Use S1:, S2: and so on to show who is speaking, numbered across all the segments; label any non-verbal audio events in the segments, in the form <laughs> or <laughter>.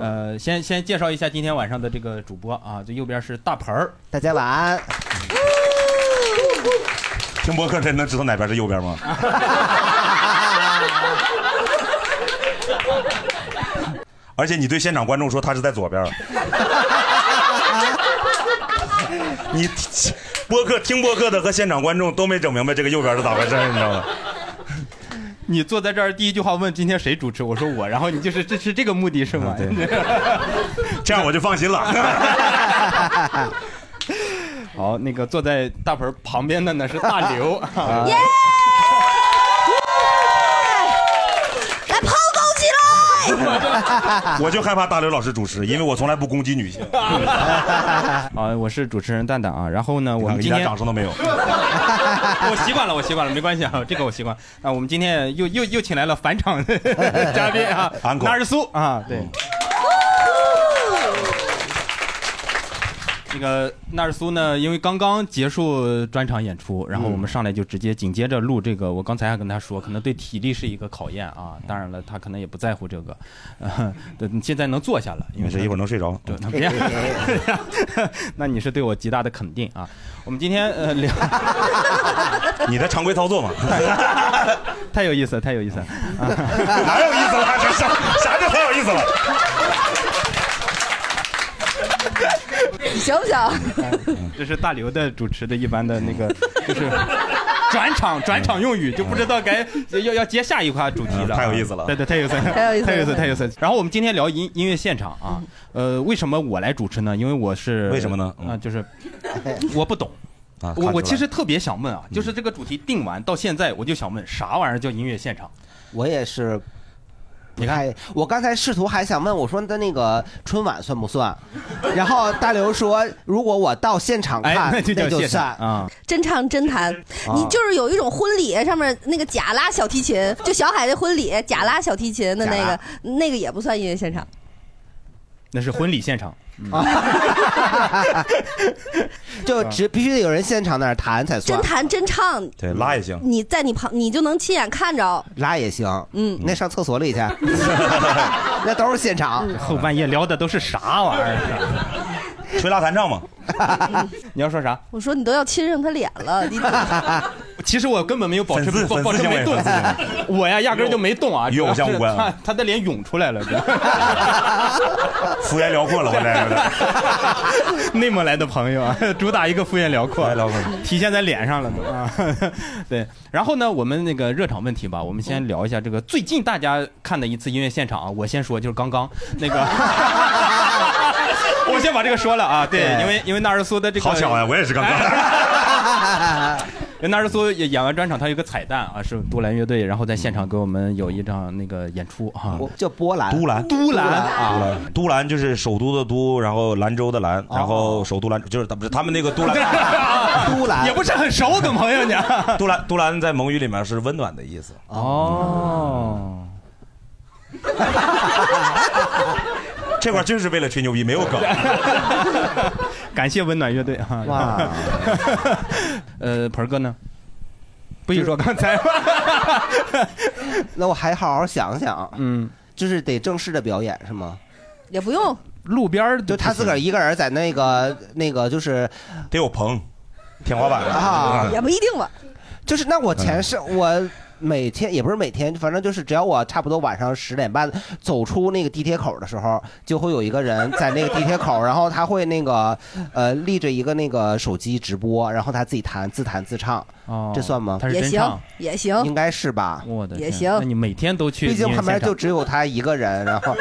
S1: 呃，先先介绍一下今天晚上的这个主播啊，这右边是大盆儿，
S2: 大家晚
S1: <laughs>
S2: 安。
S3: 听播客真能知道哪边是右边吗？而且你对现场观众说他是在左边，你播客听播客的和现场观众都没整明白这个右边是咋回事，你知道吗？
S1: <laughs> 你坐在这儿第一句话问今天谁主持，我说我，然后你就是这是这个目的是吗？ <laughs>
S3: 这样我就放心了。
S1: 好，那个坐在大盆儿旁边的呢是大 <laughs> 刘，啊
S4: 耶！来抛钩起
S1: <laughs>
S4: 来！
S3: 我就害怕大刘老师主持，因为我从来不攻击女性。
S1: 啊，我是主持人蛋蛋啊。然后呢，我们
S3: 一
S1: 今
S3: 点
S1: 天
S3: 掌声都没有。
S1: <laughs> 我习惯了，我习惯了，没关系啊，这个我习惯。啊，我们今天又又又请来了返场的嘉宾
S3: <laughs>
S1: 啊，
S3: Uncle
S1: 纳尔苏啊，
S3: 嗯
S1: 对。那个纳尔苏呢，因为刚刚结束专场演出，然后我们上来就直接紧接着录这个。我刚才还跟他说，可能对体力是一个考验啊。当然了，他可能也不在乎这个。 <laughs> 呃，对你现在能坐下了，因
S3: 没
S1: 为
S3: 事，一会儿能睡着。
S1: 对，那别，
S3: <laughs>
S1: <laughs> 那你是对我极大的肯定啊。我们今天呃聊。
S3: 你的常规操作嘛，
S1: <laughs>
S3: <laughs>
S1: 太有意思了，太有意思了。
S3: 哪有意思了？这啥啥叫太有意思了？
S4: 你行不行？
S1: <laughs> 这是大刘的主持的一般的那个，就是转场转场用语，就不知道该要要接下一块主题了。
S3: 嗯太有意思了
S1: 对 <laughs> 对，太有意思，
S4: <laughs> 太有意思嗯
S1: 太有意思，太有意思。然后我们今天聊音音乐现场啊，呃，为什么我来主持呢？因为我是
S3: 为什么呢嗯
S1: 啊，就是我不懂。
S3: 啊
S1: 我我其实特别想问
S3: 嗯
S1: 啊，就是这个主题定完到现在，我就想问啥玩意儿叫音乐现场？
S2: 我也是。
S1: 你看
S2: 哎，我刚才试图还想问我说的那个春晚算不
S1: <laughs>
S2: 算？然后大刘说，如果我到现场 <laughs>
S1: 哎，
S2: 看，
S1: 那就叫
S2: 就
S1: 现场
S2: 算。
S1: 啊。
S4: 真唱真弹，
S3: 啊
S4: 你就是有一种婚礼上面那个假拉小提琴，就小海的婚礼假拉小提琴的那
S2: 假
S4: 个，那个也不算音乐现场。
S1: 那是婚礼现场，
S2: 就
S1: 嗯
S2: 只必须得有人现场那儿弹才算
S4: 真，弹真唱，
S3: 对拉也行。
S4: 你在你旁你就能亲眼看着。
S2: 拉也行。
S4: 嗯，
S2: 那上厕所
S1: <laughs>
S2: 里去，那都是现场。
S1: 后半夜聊的都是啥玩意儿？
S3: 吹拉弹唱嘛，
S1: <laughs> 你要说啥？
S4: 我说你都要亲上他脸了，你
S3: <laughs>
S1: <laughs> 其实我根本没有保持
S3: 粉丝
S1: 保
S3: 粉丝
S1: 保持
S3: 行为
S1: 没动
S3: 粉丝行，
S1: 我呀压根儿就没动啊，
S3: 与偶像
S1: 主要是
S3: 无关啊
S1: 他他的脸涌出来了，
S3: 幅员辽阔了，我这有点。
S1: <laughs> 内蒙来的朋友啊， <laughs> 主打一个幅员辽阔
S3: 幅员辽阔，
S1: 体现在脸上了都啊。 <laughs> 对，然后呢，我们那个热场问题吧，我们先聊一下这个最近大家看的一次音乐现场啊，我先说，就是刚刚那个。 <laughs> 我先把这个说了啊，对，
S2: 对
S1: 因为因为纳尔苏的这个
S3: 好巧啊呀，我也是刚刚。
S1: <laughs> 人纳尔苏也演完专场，他有一个彩蛋啊，是都兰乐队，然后在现场给我们有一场那个演出啊。
S2: 我叫波兰，
S3: 都兰，
S1: 都兰
S3: 都
S1: 啊，
S3: 兰，都兰就是首都的都，然后兰州的兰，
S1: 哦
S3: 然后首都兰就是不是他们那个都兰，
S2: <laughs> 都兰
S1: <laughs> 也不是很熟，跟朋友呢。
S3: <laughs> 都兰都兰在蒙语里面是温暖的意思。
S1: 哦，
S3: 这块就是为了吹牛逼，没有梗。
S1: <laughs> 感谢温暖乐队哈。
S2: 哇，
S1: <laughs> 呃，盆儿哥呢？不许说刚
S2: <laughs>
S1: 才吧。
S2: 那我还好好想想，
S1: 嗯，
S2: 就是得正式的表演是吗？
S4: 也不用。
S1: 路边儿
S2: 就他自个儿一个人在那个那个就是
S3: 得有棚，天花板嗯
S2: 啊
S4: 也不一定吧。
S2: 就是那我前是我每天也不是每天，反正就是只要我差不多晚上十点半走出那个地铁口的时候，就会有一个人在那个地铁口，然后他会那个呃立着一个那个手机直播，然后他自己弹自弹自唱，
S1: 哦
S2: 这算吗
S1: 他是
S4: 也
S1: 真
S4: 行
S1: 唱。，
S4: 也行。
S2: 应该是吧？
S1: 我的
S4: 也
S1: 天
S4: 行
S1: 那你每天都去音
S2: 毕
S1: 乐现
S2: 竟
S1: 场？
S2: 旁边就只有他一个人，然后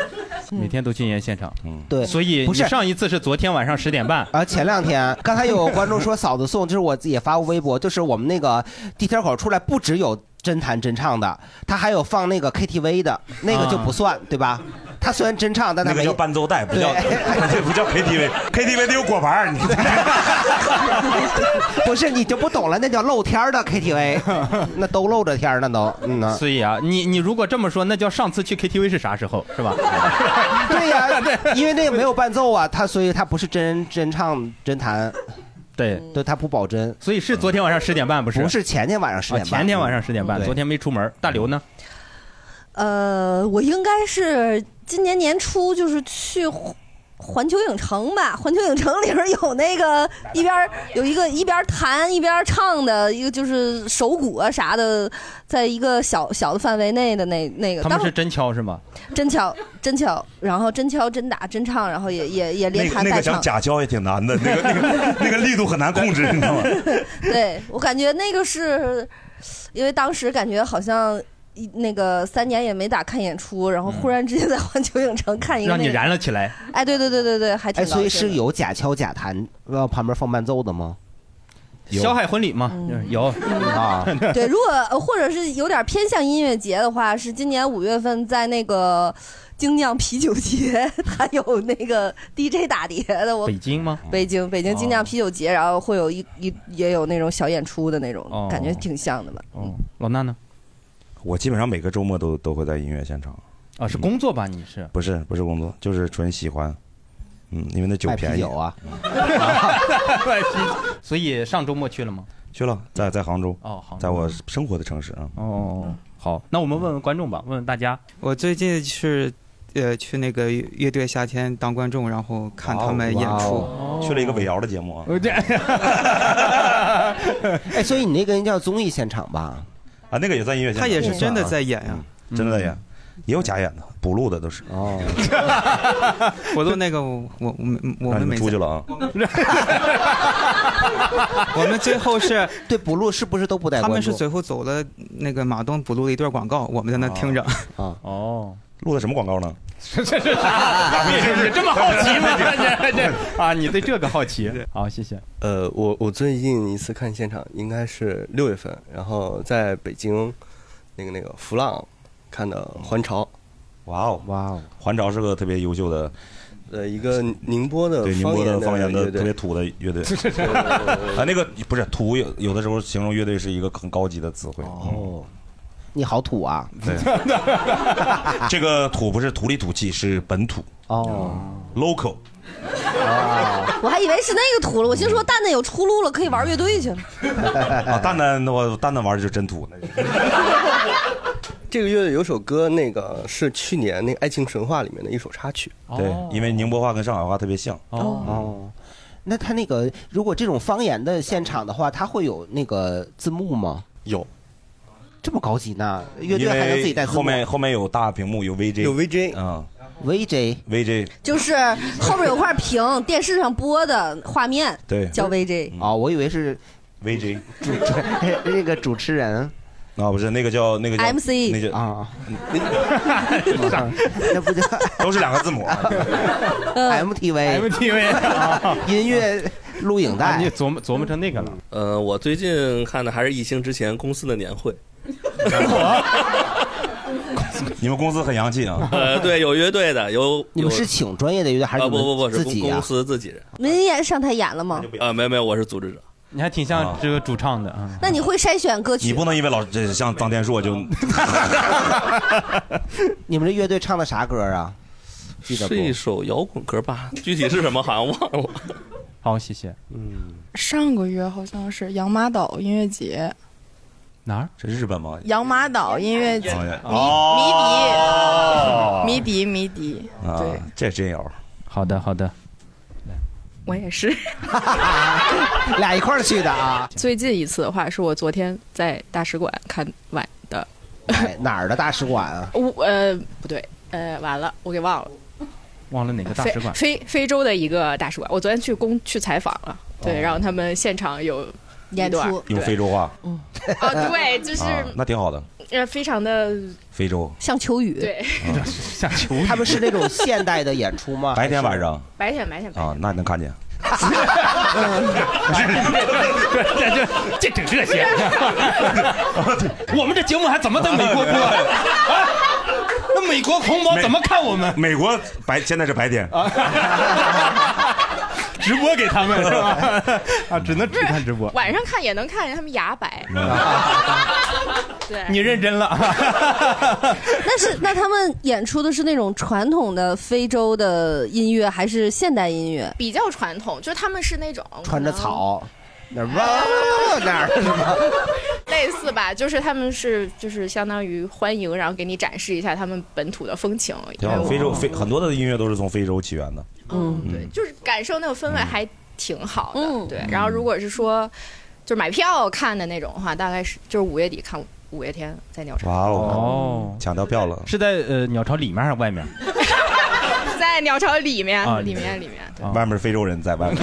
S2: 嗯
S1: 每天都去音乐现场，
S2: 对，
S1: 所以
S2: 不
S1: 你
S2: 是
S1: 上一次是昨天晚上十点半。
S2: 啊，前两
S4: <laughs>
S2: 天刚才有观众说嫂子送，就是我也发过微博，就是我们那个地铁口出来不
S1: 啊
S2: 只有真弹真唱的，他还有放那个 KTV 的，那个就不算，对吧？他虽然真唱，但他
S5: 那个
S2: 没
S5: 叫伴奏带，不叫
S2: 对
S3: <laughs>
S5: 这不叫 KTV，KTV 得有果盘儿你
S2: 不是你就不懂了，那叫露天儿的
S1: <laughs>
S2: KTV，那都露着天儿，那都嗯呐。
S1: 所以啊，你你如果这么说，那叫上次去 KTV 是啥时候，
S2: <laughs>
S1: 是吧？
S2: 对
S1: <laughs>
S2: 呀、因为那个没有伴奏啊，他所以他不是真真唱真弹，
S1: 对
S2: 对，他不保真，
S1: 所以是昨天晚上十点半不是？
S2: 不是前天晚上十
S1: 啊，
S2: 点半，嗯
S1: 前天晚上十点半，
S2: 对
S1: 昨天没出门。大刘呢？
S4: 呃，我应该是今年年初就是去环环球影城吧，环球影城里边有那个一边儿有一个一边儿弹一边儿唱的一个就是手鼓啊啥的，在一个小小的范围内的那那个，
S1: 他们
S4: 当
S1: 是真敲是吗？
S4: 真敲真敲，然后真敲真打真唱，然后也也也连
S5: 那个
S4: 弹
S5: 那
S4: 带
S5: 个
S4: 唱
S5: 想。假胶也挺难的，那个那个那个力度很难控制，你知道吗？
S4: 对我感觉那个是，因为当时感觉好像一那个三年也没咋看演出，然后忽然之间在环球影城看一个、那
S1: 嗯让
S4: 个，
S1: 你燃了起来。
S4: 哎，对对对对对，还挺
S2: 哎，
S4: 高兴
S2: 所
S4: 的
S2: 以是有假敲假弹，呃，旁边放伴奏的吗？有
S1: 小海婚礼嘛，有
S4: 嗯
S2: 啊，
S4: <laughs> 对，如果呃或者是有点偏向音乐节的话，是今年五月份在那个精酿啤酒节， <laughs> 它有那个 DJ 打碟的，我
S1: 北京吗？
S4: 北京北京精
S2: 哦
S4: 酿啤酒节，然后会有一一也有那种小演出的那种，
S1: 哦
S4: 感觉挺像的吧。
S1: 哦，老衲呢？
S5: 嗯我基本上每个周末都都会在音乐现场，
S1: 啊，是工作吧？你是
S5: 不是不是工作，就是纯喜欢，嗯，因为那酒
S2: 卖
S5: 便
S2: 啤
S5: 宜
S2: 酒啊，
S1: <laughs> 所以上周末去了吗？
S5: 去了，在在杭州，
S1: 哦，好。
S5: 在我生活的城市啊，
S1: 哦，好，那我们问问观众吧，问问大家。
S6: <laughs> 我最近是呃去那个乐队夏天当观众，然后看他们演
S2: 哇
S6: 出。
S2: 哦
S5: 去了一个尾摇的节目啊，
S1: 这
S2: 哎，所以你那个应该叫综艺现场吧？嗯
S5: 啊，那个也在音乐现场，
S6: 他也是真的在演呀、
S5: 真的在演，也有假演的，补录的都是，
S2: 哦，
S6: 活动那个 <laughs> 我我我们我
S5: 让你们
S6: 们每
S5: 出去
S6: 次
S5: 了啊，
S6: <laughs> 我们最后是
S2: 对，补录是不是都不带
S6: 他
S2: 关
S6: 们
S2: 注
S6: 是最后走了那个马东补录了一段广告，我们在那听着。
S2: 啊？
S1: 哦，
S5: 录的什么广
S1: <laughs>
S5: 告呢？
S1: 这这是啥？你 <laughs> 你这么好奇吗？这这啊，你对这个好奇？好，谢谢。
S7: 呃，我我最近一次看现场应该是六月份，然后在北京那个那个浮浪看的环潮，
S5: 哇哦，
S2: 哇哦，
S5: 环潮是个特别优秀的，
S7: 呃，一个宁波的
S5: 对宁波的方言的
S7: 乐
S5: 特别
S7: 队，
S5: 土的乐
S2: <laughs>
S5: 队，啊，那个不是土，有有的时候形容乐队是一个很高级的词汇，嗯
S2: 哦，你好土啊！
S5: 这个土不是土里土气，是本土
S2: 哦，
S5: local。
S4: <laughs> 我还以为是那个土了，我心说蛋蛋有出路了，可以玩乐队去了。
S5: 啊，蛋蛋，我蛋蛋玩的就真土，那是
S7: <laughs> 这个乐队有首歌，那个是去年那个《爱情神话》里面的一首插曲。
S5: <laughs> 对，因为宁波话跟上海话特别像，
S1: 哦，
S2: 哦，那他那个如果这种方言的现场的话，他会有那个字幕吗？
S7: 有
S2: 这么高级呢？乐
S5: 因
S2: 队还能自己
S5: 为
S2: 带字幕？
S5: 后面后面有大屏幕，有 VJ，
S7: 有 VJ，
S5: 啊
S2: 嗯 VJ
S5: ，VJ
S4: 就是后边有块屏，电视上播的画面
S5: 对
S4: 叫 VJ。
S2: 哦，我以为是
S5: VJ
S2: 主持那个主持人
S5: 啊，不是那个叫那个叫
S4: MC
S5: 那叫
S2: 啊， <laughs> 那不叫
S5: <laughs> 都是两个字母啊，
S2: <laughs> MTV
S1: MTV
S2: <laughs> 音乐录影
S1: 啊，你
S2: 带。
S1: 琢磨琢磨成那个了。
S5: 嗯
S8: 呃，我最近看的还是疫情之前公司的年
S5: <laughs>
S8: 会。
S5: 你们公司很洋气
S2: <laughs>
S5: 啊，
S8: 呃，对，有乐队的，有
S2: 你
S8: 有
S2: 们是请专业的乐队还是
S8: 啊，
S2: 你
S8: 不不
S2: 们
S8: 不，是
S2: 自
S8: 公
S2: 己
S8: 公
S2: 啊？
S8: 司自己人
S4: 文言上台演了吗？
S8: 啊，没有没有，我是组织者。
S1: 你还挺像这个主唱的啊。
S4: 那你会筛选歌
S5: 你
S4: 曲
S5: 不？能因为老这像张天硕就
S8: 啊
S2: 你们这乐队唱的啥歌啊？记得不
S8: 是一首摇滚歌吧？ <laughs> 具体是什么好像忘了。
S1: 好，谢谢。
S5: 嗯
S9: 上个月好像是养马岛音乐节，
S1: 哪儿？
S5: 这是日本吗？哦
S9: 养马岛音乐节，
S1: 哦
S9: 迷笛，迷笛，
S5: 啊
S9: 对，
S5: 这真有，
S1: 好的，好的。
S9: 我也是。
S2: <laughs> 俩一块儿去的啊？
S9: 最近一次的话，是我昨天在大使馆看完的。
S2: 哪哪儿的大使馆啊？
S9: 我呃不对，呃完了，我给忘了。
S1: 忘了哪个大
S9: 非
S1: 使馆？
S9: 非非洲的一个大使馆，我昨天去公去采访了，
S1: 哦
S9: 对，然后他们现场有
S4: 演
S9: 一段
S4: 出
S5: 用非洲话
S9: 哦，
S1: <laughs>
S9: 对，就是
S5: 啊，那挺好的，
S9: 呃非常的
S5: 非洲
S4: 像秋雨，
S9: 对，
S1: 嗯像球一样
S2: 他们是那种现代的演出吗？
S5: <laughs> 白天晚上
S9: 白天
S1: <laughs>
S9: 白天 <laughs> 白
S5: 啊，
S9: 天，
S5: 那你能看见。
S1: 这 <laughs> 这这整
S5: <laughs> <laughs>
S1: 这 <laughs> 些，我们这节目还怎么都没过过？啊那美国同胞怎么看我们？啊
S5: 美国白现在是白天，
S1: <laughs> 直播给他们是吧？啊，只能只看直
S5: <laughs>
S1: 播。
S9: 晚上看也能看见他们牙白。对，
S1: 你认真
S9: <laughs>
S1: 了，
S4: 那是 <laughs> 那他们演出的是那种传统的非洲的音乐，还是现代音乐？
S9: 比较传统，就是他们是那种
S2: 穿着草，那儿哇那儿是吗？
S9: <laughs> 类似吧，就是他们是就是相当于欢迎，然后给你展示一下他们本土的风情，因
S5: 挺
S1: 哎
S9: 为
S5: 好。
S9: 我
S5: 非洲非很多的音乐都是从非洲起源的。
S4: 嗯，
S5: 对，
S9: 就是感受那个氛围还挺好的。对，然后如果是说就是买票看的那种的话，大概是就是五月底看五月天在鸟巢，
S5: 哇哦，抢到票了，
S1: 是在呃鸟巢里面还是外面？
S9: 在鸟巢里面、
S1: 啊
S9: 里面里面。
S5: 外面非洲人在外面，
S1: <laughs>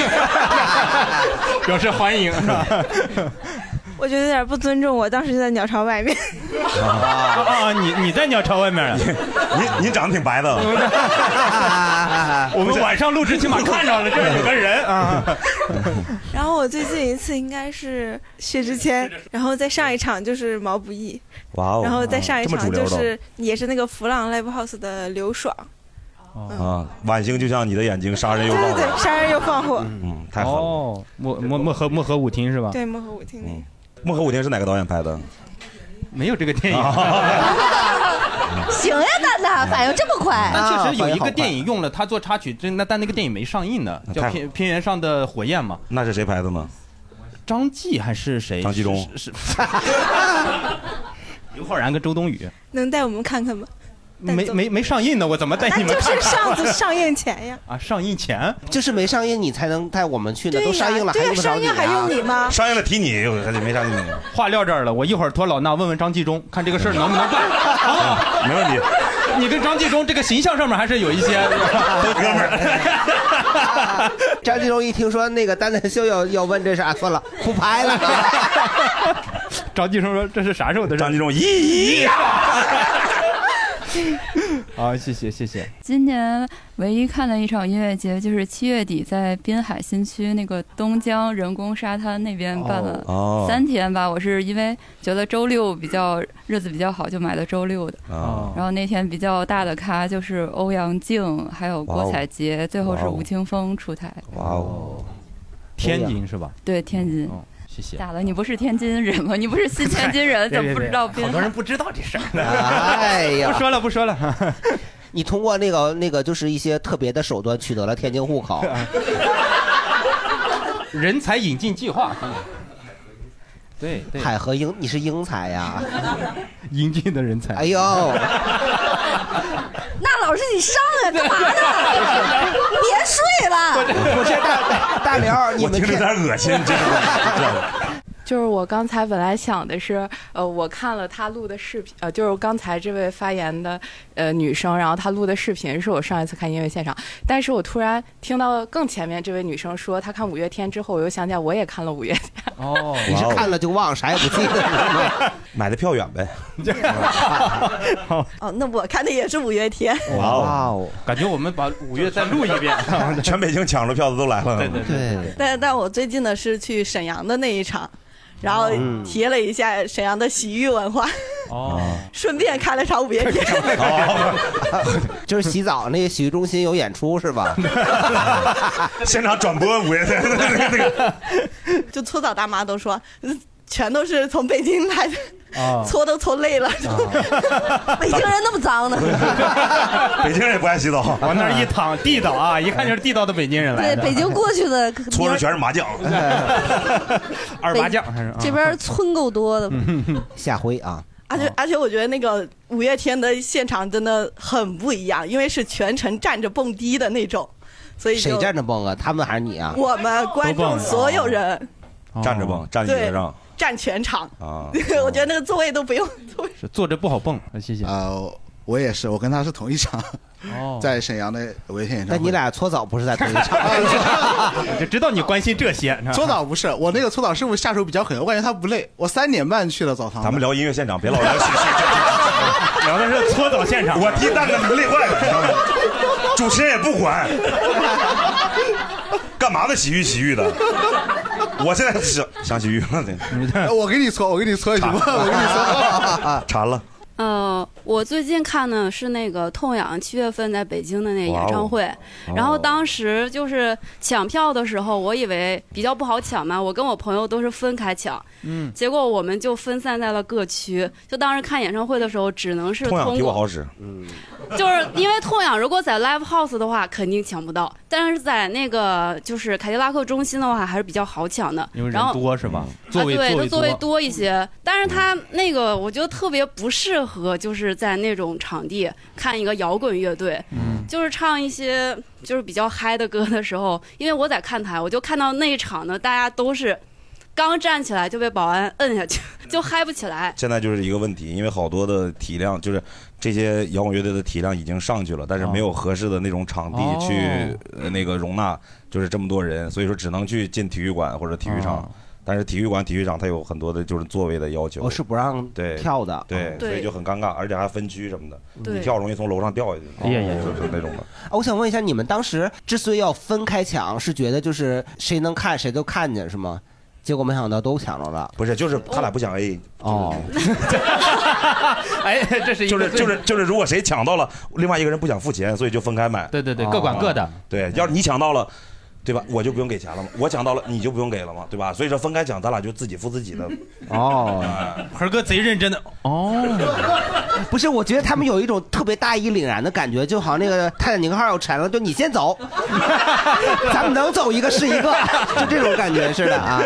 S1: 表示欢
S5: <laughs>
S1: 迎是吧？
S10: 我觉得有点不尊重我，当时就在鸟巢外面。 <laughs>
S1: 啊，你你在鸟巢外面，啊
S5: <laughs> 你你长得挺白的。
S1: <laughs> 我们 <laughs> 晚上录制起码看着了，这
S5: <laughs>
S1: 儿有个人啊。
S10: 然后我最近一次应该是薛之谦，然后再上一场就是毛不易，
S5: 哇哦，
S10: 然后再上一
S5: 这么
S10: 场
S5: 主流
S10: 就
S5: 的
S10: 是也是那个弗朗 Live House 的刘爽，
S5: 啊，晚星就像你的眼睛，杀人又
S10: 对对
S5: 放火，
S10: 对，杀人又放火，
S5: 嗯，太狠了。
S1: 哦，漠漠漠河漠河舞厅是吧？嗯
S10: 对，漠河舞厅那个。
S5: 漠河舞厅是哪个导演拍的？哦
S1: 没有这个电
S5: <laughs>
S9: <laughs>
S1: 影。 <laughs>
S4: 行呀，蛋蛋，反应这么快。 <laughs>
S1: 但确实有一个电影用了它做插曲，真那但那个电影没上映呢，叫
S5: 太
S1: 《
S5: 好
S1: 偏偏原上的火焰》嘛。
S5: 那是谁拍的呢？
S1: 张继还是谁？
S5: 张纪中
S1: 是是是刘昊然跟周冬雨
S10: 能带我们看看吗？带
S1: 没
S10: 走
S1: 没没上映呢，我怎么带
S10: 那
S1: 你们
S10: 就
S1: 看
S10: 是
S1: <laughs>
S10: 上次
S1: 看？
S10: 上映前呀。
S1: 啊，上映前
S2: 就是没上映你才能带我们去呢，
S10: 对呀
S2: 都上映了还
S10: 对呀
S2: 用不着你、啊、
S10: 上映还用你吗
S5: 上映了提你，我没上映你，
S1: 话撂这儿了，我一会儿托老衲问问张纪中，看这个事儿能不能办，好不好？
S5: 没问题。
S1: 你跟张纪中这个形象上面还是有一些，
S5: 哥们儿，
S2: <laughs> 张纪中一听说那个蛋蛋秀要要问这事儿，啊算了，不拍了。
S1: <laughs> 张纪中说这是啥时候的事
S5: 张
S1: 儿
S5: 纪中，咦，
S1: <laughs> 啊？谢谢谢谢，
S11: <laughs> 今年唯一看的一场音乐节，就是七月底在滨海新区那个东江人工沙滩那边办
S5: 哦
S11: 了
S5: 哦
S11: 三天吧。我是因为觉得周六比较日子比较好，就买的周六的。
S5: 啊，
S1: 哦
S11: 然后那天比较大的咖就是欧阳靖，还有
S5: 哇
S11: 郭
S5: 哦
S11: 采洁，最后是
S5: 哇哦
S11: 吴青峰出台。
S5: 哇哦，
S1: 天津是吧？
S11: 对，天津。
S1: 哦，谢谢。
S11: 咋了？你不是天津人吗？你不是新天津
S1: <laughs>
S11: 人，
S1: 别
S11: 怎
S1: 别
S11: 么不
S1: 别
S11: 知道滨
S1: 好
S11: 海？
S1: 多人不知道这事儿
S11: <laughs>
S1: 呢。
S2: 哎
S1: 不
S2: 呀，
S1: 说了不说了，
S2: <laughs> 你通过那个那个就是一些特别的手段取得了天津户口，
S1: <laughs> 人才引进计划。 <laughs> 对 <laughs> 对，
S2: 海河英，你是英才呀？
S1: <laughs> 引进的人才。
S2: 哎
S1: <laughs>
S2: 呦，
S4: 那老师你上来干嘛呢？
S12: <laughs>
S4: 别睡了。
S5: <laughs>
S2: 不是大大刘，你
S5: 我
S2: 们
S5: 听着有
S2: 天
S5: 点恶心，真是的。
S13: 就是我刚才本来想的是，呃，我看了她录的视频，呃，就是刚才这位发言的呃女生，然后她录的视频是我上一次看音乐现场，但是我突然听到更前面这位女生说她看五月天之后，我又想起来我也看了五月天，
S1: 哦，
S2: 你是
S5: 哇哦
S2: 看了就忘，啥也不记得了吗。
S5: <laughs> 买的票远呗，
S10: 哦，那我看的也是五月天。
S5: 哇哦，
S2: 哦，
S1: 感觉我们把五月再录一 <laughs> 遍。
S5: 全北京抢着票的都来了，嗯
S1: 对对对，
S2: 对，
S10: <laughs> 但但我最近的是去沈阳的那一场，然后体验了一下沈阳的洗浴文化，
S1: <laughs>
S10: <laughs>
S1: 哦，
S5: 啊
S10: 顺便看了场五月天。
S2: <laughs> 就是洗澡那个洗浴中心有演出是吧？
S5: <laughs> 现场转播五月天那个那个，
S10: <laughs> 就搓澡大妈都说，嗯全都是从北京来的，
S1: 哦
S10: 搓都搓累了。
S4: 北京人那么脏呢？
S5: 北京人也不爱洗澡，
S1: <laughs> 往那儿一躺，地道 <laughs> 啊，一看就是地道的北京人来
S4: 对，
S1: 的。
S4: 北京过去的
S5: <laughs> 搓着全是麻将，
S1: 二麻将还是啊
S4: 这边村够多
S2: 嗯
S4: 的，
S2: <laughs> 下回啊，
S10: 而且而且我觉得那个五月天的现场真的很不一样，因为是全程站着蹦迪的那种，所以
S2: 谁
S10: 就
S2: 站着蹦啊？他们还是你啊？
S10: 哎我们观
S1: 都蹦
S10: 众
S1: 了
S10: 所
S2: 哦
S10: 有人
S12: 哦
S5: 站着蹦，，站椅子上
S10: 站全场。
S5: 啊
S10: <laughs> 我觉得那个座位都不用座位。
S1: <laughs> 是坐着不好蹦。啊谢谢。
S12: 呃，我也是，我跟他是同一场，
S1: 哦，
S12: 在沈阳的五月天演唱
S2: 但
S12: 会。啊
S2: 你俩搓澡不是在同一场，
S12: <laughs>
S1: 我 <laughs> 就知道你关心这些。是吧
S12: 搓澡不是我那个搓澡师傅下手比较狠，我感觉他不累。我三点半去了澡堂子，
S5: 咱们聊音乐现场，别老聊洗洗。
S12: <laughs>
S1: 聊的是搓澡现场。
S5: 我替蛋蛋累坏了，主持人也不管，干嘛呢？洗浴洗浴的，我现在想想洗浴了，
S12: 呃我给你搓，我给你搓行吗？我给你搓。
S5: 馋了。
S11: 嗯，
S14: 我最近看的是那个痛痒七月份在北京的那演唱会，
S5: 哦
S14: 然后当时就是抢票的时候，我以为比较不好抢嘛，我跟我朋友都是分开抢，
S5: 嗯
S14: 结果我们就分散在了各区。就当时看演唱会的时候，只能是
S5: 痛痒
S14: 通
S5: 比我
S14: 过，
S5: 好使，嗯，
S14: <laughs> 就是因为痛痒如果在 live house 的话肯定抢不到，但是在那个就是凯迪拉克中心的话还是比较好抢的
S1: 因为。人
S14: 然后
S1: 多是吧？座位
S14: 啊、对，它
S1: 座
S14: 座位
S1: 位多，嗯
S14: 多一些，但是它那个我觉得特别不适合，就是在那种场地看一个摇滚乐队，
S1: 嗯
S14: 就是唱一些就是比较嗨的歌的时候，因为我在看台，我就看到那一场呢，大家都是刚站起来就被保安摁下去， <laughs> 就嗨不起来。
S5: 现在就是一个问题，因为好多的体量就是这些摇滚乐队的体量已经上去了，但是没有合适的那种场地
S1: 哦
S5: 去、呃那个容纳，就是这么多人，所以说只能去进体育馆或者体育场。
S2: 哦
S5: 但是体育馆、体育场它有很多的就是座位的要求，
S2: 我哦是不让
S5: 对
S2: 跳的
S5: 对，
S2: 对
S5: 所以就很尴尬，而且还分区什么的，
S2: 对
S5: <laughs> 你跳容易从楼上掉下去，
S2: 哎呀呀
S5: 就是那种的。
S2: 啊我想问一下，你们当时之所以要分开抢，是觉得就是谁能看谁都看见是吗？结果没想到都抢着了。
S5: 不是，就是他俩不想 A
S2: 哦，
S5: <laughs>
S1: 哎，这是一
S5: 就
S1: 个
S5: 是就是就是，如果谁抢到了，另外一个人不想付钱，所以就分开买。
S1: 对对对各管各的。
S5: 对，要是你抢到了。对吧？我就不用给钱了嘛，我抢到了你就不用给了嘛，对吧？所以说分开抢，咱俩就自己付自己的。啊
S2: 哦，
S5: <laughs>
S1: 盆哥贼认真的哦，
S2: 不是，我觉得他们有一种特别大义凛然的感觉，就好像那个泰坦尼克号要沉了，就你先走， <laughs> 咱们能走一个是一个，就这种感觉似的啊。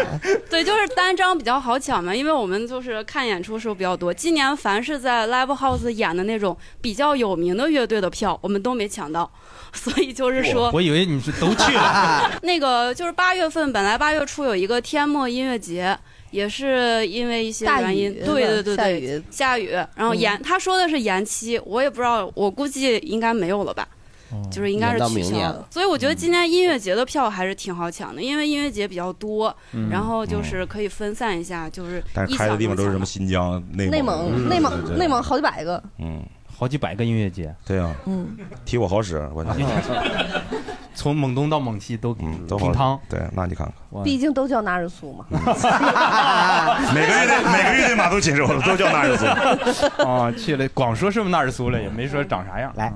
S14: 对，就是单张比较好抢嘛，因为我们就是看演出的时候比较多。今年凡是在 live house 演的那种比较有名的乐队的票，我们都没抢到，所以就是说，
S1: 我以为你是都去了，
S14: <laughs> 那个就是八月份，本来八月初有一个天漠音乐节，也是因为一些
S10: 大
S14: 原因
S10: 雨，
S14: 对
S10: 是
S14: 对
S10: 吧
S14: 对对，
S10: 下
S14: 雨下雨，然后
S10: 嗯
S14: 延、他说的是延期，我也不知道，我估计应该没有了吧。
S5: 哦
S14: 就是应该是
S2: 延到
S14: 取
S2: 明
S14: 消
S2: 年
S14: 了
S2: 了，
S14: 所以我觉得今年音乐节的票还是挺好抢的，因为音乐节比较多，
S5: 嗯
S14: 然后就是可以分散一下，就是
S5: <laughs> 但
S14: 一
S5: 是开的
S14: 小
S5: 地方都是什么新疆、内
S4: 内
S5: 蒙、嗯
S4: 蒙内
S5: 对对
S4: 蒙内蒙好几百个，
S5: 嗯，
S1: 好几百个音乐节，
S5: 对啊，
S4: 嗯，
S5: 提我好使，我觉得
S1: <laughs> 从蒙东到蒙西都
S5: 嗯都
S1: 平
S5: 好
S1: 汤，
S5: 对，那你看看，
S4: <laughs> 毕竟都叫纳日苏嘛。
S5: <laughs> 每个乐队每个乐队码都禽兽了，都叫纳日苏。
S1: <laughs> 哦，去了，光说是不是纳日苏了，也没说长啥样。嗯来，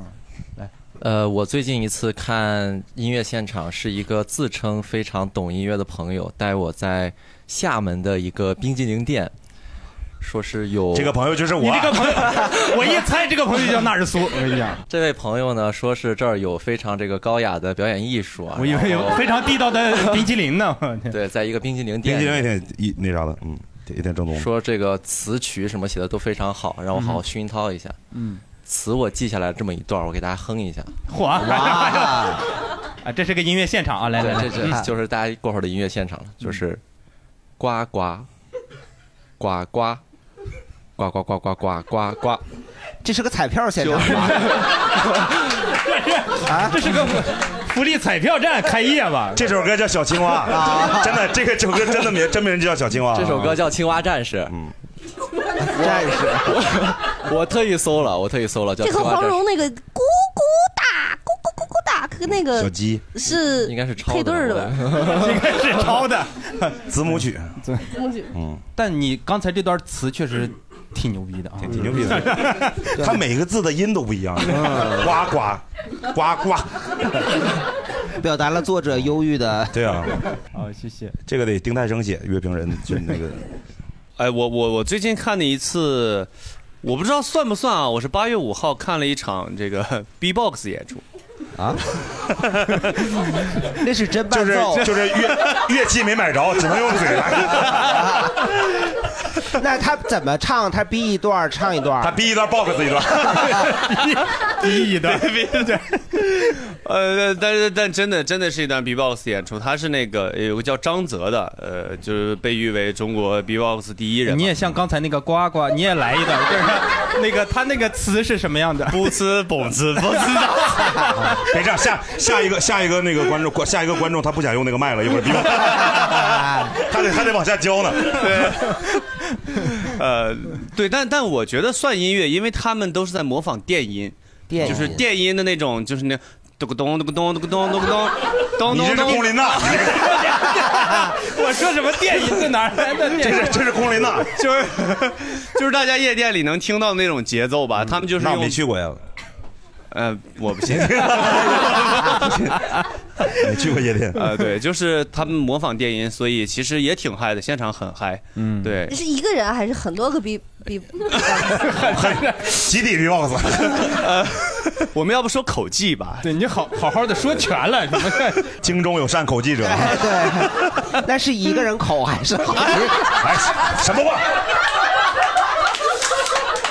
S12: 呃，我最近一次看音乐现场是一个自称非常懂音乐的朋友带我在厦门的一个冰激凌店，说是有
S5: 这个朋友就是我啊，
S1: 我一猜这个朋友就叫纳日 <laughs> 苏，我跟你讲，
S12: 这位朋友呢，说是这儿有非常这个高雅的表演艺术啊，
S1: 我以为有非常地道的冰激凌呢。
S12: <laughs> 对，在一个冰激凌
S5: 冰
S12: 店，
S5: 激凌也挺一那啥的，嗯，也挺正宗的。
S12: 说这个词曲什么写的都非常好，让我好好熏陶一下。
S1: 嗯，
S12: 词我记下来这么一段儿，我给大家哼一下。
S1: 嚯！啊，这是个音乐现场啊，来来来，
S12: 对这这
S1: 嗯
S12: 就是大家过会儿的音乐现场了，就是呱呱呱呱呱呱呱呱呱呱呱，
S2: 这是个彩票现场吧？
S1: 啊，这是个福利彩票站开业吧？
S5: 这首歌叫《小青蛙》，真的，这个首歌真的名真名就叫《小青蛙》。
S12: 这首歌叫《青蛙战士》。
S5: 嗯，
S12: 战士，我特意搜了，我特意搜了，叫
S4: <laughs>
S12: 《
S4: 这
S12: 青
S4: 和
S12: 蛙
S4: 黄
S12: 战士
S4: 蓉》那个咕咕哒咕咕咕咕哒跟那个
S5: 鸡
S4: 是
S12: <laughs> 应该是抄
S4: 配对儿的吧？
S1: <laughs>
S12: 吧？
S1: 应该是抄的
S5: <laughs> 子母
S1: <laughs>
S5: 曲。
S1: 对，
S5: 嗯，
S1: 但你刚才这段词确实挺牛逼的啊，
S5: 挺牛逼
S1: <laughs>
S5: 的，它每个字的音都不一样，
S1: 嗯
S5: <laughs> 呱呱呱呱，
S2: <laughs> 表达了作者忧郁的。
S5: <laughs> 对啊，
S1: 好，谢谢。
S5: 这个得丁太生写，乐评人就那
S2: <laughs>
S5: 个
S15: 哎，我我我最近看的一次，我不知道算不算啊？我是八月五号看了一场这个 <laughs> B-box 演出。 <laughs>
S2: 啊， <laughs> 那是真
S5: 就
S2: 伴
S5: 是
S2: 奏，
S5: 就是乐乐器没买着，只能用嘴来。
S2: <laughs> 那他怎么唱？他逼一段儿唱一段儿，
S5: 他逼一段 box 一段， <laughs>
S1: 逼一
S15: <laughs>
S1: 段，
S15: 逼一段。呃，但是但真的真的是一段 B-box 演出，他是那个有个叫张泽的，呃，就是被誉为中国 B-box 第一人嘛。
S1: 你也像刚才那个呱呱，你也来一段， <laughs> 就是那个他那个词是什么样的？
S15: 不呲蹦呲蹦
S1: <laughs>
S15: 呲的。
S5: 别这样，下下一个下一个那个观众，下一个观众他不想用那个麦了，一会儿逼 <laughs> 我他得他得往
S15: <laughs>
S5: 下教呢。 <laughs>
S15: 呃，对，但但我觉得算音乐，因为他们都是在模仿电音，
S2: 电
S5: <laughs>
S2: 音
S15: 就是电音的那种，就是那咚咕咚咚咕咚咚咕咚咚咕咚，
S1: 咚
S3: 你
S1: 咚
S3: 这是
S1: 咚
S3: 龚琳娜，
S1: 我说什么电影是哪儿来的电影？
S5: 啊
S3: 这是这是龚琳
S5: <laughs>
S3: 娜，
S15: 就是就是大家夜店里能听到那种节奏吧？他们就是
S5: 嗯那我
S15: 用
S5: 没去过呀，
S15: 呃，我
S5: <laughs>
S15: 不信。 <laughs>
S5: 没去过夜店
S15: 呃，对，就是他们模仿电音，所以其实也挺嗨的，现场很嗨。嗯，对
S4: 这，是一个人还是很多个比比？
S15: <laughs>
S3: 集体 b o x
S15: 呃， <laughs> 我们要不说口技吧？
S1: 对你好好好的说全了，
S3: <laughs>
S1: 你们哎
S3: 京中有善口技者，
S2: <laughs> 那是一个人口还是好？哎，<laughs>
S3: 什么话？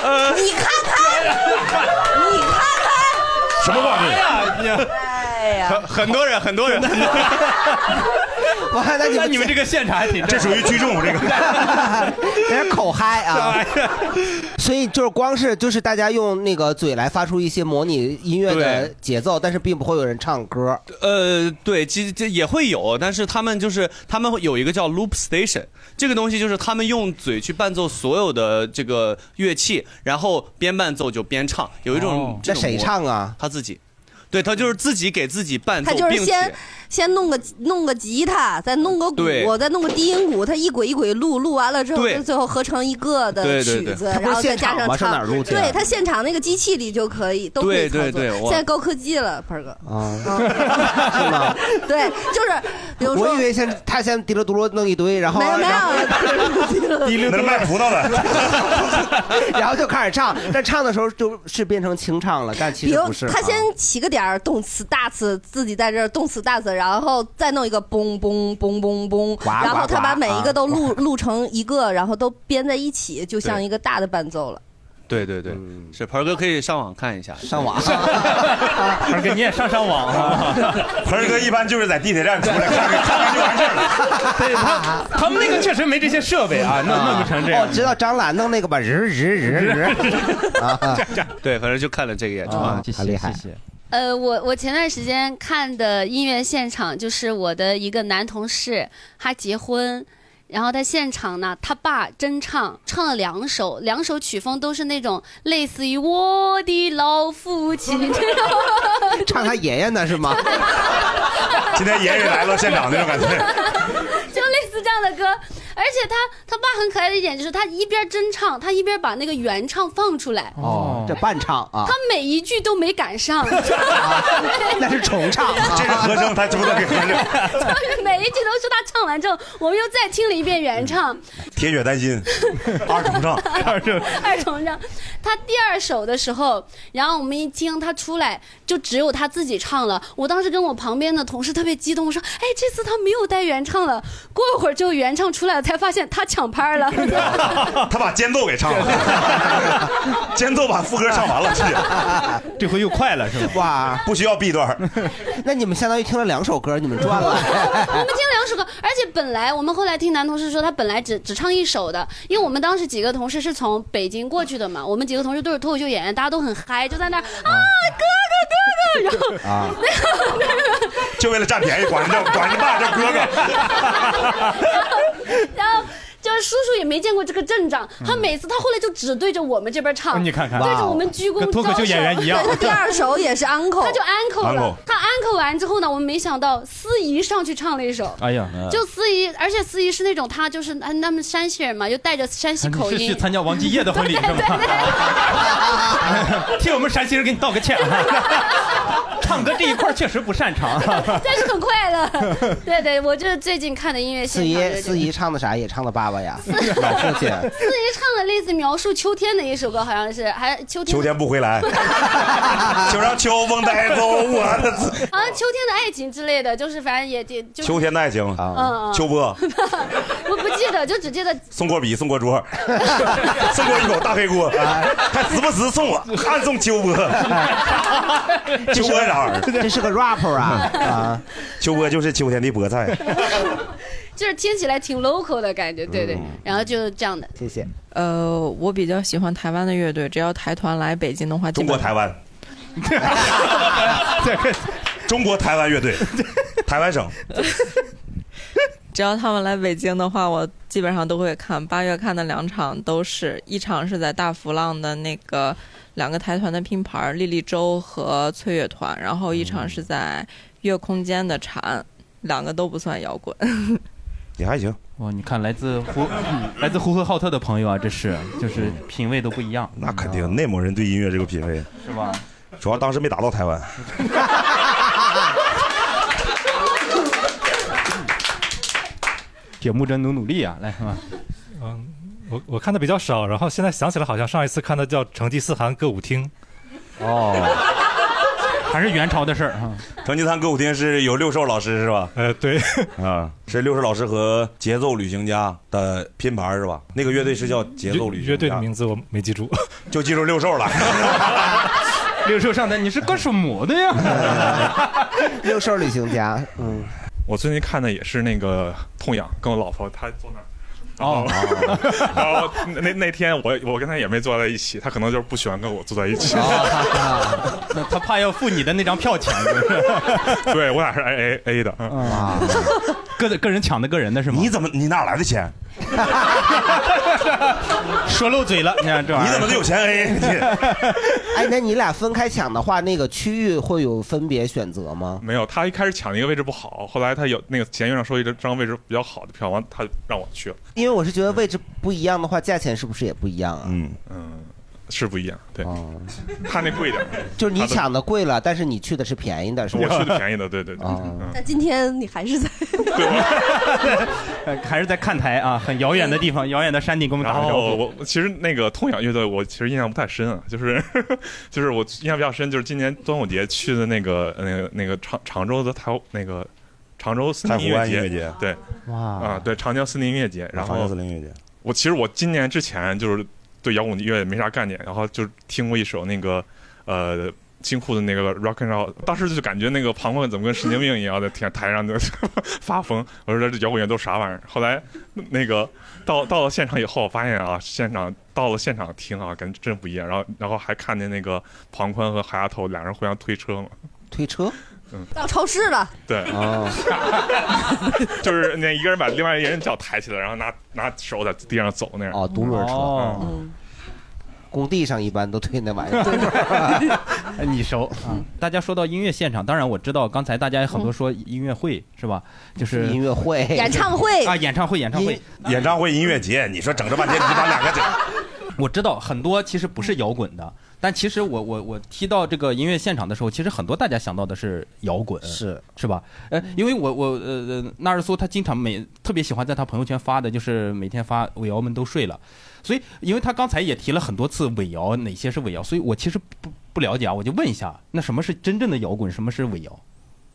S15: 呃，
S4: 你看看，你看看，
S3: 什么话
S15: 哎呀，你
S4: 哎呀，
S15: 很很多人，很多人。
S2: 哇，那你
S1: 那你们这个现场还挺，
S3: 这属于聚众这个。
S2: 人家口嗨啊！所以就是光是就是大家用那个嘴来发出一些模拟音乐的
S15: 对
S2: 节奏，但是并不会有人唱歌。
S15: 呃，对，其实这也会有，但是他们就是他们会有一个叫 loop station 这个东西，就是他们用嘴去伴奏所有的这个乐器，然后边伴奏就边唱，有一种
S2: 哦
S15: 这种
S2: 那谁唱啊？
S15: 他自己，对他就是自己给自己伴奏
S4: 他，就是
S15: 并
S4: 先
S15: 且
S4: 先弄个弄个吉他，再弄个鼓，
S15: 对
S4: 再弄个低音鼓，他一轨一轨录，录完了之后，
S15: 对
S4: 就最后合成一个的
S15: 对对
S4: 曲
S15: 对
S4: 子，
S15: 他不是
S4: 然后再
S15: 现
S4: 加
S15: 场
S4: 上
S15: 吗上哪
S4: 唱
S15: 儿录。去啊
S4: 对他现场那个机器里就可以，都可
S15: 对
S4: 以操作。
S15: 对对我
S4: 现在高科技了，鹏哥。
S2: 啊，
S4: 是
S2: 吗？
S4: 对，就是比如说，
S2: 我以为先他先滴溜嘟噜弄一堆，然后
S4: 没有没有
S2: 然后
S16: <laughs>
S4: 滴溜嘟噜那卖葡萄
S2: 的，然后就开始唱，但唱的时候就是变成清唱了，但其
S4: 比
S2: 实
S4: 如
S2: 不是。
S4: 他先起个点儿，动词大词，自己在这儿动词大词，然后再弄一个嘣嘣嘣嘣嘣，
S2: 哇
S4: 然后
S2: 哇
S4: 他把
S2: 哇
S4: 每一个
S2: 啊
S4: 都录录成一个，然后都编在一起，就像
S15: 对
S4: 一个大的伴奏了。
S15: 对对对，
S1: 嗯
S15: 是盆儿哥可以上网看一下，
S2: 上
S1: <laughs>
S2: 网，
S1: 盆儿哥你也上上
S2: <laughs>
S1: 网啊，
S3: 盆儿哥一般就是在地铁站出来看看看看就完事儿了。
S1: <laughs> 对他 <laughs> 他们那个确实没这些设备啊，弄弄不成这样
S2: 哦，。知道张兰弄那个吧？日日日日啊，
S15: 对，反正就看了这个演出
S2: 啊
S15: 啊，
S2: 谢谢好厉害
S15: 谢谢。
S16: 呃，我我前段时间看的音乐现场，就是我的一个男同事，他结婚，然后他现场呢，他爸真唱，唱了两首，两首曲风都是那种类似于我的老父亲， <laughs> 这种
S2: 唱他爷爷呢是吗？
S3: 今天爷爷来了，现场那种感觉。
S16: 就类似这样的歌。而且他他爸很可爱的一点就是，他一边真唱，他一边把那个原唱放出来，
S2: 哦，这伴唱啊
S16: 他，每一句都没赶上。 <laughs>
S2: 那是重唱，
S3: 这是和声，他这不能给合声。
S16: 就是每一句都是他唱完之后，我们又再听了一遍原唱，
S3: 铁血丹心，二重唱，二重
S16: <laughs> 二重唱。他第二首的时候，然后我们一听他出来，就只有他自己唱了。我当时跟我旁边的同事特别激动，我说：“哎，这次他没有带原唱了。”过一会儿就原唱出来了，才发现他抢拍了。
S3: 他把间奏给唱了，间奏把副歌唱完了，是。
S1: 这回又快了是吧？
S2: 哇，
S3: 不需要 B 段。
S2: <laughs> 那你们相当于听了两首歌，你们赚了。
S16: <laughs> 我们听了两首歌，而且本来我们后来听男同事说，他本来只只唱一首的，因为我们当时几个同事是从北京过去的嘛，我们几个同事都是脱口秀演员，大家都很嗨，就在那儿啊哥哥哥哥， <laughs> 然后
S3: 啊，就为了占便宜，管人叫管人爸叫哥哥，
S16: <laughs> 然后。就是叔叔也没见过这个阵仗，他每次他后来就只对着我们这边唱，
S1: 嗯你看看
S16: 对着我们鞠躬
S1: 跟脱口秀
S16: 招手
S1: 演员一样对他第二首也是 uncle
S16: <laughs> 他就 uncle 了
S1: uncle。
S16: 他 uncle 完之后呢，我们没想到司仪上去唱了一首，
S1: 哎呀，
S16: 就司仪，而且司仪是那种他就是啊他们山西人嘛，又带着山西口
S1: 你是
S16: 音
S1: 去。参加王继业的婚礼是吗？ <laughs> 替我们山西人给你道个歉啊！ <laughs> 唱歌这一块儿确实不擅长。
S16: <laughs> 但是很快乐， <laughs> 对对，我就是最近看的音乐
S2: 四
S16: 现场
S2: 姨，
S16: 就是这个。
S2: 四姨唱的啥？也唱的爸爸呀，老父亲。
S16: 四姨唱的类似描述秋天的一首歌，好像是还秋天
S3: 秋天不回来，
S16: <laughs>
S3: 就让秋风带走我的自。
S16: 好像秋天的爱情之类的，就是反正也也就
S3: 秋天的爱情
S2: 啊
S16: 嗯嗯
S3: 秋波，
S16: 我不记得，就只记得
S3: 送过笔，送过桌，送过一口大黑锅，
S2: 啊
S3: 还时不时送我，暗送秋波，秋波啥玩意儿？
S2: 这是个 rapper 啊啊！
S3: 秋波就是秋天的菠菜。
S16: <laughs> 就是听起来挺 local 的感觉，对对，
S1: 嗯
S16: 然后就这样的。
S2: 谢谢。
S17: 呃，我比较喜欢台湾的乐队，只要台团来北京的话，
S3: 中国台
S17: 湾
S3: 湾，
S1: <laughs>
S3: 中国台湾乐队，台湾省，
S17: <laughs> 只要他们来北京的话，我基本上都会看。八月看的两场都是一场是在大浮浪的那个两个台团的拼盘儿，莉莉周和翠乐团，然后一场是在月空间的蝉，两个都不算摇滚。
S5: 也还行。
S1: 哇，你看来自呼嗯来自呼和浩特的朋友啊，这是就是品味都不一样。
S5: 那肯定，内蒙人对音乐这个品味
S1: 是吧？
S5: 主要当时没打到台湾。
S1: 铁木真努努力啊，来吧。
S18: 嗯，我我看的比较少，然后现在想起来好像上一次看的叫《成吉思汗歌舞厅》。
S1: 哦，还是元朝的事儿啊。
S5: 成吉思汗歌舞厅是有六兽老师是吧？
S18: 呃，对，
S5: 啊，是六兽老师和节奏旅行家的拼盘是吧？那个乐队是叫节奏旅行家，
S18: 乐队的名字我没记住，
S5: <laughs> 就记住六
S18: <laughs>
S5: 兽了。
S1: 六兽上台，你是干什么的呀？
S2: <laughs> 六兽旅行家，嗯，
S19: 我最近看的也是那个痛痒，跟我老婆她坐那儿。然
S2: 哦
S19: 后， <laughs> 然后那那天我我跟她也没坐在一起，她可能就是不喜欢跟我坐在一起。
S2: 哦
S19: <laughs>
S18: 啊
S1: 那他怕要付你的那张票钱，就是
S19: 对我俩是 A A A 的。
S1: 啊， <laughs> 个个人抢的个人的是吗？你
S5: 怎么嗯你哪来的钱？
S1: <laughs> 说漏嘴了，你看这玩意儿。
S5: 你怎么能有钱 A？
S2: <laughs> 哎，那你俩分开抢的话，那个区域会有分别选择吗？
S19: <laughs> 没有，她一开始抢的一个位置不好，后来她有那个前院长说一张位置比较好的票，完她让我去了。
S2: 因为我是觉得位置不一样的话，价钱是不是也不一样啊？
S5: 嗯
S2: 嗯，
S19: 是不一样，对。她那贵点儿，
S2: 就是你
S19: 她的
S2: 抢的贵了，但是你去的是便宜的，是吧？
S19: 我去的便宜的，对对对。
S2: 哦
S4: 那今天你还是在
S1: 呃还是在看台啊，很遥远的地
S5: 嗯
S1: 方，遥远的山顶给我们
S19: 然
S1: 打个招呼。
S19: 后我我其实那个痛痒乐队，我其实印象不太深啊，就是 <laughs> 就是我印象比较深，就是今年端午节去的那个那个那个常常州的台那个常州森林音乐
S5: 太湖湾
S19: 节，
S5: 音乐节
S19: 对，
S1: 哇
S19: 啊对长江森林音乐节，然后
S5: 长江森林音乐节，
S19: 我其实我今年之前就是对摇滚乐也没啥概念，然后就听过一首那个呃。金库的那个 rock and roll，当时就感觉那个庞庞怎么跟神经病一样在天台上就 <laughs> 发疯。我说这摇滚乐都啥玩意儿？后来那个到到了现场以后，我发现啊，现场到了现场听啊，感觉真不一样。然后然后还看见那个庞宽和海丫头两人互相推车嘛，
S2: 推车，
S19: 嗯，
S4: <laughs> 到超市了，
S19: 对， <laughs> 就是那一个人把另外一个人脚抬起来，然后拿拿手在地上走那样。
S2: 哦，独轮车，
S19: 哦
S2: 嗯，工地上一般都推那
S5: <laughs>
S2: 玩意儿。
S1: 哎你熟
S5: 嗯
S1: 啊？大家说到音乐现场，当然我知道，刚才大家有很多说音乐会是吧？就是
S2: 音乐会
S4: 演唱会
S1: 啊，演唱会，演唱会，
S5: 演唱会音乐节，你说整这半天，你把两个整。
S1: 我知道很多其实不是摇滚的，但其实我我我提到这个音乐现场的时候，其实很多大家想到的是摇滚，
S2: 是
S1: 是吧？呃，因为我我呃呃，纳日苏他经常每特别喜欢在他朋友圈发的，就是每天发尾摇们都睡了，所以因为他刚才也提了很多次尾摇哪些是尾摇，所以我其实不不了解啊，我就问一下，那什么是真正的摇滚，什么是尾摇？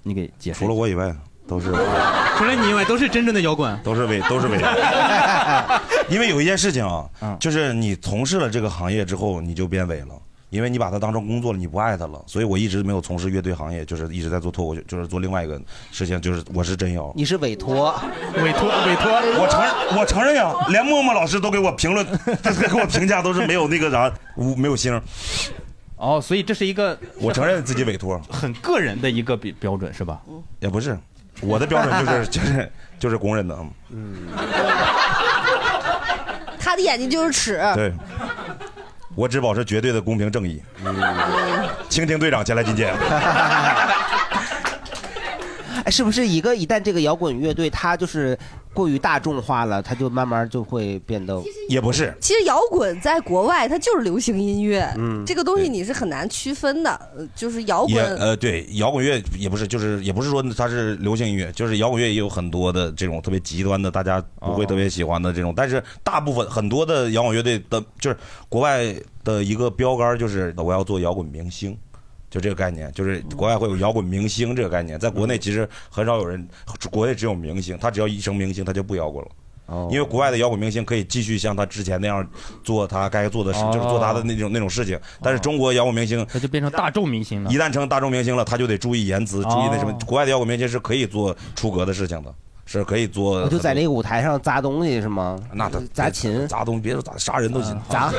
S1: 你给解释。除
S5: 了我以外，都是
S1: <laughs> 除了你以外都是真正的摇滚，
S5: 都是伪都是伪装。
S1: <laughs>
S5: 因为有一件事情
S1: 嗯
S5: 啊，就是你从事了这个行业之后，你就变伪了。因为你把它当成工作了，你不爱它了，所以我一直没有从事乐队行业，就是一直在做脱口秀，就是做另外一个事情，就是我是真
S1: <laughs>
S5: 摇。
S2: 你是委托，
S1: 委托，委托，
S5: 我承认，我承认呀，连默默老师都给我
S1: <laughs>
S5: 评论，给我评价都是没有那个啥，无没有星。
S1: 哦，所以这是一个
S5: 我承认自己委托，
S1: 很个人的一个标标准是吧？
S5: 也不是，我的标准就是 <laughs> 就是就是公认的，
S4: 他的眼睛就是尺。
S1: 啊
S5: 对，我只保持绝对的公平正义。
S1: 嗯
S5: <laughs> 蜻蜓队长前来觐见。
S2: 哎，是不是一个一旦这个摇滚乐队它就是过于大众化了，它就慢慢就会变得
S5: 也不是
S4: 其实摇滚在国外它就是流行音乐，
S5: 嗯
S4: 这个东西你是很难区分的，呃就是摇
S5: 也
S4: 滚。
S5: 呃，对，摇滚乐也不是，就是也不是说它是流行音乐，就是摇滚乐也有很多的这种特别极端的，大家不
S1: 哦
S5: 会特别喜欢的这种。但是大部分很多的摇滚乐队的，就是国外的一个标杆，就是我要做摇滚明星。就这个概念，就是
S1: 嗯
S5: 国外会有摇滚明星这个概念，在国内其实很少有人，国内只有明星，他只要一成明星，他就不摇滚了。
S1: 哦
S5: 因为国外的摇滚明星可以继续像他之前那样做他该做的事，就是做他的那种那种事情。但是中国摇滚明星
S1: 哦他就变成大众明星了。
S5: 一旦成大众明星了，他就得注意言辞，注意那什么
S1: 哦。
S5: 国外的摇滚明星是可以做出格的事情的，是呃可以
S4: 哦
S5: 做。
S2: 我就在这个舞台上砸东西是吗？
S5: 那他
S2: 砸琴啊
S5: 砸东西，别说砸杀人都行。 <laughs>
S2: 砸。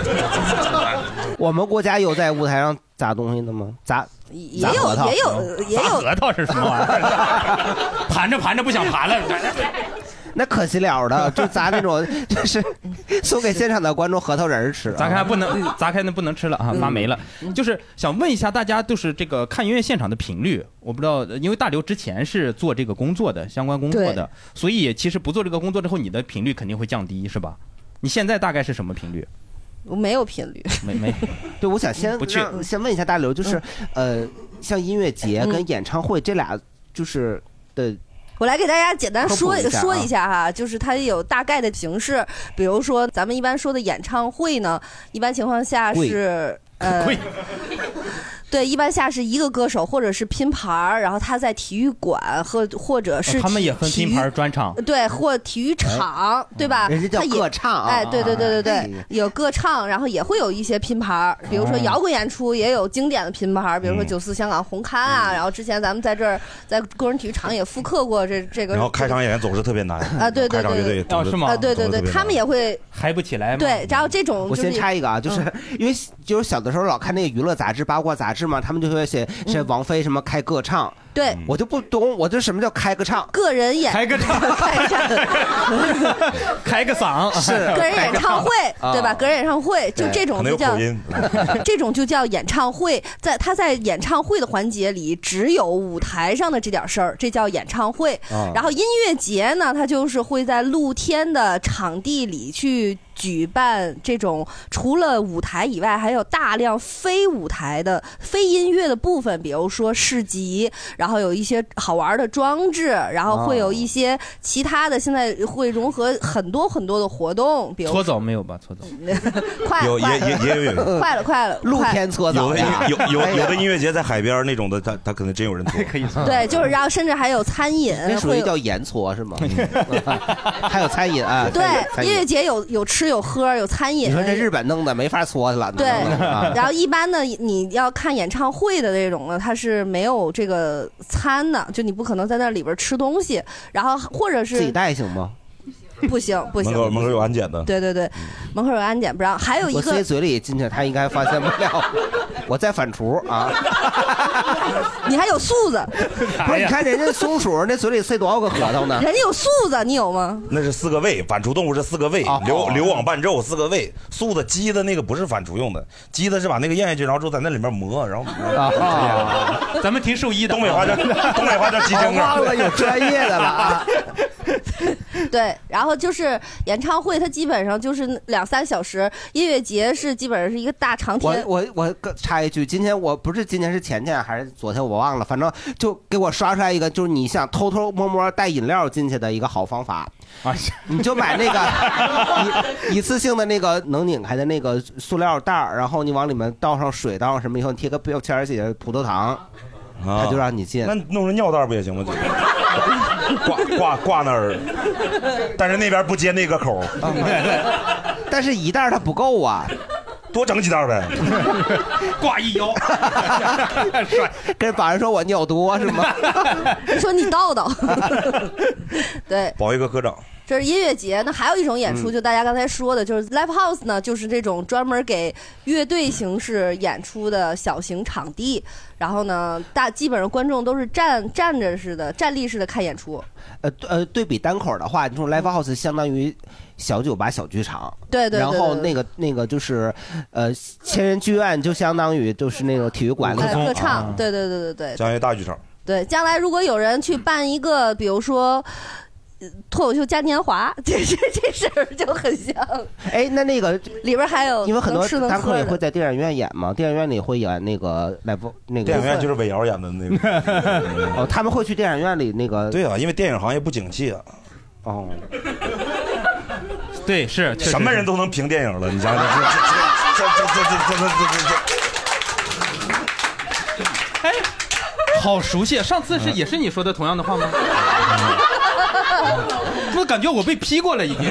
S2: 我们国家有在舞台上砸东西的吗？砸
S4: 也
S2: 砸核
S4: 有
S2: 桃
S4: 也有也
S1: 砸
S4: 有
S1: 核桃是什么玩意儿？盘着盘着不想盘了，
S2: <laughs> 那可惜了的，就咱那种就是 <laughs> 送给现场的观众核桃仁儿吃啊。
S1: 砸开不能，砸开那不能吃了啊，发霉了。就是想问一下大家，就是这个看音乐现场的频率，我不知道，因为大刘之前是做这个工作的，相关工作的，所以其实不做这个工作之后，你的频率肯定会降低，是吧？你现在大概是什么频率？
S4: 我没有频率，
S1: 没没，
S2: 对，我想先
S1: 嗯不去
S2: 让先问一下大刘，就是
S4: 嗯
S2: 呃，像音乐节跟演唱会这俩，就是的。
S4: 我来给大家简单
S2: 科普
S4: 说
S2: 一下啊
S4: 说一下哈，就是它有大概的形式，比如说咱们一般说的演唱会呢，一般情况下
S20: 贵
S4: 是
S1: <laughs>
S4: 呃，对，一般下是一个歌手或者是拼盘儿，然后他在体育馆和或者是、
S1: 哦他们也分拼盘儿专场。
S4: 呃对，或体育场，对吧？
S2: 哎人家叫
S4: 它也
S2: 歌唱啊
S4: 哎，对对对对
S2: 哎
S4: 对，有歌唱，然后也会有一些拼盘儿，比如说
S2: 哦嗯
S4: 摇滚演出也有经典的拼盘儿，比如说九四香港红磡啊，然后之前咱们在这儿在工人体育场也复刻过这这个。
S5: 然后开场演员总是特别难
S4: <laughs> 啊，对
S5: 开
S4: 对
S5: 场乐队
S1: 哦
S4: 对，
S5: 总
S4: 啊，对对对，他们也会
S1: 嗨不起来
S4: 对，然后这种
S2: 我
S4: 就是嗯
S2: 先插一个啊，就是因为就是小的时候老看那个娱乐杂志、八卦杂志嘛，他们就会写写王菲什么开个唱，
S4: 嗯对
S2: 我就不懂，我这什么叫开个唱？
S4: 个人演
S2: 开
S1: 个
S4: <laughs>
S2: 唱，
S1: <laughs> 开个嗓
S2: <laughs> 是
S4: 个人演唱会，对吧？
S2: 啊
S4: 个人演唱会就
S2: 对
S4: 这种
S2: 可能
S4: 就
S2: 有
S4: 叫
S2: 口
S4: <laughs>
S2: 音嗯
S4: 这种就叫演唱会，在他在演唱会的环节里，只有舞台上的这点事儿，这叫演唱会
S21: 啊。
S4: 然后音乐节呢，它就是会在露天的场地里去。举办这种除了舞台以外，还有大量非舞台的、非音乐的部分，比如说市集，然后有一些好玩的装置，然后会
S2: 啊
S4: 有一些其他的，现在会融合很多很多的活动，比如
S1: 搓澡
S5: <laughs>
S1: 没有吧？搓澡
S4: 快
S5: 有
S4: 快
S5: 也也也有有
S4: <laughs> 快了快了，
S2: <laughs> 露
S4: 快
S2: 天搓澡
S5: 有的
S2: 呀
S5: 音有有有的
S2: 哎
S5: 音乐节在海边那种的，他他可能真有人
S1: <laughs>
S5: 做，
S2: 可以
S4: 对，就是然后甚至还有餐饮，
S2: 嗯那属
S4: 会
S2: 于
S4: 有
S2: 叫盐搓是吗？
S1: <laughs>
S2: 还有餐饮啊，
S4: 对
S2: 餐饮餐饮
S4: 音乐节有有吃有喝有餐饮
S2: 你，说这日本弄的没法搓去了，
S4: 对，
S2: 啊
S4: 然后一般呢，你要看演唱会的那种呢，它是没有这个餐的，就你不可能在那里边吃东西，然后或者
S5: 自己
S4: 是
S2: 带行吗？
S4: 不行不行
S5: 门，口门口有安检的，嗯
S4: 对对对，门口有安检不让，还有一
S2: 我塞
S4: 个
S2: 嘴里进去，他应该发现不了。
S4: <laughs>
S2: 我在反刍啊，
S4: 你还有素子，
S2: <laughs> 不是你看人家松鼠那嘴里塞多少个核桃呢？
S4: 人家有素子，你有吗？
S5: 那是四个胃，反刍动物是四个胃，
S2: 啊哦
S5: 流流网伴奏四个胃，素的鸡的那个不是反刍用的，鸡的是把那个咽下去，然后之后在那里面磨，然后
S1: 啊， <laughs> 咱们听兽医的，啊
S5: 东北话叫东北话叫鸡胗
S2: 忘了有
S5: 啊，
S2: 专业的了啊！
S4: <laughs> 对，然后就是演唱会，它基本上就是两三小时，音乐节是基本上是一个大长
S2: 我
S4: 天。
S2: 我我跟插一句，今天我不是今天是前天啊还是昨天我忘了，反正就给我刷出来一个，就是你想偷偷摸摸带饮料进去的一个好方法
S1: 啊！
S2: 你就买那个一一次性的那个能拧开的那个塑料袋儿，然后你往里面倒上水，倒上什么以后，你贴个标签儿写葡萄糖，他就让你进。
S5: 啊那弄成尿袋不也行吗？ <laughs> 挂挂挂那儿，但是那边不接那个口，
S2: 啊
S5: <laughs>
S2: 但是一袋儿它不够啊，
S5: 多整几袋呗。
S1: 挂一腰，
S2: <laughs>
S1: <laughs>
S2: 跟保安说我尿多是吗？
S4: 说你叨叨， <laughs> 对，
S5: 保一个科长，
S4: 这是音乐节。那还有一种演出，
S5: 嗯
S4: 就大家刚才说的，就是 live house 呢，就是这种专门给乐队形式演出的小型场地。然后呢，大基本上观众都是站站着似的、站立式的看演出。
S2: 呃对呃，对比单口的话，这种 live house 相当于小酒吧、小剧场。
S4: 嗯对对对
S2: 然后
S4: 对对
S2: 那个那个就是，呃，千人剧院就相当于就是那啊个体育馆
S4: 哎，歌唱，对对对对对，
S5: 相当于大剧场。
S4: 对，将来如果有人去办一个，比如说。呃脱口秀嘉年华， <laughs> 这这这事儿就很像。
S2: <laughs> 哎，那那个
S4: 里边还有
S2: 因为很多
S4: 能吃能
S2: 单口
S4: 喝
S2: 也
S4: 的
S2: 会，在电影院演嘛，电影院里会演那个 live 那个。
S5: 电影院就是韦瑶演的那个。
S2: <laughs> 哦，他们会去电影院里那个。
S5: 对啊，因为电影行业不景气啊。
S2: 哦。
S1: 对，是确实
S5: 什么人都能评电影了，你想想，这这这这这这这这这这。
S1: 好熟悉。啊上次是也是你说的同样的话吗？ <laughs> 我感觉我被批过了已经。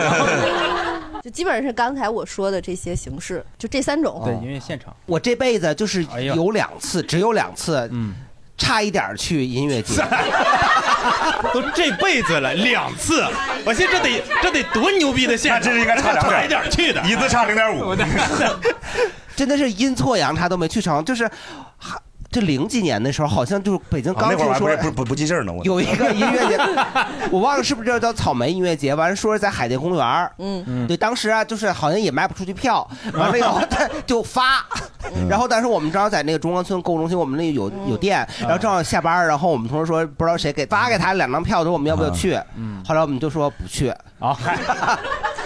S4: 就基本上是刚才我说的这些形式，就这三种。
S1: 哦对，音乐现场。哎
S2: 我这辈子就是有两次，只有两次，嗯，差一点儿去音乐节。 <laughs>
S1: 都这辈子了，两次，我寻思这得这得多牛逼的现场，这是应该差
S5: 两点
S1: 一点去的，
S5: 一次差零点五。
S2: 真的是阴错阳差都没去成，就是还。就零几年的时候，好像就是北京
S5: 啊
S2: 刚
S5: 那会儿
S2: 听
S5: 还不
S2: 说
S5: 是不不不记事儿呢，我
S2: 有一个音乐
S5: <laughs>
S2: 节，我忘了是不是叫叫草莓音乐节，完了说是在海淀公园儿
S10: 嗯
S2: 对，当时啊，就是好像也卖不出去票，完了
S5: <laughs>
S2: 以后他就发，
S5: 嗯
S2: 然后但是我们正好在那个中关村购物中心，我们那有有店，
S5: 嗯
S2: 然后正好下班儿，然后我们同事说不知道谁给发给他两张票，说我们要
S5: 嗯
S2: 不要去，后来我们就说不去
S1: 啊，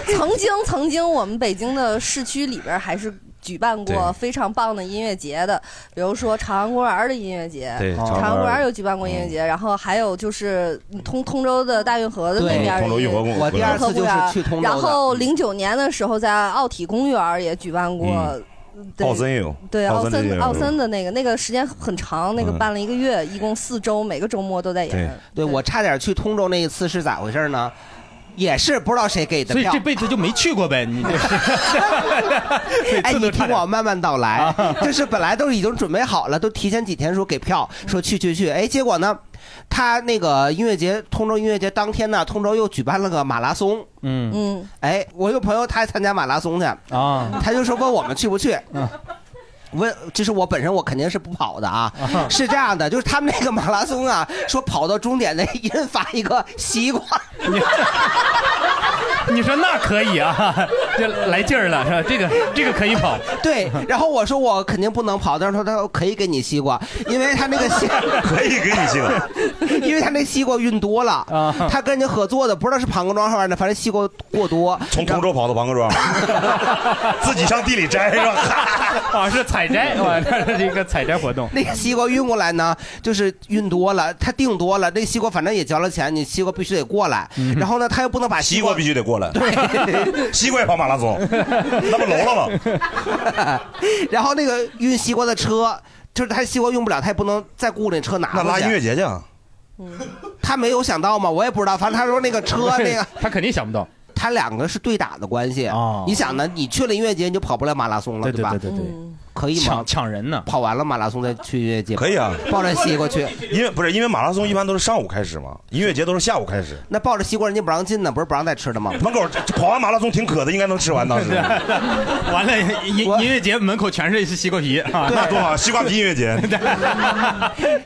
S4: 曾经，曾经我们北京的市区里边还是举办过
S2: 对
S4: 非常棒的音乐节的，比如说长安公园的音乐节，
S5: 对
S4: 长
S5: 长安
S4: 安
S5: 公
S4: 公
S5: 园嗯
S4: 园有举办过音乐节，然后还有就是嗯通通州的大运河的那边
S5: 对
S4: 儿
S5: 通州
S4: 也
S5: 运河公园我第二次
S4: 公园
S5: 就是去通州的
S4: 然后零九年的时候在奥体公园也举办过。
S5: 嗯
S4: 对
S5: 奥森也有
S4: 对
S5: 奥
S4: 奥
S5: 森这
S4: 森
S5: 个
S4: 奥森的那个那个时间很长，那个
S2: 嗯
S4: 办了一个月，一共四周，每个周末都在演。
S2: 对我差点去通州那一次是咋回事呢？也是不知道谁给的
S1: <laughs> 所以
S2: 票，
S1: 这辈子就没去过呗，你这是。
S2: 哎，你听我慢慢道来，
S1: 啊
S2: <laughs> 就是本来都已经准备好了，都提前几天说给票，说去去去，哎，结果呢，他那个音乐节，通州音乐节当天呢，通州又举办了个马拉松。
S1: 嗯
S4: 嗯，
S2: 哎，我有朋友他还参加马拉松去
S1: 啊，嗯
S2: 他就说问我们去不去。 <laughs> 问，就是我本身我肯定是不跑的啊，是这样的，就是他们那个马拉松啊，说跑到终点的一 <laughs> 人发一个西瓜，
S1: <laughs> 你说那可以啊， <laughs> 这来劲儿了是吧？这个这个可以跑。
S2: <laughs> 对，然后我说我肯定不能跑，但是他说他可以给你西瓜，因为他那个西
S5: <laughs> 可以啊给你西瓜，
S2: <laughs> 因为他那西瓜运多了，他跟人家合作的，不知道是庞各庄还是哪，反正西瓜过多，
S5: 从通州跑到庞各庄， <laughs> 自己上地里摘是吧？
S1: <laughs> 啊，是采摘 <laughs> 哇，这是一个采摘活动。
S2: <laughs> 那个西瓜运过来呢，就是运多了，他订多了，那西瓜反正也交了钱，你西瓜必须得过来，然后呢，他又不能把
S5: 嗯西瓜必须得过来，
S2: 对，
S5: 西瓜也跑马拉松， <laughs> 那不聋了吗？
S2: <laughs> 然后那个运西瓜的车，就是他西瓜用不了，他也不能再雇那车拿
S5: 那
S2: 过去。
S5: 拉音乐节去啊，
S2: 他没有想到吗？我也不知道，反正他说那个车那个，
S1: <laughs> 他肯定想不到。
S2: 他两个是对打的关系你想呢？你去了音乐节，你就跑不了马拉松了，
S1: 哦对对
S2: 吧？
S1: 对对对，
S2: 可以吗？
S1: 抢抢人呢？
S2: 跑完了马拉松再去音乐节，
S5: 可以啊，
S2: 抱着西瓜去。嗯
S5: 因为不是因为马拉松一般都是上午开始嘛，音乐节都是下午开始。
S2: 那抱着西瓜人家不让进呢，不是不让再吃的吗？
S5: 门口跑完马拉松挺渴的，应该能吃完当时。
S2: <laughs>
S5: <laughs>
S1: 完了，音音乐节门口全是西瓜皮啊，
S5: 那多好，西瓜皮音乐
S2: <laughs>
S5: 节。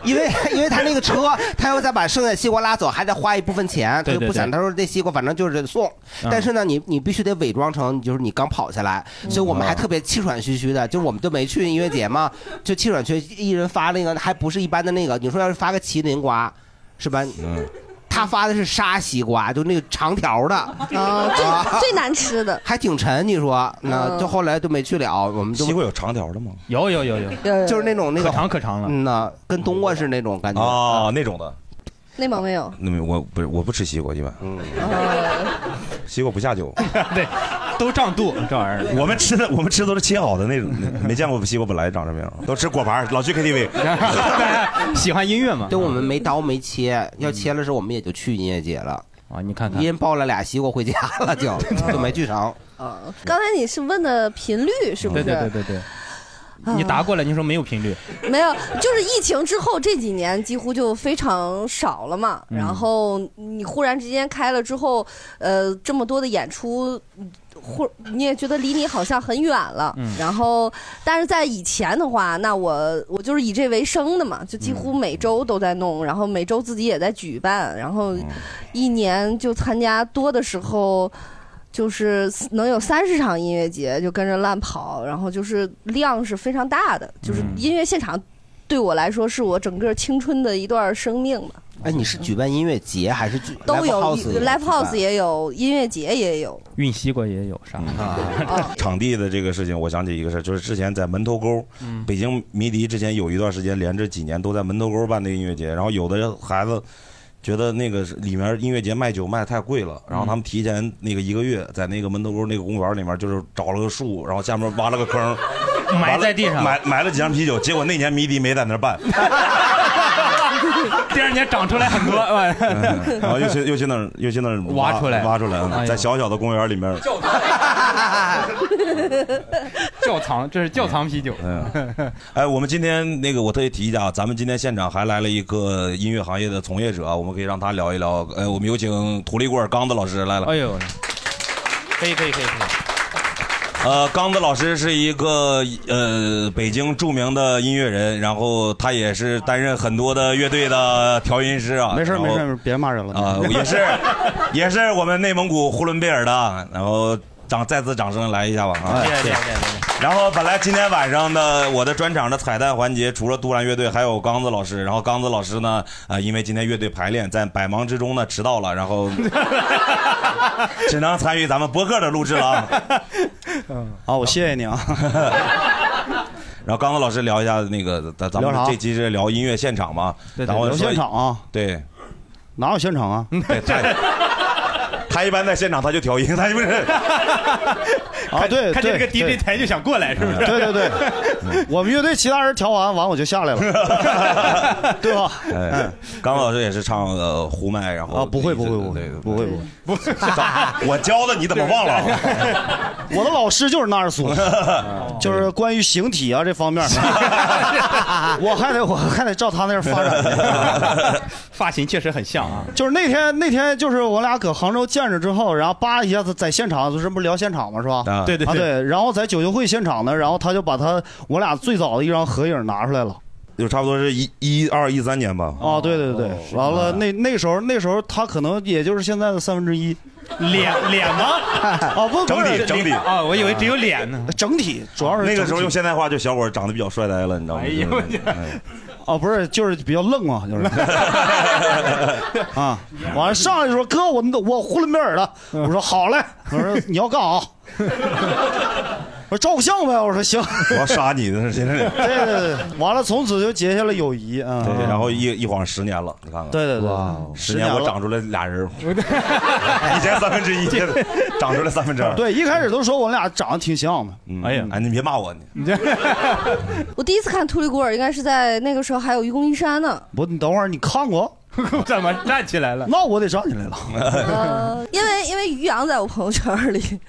S2: 因为因为他那个车，他要再把剩下西瓜拉走，还得花一部分钱，他
S1: 对
S2: 就
S1: 对
S2: 不想。
S1: 对
S2: 他说这西瓜反正就是送，
S1: 嗯
S2: 但是呢，你你必须得伪装成就是你刚跑下来，
S4: 嗯
S2: 所以我
S5: 嗯
S2: 们还特别气喘吁吁的，就是我们就没去音乐节嘛，就气喘吁吁，一人发那个还不是一般的那个，你说要是发个麒麟瓜，是吧？
S5: 嗯
S2: 他发的是沙西瓜，就那个长条的，
S4: 啊，
S2: 啊
S4: 最最难吃的。
S2: <laughs> 还挺沉。你说，那
S4: 嗯
S2: 就后来就没去了。我们西
S5: 瓜有长条的吗？
S1: 有有有有
S4: 有
S2: 就是那种那个
S1: 可长可长了。
S2: 嗯呐，跟冬瓜是那种感觉
S5: 哦，那种的。
S4: 内蒙没有。
S5: 那么我不是我不吃西瓜一般，嗯，西瓜不下
S2: <laughs>
S5: 酒，
S1: 对，都胀肚这玩意儿。
S5: 我们吃的我们吃的都是切好的那种，没见过西瓜本来长什么样，都吃果盘，老去 KTV，
S1: <laughs> 喜欢音乐嘛？
S2: 对，我们没刀没切，要切了时候我们也就去音乐节了。
S1: 啊，你看
S2: 看，一人抱了俩西瓜回家了，就就没去成。
S4: 啊，刚才你是问的频率是不
S1: 对
S4: 是？啊
S1: 对对对对。你答过来，你说没有频率，
S4: 没有，就是疫情之后这几年几乎就非常少了嘛。
S1: 嗯
S4: 然后你忽然之间开了之后，呃，这么多的演出。嗯或你也觉得离你好像很远了，
S20: 嗯
S4: 然后，但是在以前的话，那我我就是以这为生的嘛，就几
S1: 嗯
S4: 乎每周都在弄，然后每周自己也在举办，然
S1: 哦
S4: 后一年就参加多的时候，就是能有三十场音乐节，就跟着乱跑，然后就是量是非常大的，就是
S2: 嗯
S4: 音乐现场对我来说是我整个青春的一段生命吧。
S2: 哎，你是举办音乐节还是举
S4: 都有
S2: live house 也
S4: live
S2: 举办
S4: house 也有，音乐节也有。
S1: 运西瓜也有啥？
S5: 嗯
S1: <laughs>
S5: 场地的这个事情，我想起一个事儿，就是之前在门头沟，
S1: 嗯
S5: 北京迷笛之前有一段时间连着几年都在门头沟办那个音乐节，然后有的孩子觉得那个是里面音乐节卖酒卖太贵了，然后他们提前那个一个月在那个门头沟那个公园里面就是找了个树，然后下面挖了个坑，
S1: <laughs> 埋在地上
S5: 完了埋埋了几箱啤酒，结果那年迷笛没在那儿办，
S1: <laughs> 第二年长出
S5: <laughs>
S1: 来很多，哎
S5: 嗯然后又去又去那儿又去那儿
S1: 挖出来
S5: 挖出
S1: 哎
S5: 来，
S1: 呦
S5: 在小小的公园里面
S1: <laughs> 窖藏，这是窖藏啤酒。
S5: 哎，我们今天那个我特意提一下，啊咱们今天现场还来了一个音乐行业的从业者，啊我们可以让他聊一聊。呃，我们
S1: 哎
S5: 有请土立棍儿刚子老师来了。 <laughs>
S1: 哎呦，可以可以可以可以。
S5: 呃，刚子老师是一个呃北京著名的音乐人，然后他也是担任很多的乐队的调音师啊。
S20: <laughs> 没事儿
S5: 然后
S20: 没事儿，别骂人了
S5: 啊、也是
S20: <laughs>
S5: 也是我们内蒙古呼伦贝尔的，然后掌再次掌声来一下吧啊！
S20: 谢谢谢谢
S5: 然后本来今天晚上的我的专场的彩蛋环节，除了杜兰乐队，还有刚子老师。然后刚子老师呢，呃，因为今天乐队排练，在百忙之中呢迟到了，然
S20: <laughs>
S5: 后只能参与咱们播客的录制了啊。 <laughs>
S20: 啊，我谢谢你啊。啊
S5: 然后刚子老师聊一下那个，咱咱们
S20: 聊啥
S5: 这期是聊音乐现场嘛？
S20: 对对
S5: 然后
S20: 聊
S5: 说
S20: 现场啊，
S5: 对，
S20: 哪有现场 <laughs> 啊？
S5: 对他他一般在现场他就调音，他就不是
S20: 啊，对，
S5: 看见
S20: 对
S5: 这个 DJ
S20: 对
S5: 哎台就
S1: <laughs>
S5: 想过来是不是
S20: 对对
S5: 嗯
S20: 对， <laughs> 我们乐队其他人调完，完我就下来了，对吧？
S5: 哎，刚老师也是唱呃胡麦，然后
S20: 啊不会
S5: 一直
S20: 不会不会
S5: 对对
S20: 不会不
S5: <laughs> 不
S20: 会，
S5: 是，我教的你怎么忘了？
S20: <laughs> 我的老师就是纳尔
S5: <laughs>
S20: 苏，就是关于形体啊这方面，
S5: <laughs>
S20: 我还得我还得照他那样发展。
S1: 发型确实很像啊。
S20: 就是那天那天就是我俩搁杭州见着之后，然后叭一下子在现场，这不聊现场吗？是吧？
S1: 啊对对
S20: 啊
S1: 对
S20: 对。然后在九球会现场呢，然后他就把他我俩最早的一张合影拿出来了。
S5: 就差不多是一一二一三年吧。哦啊
S20: 啊，对对对，完了那那时候那时候他可能也就是现在的三分之一，
S1: 脸脸
S20: <laughs>
S1: 吗
S20: 啊不，不是
S1: 啊，我以为只有脸呢。
S20: 整体主要是
S5: 那个时候
S20: 整体
S5: 用现代话，就小伙儿长得比较帅呆了，你知道吗？
S20: 哎呀我
S5: 就是哎
S20: 啊，不是，就是比较愣嘛，就是啊。完了上来就说哥，我我呼伦贝尔的，
S1: 嗯
S20: 我说好嘞，我说你要干
S1: <laughs>
S20: 啥？我说照个相呗，我说行。
S5: 我要杀你，真是现在。
S20: 对对对，完了从此就结下了友谊啊。
S5: 对，然后一一晃十年了，你看看。
S20: 对对对
S5: 哇十年
S20: 十年
S5: 我
S20: 了
S5: 长出来俩人儿，以前三分之一，现在长出来三分之二。
S20: 对，一开始都说我俩长得挺像的。
S5: 哎呀，哎，你别骂我，你
S4: 我第一次看《秃驴古尔》应该是在那个时候还有愚公移山呢，
S20: 不，你等会儿你看过？
S1: <laughs> 怎么站起来了？
S20: 那我得站起来了。
S5: <laughs>
S4: 呃，因为因为于洋在我朋友圈里，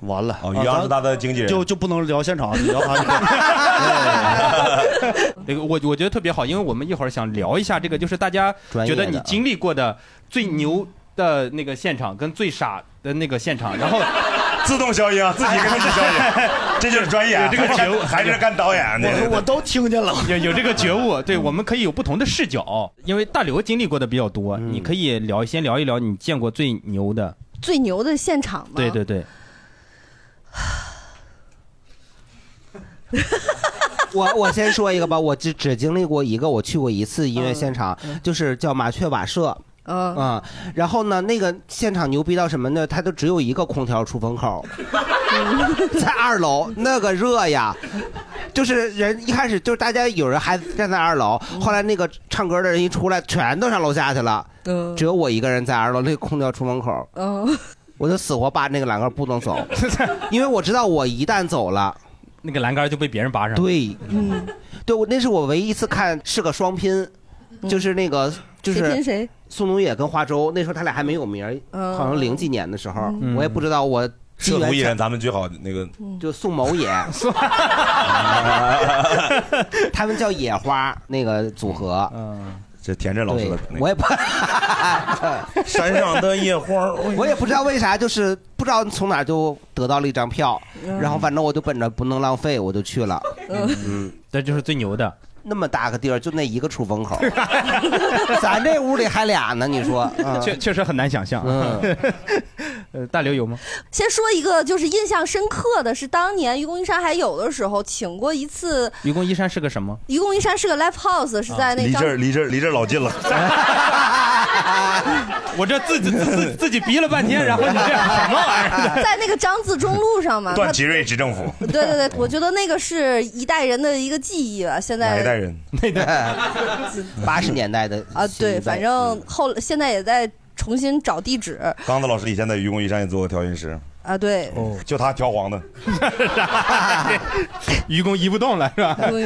S20: 完了，啊
S5: 哦，于洋是他的经纪人，
S20: 就就不能聊现场，聊他
S1: 那个我我觉得特别好，因为我们一会儿想聊一下这个，就是大家觉得你
S20: 啊
S1: 经历过的最牛的那个现场跟最傻的那个现场，然后
S5: <laughs> 自动消音啊，自己给自己消音，这就是专业啊，
S1: 有这个觉悟，
S5: 还是干导演的。啊
S20: 我都听见了，嗯
S1: 有有这个觉悟，对，我们可以有不同的视角，因为大刘经历过的比较多，
S20: 嗯
S1: 你可以聊先聊一聊你见过最牛的，
S4: 最牛的现场嘛。
S1: 对对对，
S2: <laughs> 我我先说一个吧，我只只经历过一个，我去过一次音乐现场，就是叫麻雀瓦舍。
S4: 嗯
S2: 啊然后呢，那个现场牛逼到什么呢？它就只有一个空调出风口，
S4: <laughs>
S2: 在二楼，那个热呀，就是人一开始就是大家有人还站在二楼，后来那个唱歌的人一出来，全都上楼下去了，
S4: 嗯
S2: 只有我一个人在二楼，那个空调出风口，
S3: <laughs>
S4: 嗯，
S2: 我就死活扒那个栏杆不能
S1: <laughs>
S2: 走，因为我知道我一旦走了。
S1: 那个栏杆就被别人拔上了。
S2: 对，
S4: 嗯，
S2: 对我那是我唯一一次看是个双拼，就是那个就是
S4: 嗯谁拼谁
S2: 宋冬野跟花粥，那时候他俩还没有名儿，
S4: 嗯
S2: 好像零几年的时候，
S5: 嗯
S2: 我也不知道我
S5: 社
S2: 机
S5: 图艺人，
S2: 缘巧。
S5: 咱们最好那个
S4: 嗯
S2: 就宋某
S4: <laughs>
S2: 野，他们叫野花那个组合。
S1: 嗯
S5: 这田震老师的那
S2: 对
S5: 个，
S2: 我也不，
S5: 山上的野
S2: <laughs>
S5: 花，
S1: 哎
S2: 我也不知道为啥，就是不知道从哪就得到了一张票，
S1: 嗯
S2: 然后反正我就本着不能浪费，我就去了。
S4: 嗯
S2: 嗯，
S1: 这就是最牛的。
S2: 那么大个地儿，就那一个出
S4: <laughs>
S2: 风口，咱这屋里还俩呢，你说？嗯
S1: 确确实很难想象。
S2: 嗯
S1: <laughs> 呃，大刘有吗？
S4: 先说一个就是印象深刻的是，当年愚公移山还有的时候请过一次，
S1: 愚公移山是个什么？
S4: 愚公移山是个 live house，是在那
S5: 离
S4: 张、
S5: 这儿离这儿离这儿老近
S1: <laughs>
S5: 了。
S1: 我这自己自自自己逼了半天，然后你这什么玩意儿？
S4: <laughs> 在那个张自忠路上嘛。
S5: 段
S4: 他
S5: 祺瑞执政府，
S4: 对对对，我觉得那个是一代人的一个记忆吧。啊现在
S5: 哪一代人？
S1: 那
S4: <laughs>
S2: 代八十年代的 <laughs>
S4: 啊，对，反正后现在也在重新找地址
S5: 刚子老师以前在愚公移山也做过调音师，
S4: 啊，对，
S5: 哦，就他调黄的，
S1: <laughs> 愚公移不动了是吧？
S4: 他那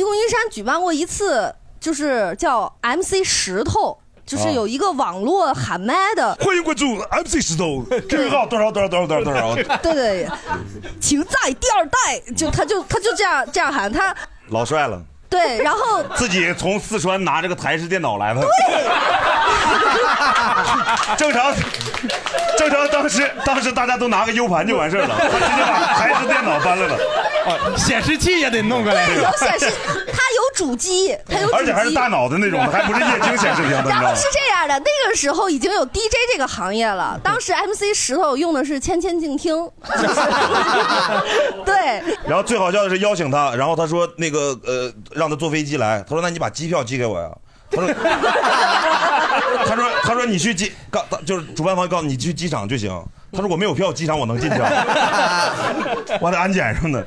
S4: 愚公移山举办过一次，就是叫 MC 石头，就是有一个网络喊麦的，
S5: 欢迎关注 MC 石
S4: <laughs>
S5: 头 QQ 号多少多少多少多少多少。
S4: 对对，请在第二代，就他就他就这样这样喊他，
S5: 老帅了，
S4: 对，然后
S5: 自己从四川拿这个台式电脑来的，正常
S3: 正常当时当时大家都拿个 U 盘就完事儿了，他直接把台式电脑搬来了，
S1: 哦，显示器也得弄过来。
S4: 对，
S3: <laughs>
S4: 有显示，它有主机，它有主机，
S3: 而且还是大脑的那种的，还不是液晶显示
S4: <laughs>
S3: 屏的，你知道
S4: 然后
S3: 吗
S4: 是？这样的，那个时候已经有 DJ 这个行业了。当时 MC 石头用的是千千静听， <laughs>
S3: <laughs>
S4: 对，
S5: 然后最好笑的是邀请他，然后他说那个呃，让他坐飞机来，他说那你把机票寄给我呀。他说， <laughs> 他说，他说你去机，告他就是主办方告诉你去机场就行。他说我没有票，机场我能进去啊， <laughs> 我得安检什么的。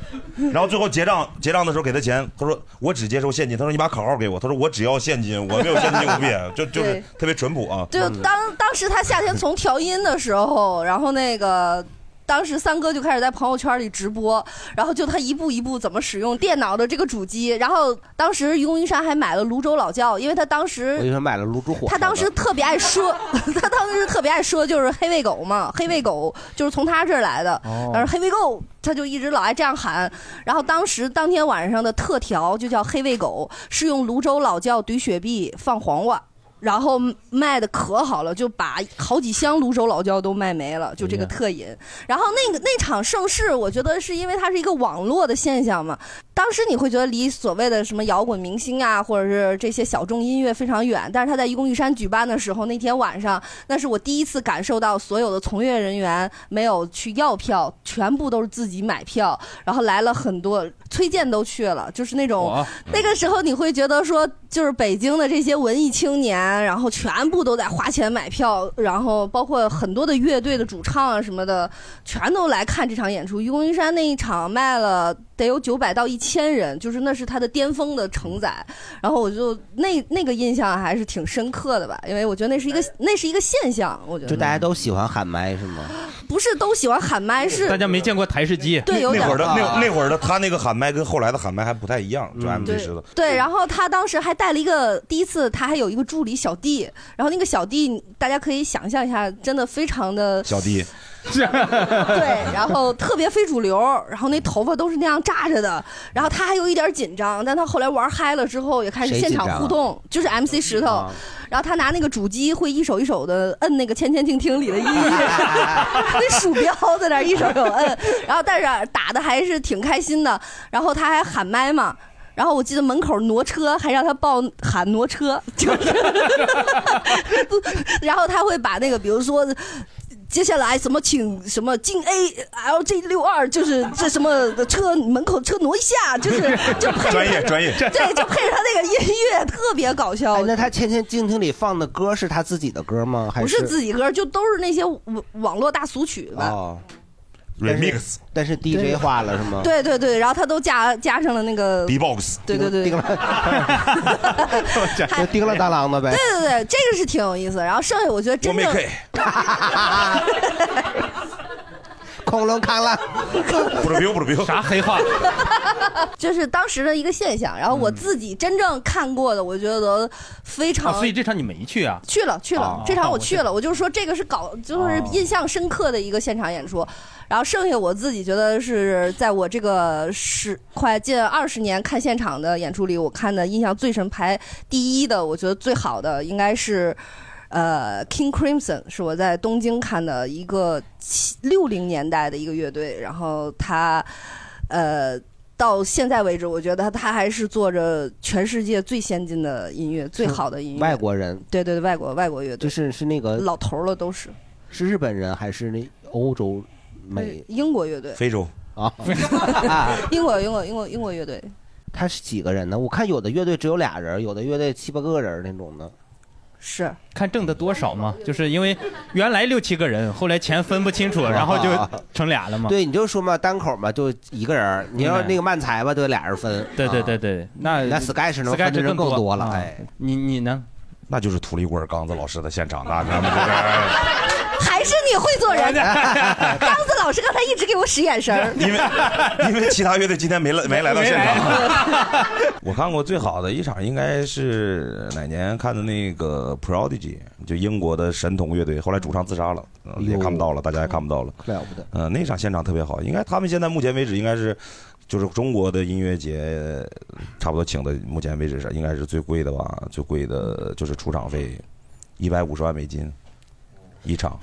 S5: 然后最后结账结账的时候给他钱，他说我只接受现金。他说你把卡号给我，他说我只要现金，我没有现金就不变，就就是
S4: 对
S5: 特别淳朴啊。
S4: 就当当时他夏天从调音的时候，然后那个。当时三哥就开始在朋友圈里直播，然后就他一步一步怎么使用电脑的这个主机，然后当时于公于山还买了泸州老窖，因为他当时
S2: 我就想买了卤煮火烧的。
S4: 他当时特别爱说， <laughs> 他当时特别爱说，就是黑喂狗嘛，黑喂狗就是从他这儿来的。
S2: 哦
S4: 但是黑喂狗，他就一直老爱这样喊。然后当时当天晚上的特调就叫黑喂狗，是用泸州老窖怼雪碧放黄瓜。然后卖的可好了，就把好几箱泸州老窖都卖没了，就这个
S6: 哎呀
S4: 特饮。然后那个那场盛世，我觉得是因为它是一个网络的现象嘛。当时你会觉得离所谓的什么摇滚明星啊，或者是这些小众音乐非常远，但是他在愚公移山举办的时候，那天晚上，那是我第一次感受到所有的从业人员没有去要票，全部都是自己买票，然后来了很多，崔健都去了，就是那种
S6: 哇
S4: 那个时候你会觉得说，就是北京的这些文艺青年，然后全部都在花钱买票，然后包括很多的乐队的主唱啊什么的，全都来看这场演出。愚公移山那一场卖了得有九百到一千人，就是那是他的巅峰的承载。然后我就那那个印象还是挺深刻的吧，因为我觉得那是一个那是一个现象，我觉
S2: 就
S4: 得
S2: 大家都喜欢喊麦是吗？
S4: 不是都喜欢喊麦，是
S1: 大家没见过台式机，
S4: 对有
S5: 那
S4: 点
S5: 会儿的
S4: 啊
S5: 那那会儿的他那个喊麦跟后来的喊麦还不太一样，就 MC
S4: 对
S5: 石头。
S4: 对，然后他当时还带了一个，第一次他还有一个助理小弟，然后那个小弟大家可以想象一下，真的非常的
S5: 小
S4: <laughs>
S5: 弟，
S4: 对，然后特别非主流，然后那头发都是那样炸着的，然后他还有一点紧张，但他后来玩嗨了之后也开始
S6: 谁
S4: 现
S6: 紧
S4: 场
S6: 张啊啊
S4: 互动，就是 MC 石头，然后他拿那个主机会一手一手的摁那个《千千静听》里的音
S6: <laughs>
S4: 乐，那鼠标在那儿一手手摁，然后但是打的还是挺开心的，然后他还喊麦嘛。然后我记得门口挪车，还让他报喊挪车，就是，然后他会把那个，比如说接下来什么请什么进 A L G 六二，就是这什么车门口车挪一下，就是就配着
S3: 专业专业
S4: 对，就 <laughs> 配着他那个音乐特别搞笑。
S2: 哎，那他《千千静听》里放的歌是他自己的歌吗？ <laughs> 还
S4: 不
S2: 是
S4: 是自己歌，就都是那些网网络大俗曲吧。
S2: 哦，remix，但是 DJ 化了是
S5: <laughs>
S2: 吗？
S4: 对对对，然后他都加加上了那个。
S5: ，B-box，
S4: 对对对，
S2: 叮
S4: <laughs>
S2: 了，就叮了当啷的
S4: 对
S2: 呗。
S4: 对对，这个是挺有意思。然后剩下我觉得真正
S2: 我没 <laughs> 恐龙扛了，
S5: 不是 biu 不是 biu，
S1: 啥黑话？
S4: <laughs> 就是当时的一个现象。然后
S2: 嗯
S4: 我自己真正看过的，我觉得非
S1: 啊，
S4: 常
S1: 所以这场你没去啊？
S4: 去了去了
S1: 哦，
S4: 这场我
S1: 哦
S4: 去了，我就是说这个是搞，就是印象深刻的一个现场演出。然后剩下我自己觉得是在我这个十快近二十年看现场的演出里，我看的印象最深排第一的，我觉得最好的应该是。呃，King Crimson 是我在东京看的一个六零年代的一个乐队，然后他呃到现在为止，我觉得他还是做着全世界最先进的音乐， <laughs> 最好的音乐。
S2: 外国人，
S4: 对对对，外国外国乐
S2: 就
S4: 队
S2: 是是那个
S4: 老头儿了都是，
S2: 是日本人还是那欧洲美
S4: 对哎英国乐队，哎
S5: 非洲
S1: <laughs>
S2: 啊？
S4: 英国英国英国英国乐队，
S2: 他是几个人呢？我看有的乐队只有俩人，有的乐队七八个人那种的。
S4: 是
S1: 看挣的多少嘛，就是因为原来六七个人，后来钱分
S5: <laughs>
S1: 不清楚，然后就成俩了嘛。
S2: 对，你就说嘛，单口嘛，就一个人儿。你要
S1: 嗯
S2: 那个漫才吧，就俩人分。
S1: 对对对
S2: 啊
S1: 对，那
S2: 那 Sky 是能
S1: Sky
S2: 分的
S1: 是
S2: 人更多了。
S1: 啊
S2: 哎， <laughs>
S1: 你你呢？
S5: 那就是土里滚刚子老师的现场，那咱们这个，
S4: 还是你会做人。刚子老师刚才一直给我使眼神儿，
S2: <laughs>
S5: 因为因为其他乐队今天没来没来到现场。 <laughs> 我看过最好的一场应该是哪年看的那个 Prodigy，就英国的神童乐队，后来主唱自杀了，呃也看不到了，大家也看不到了。
S2: 哎了不得。
S5: 嗯、那场现场特别好，应该他们现在目前为止应该是。就是中国的音乐节，差不多请的，目前为止是应该是最贵的吧，最贵的就是出场费，一百五十万美金。一场，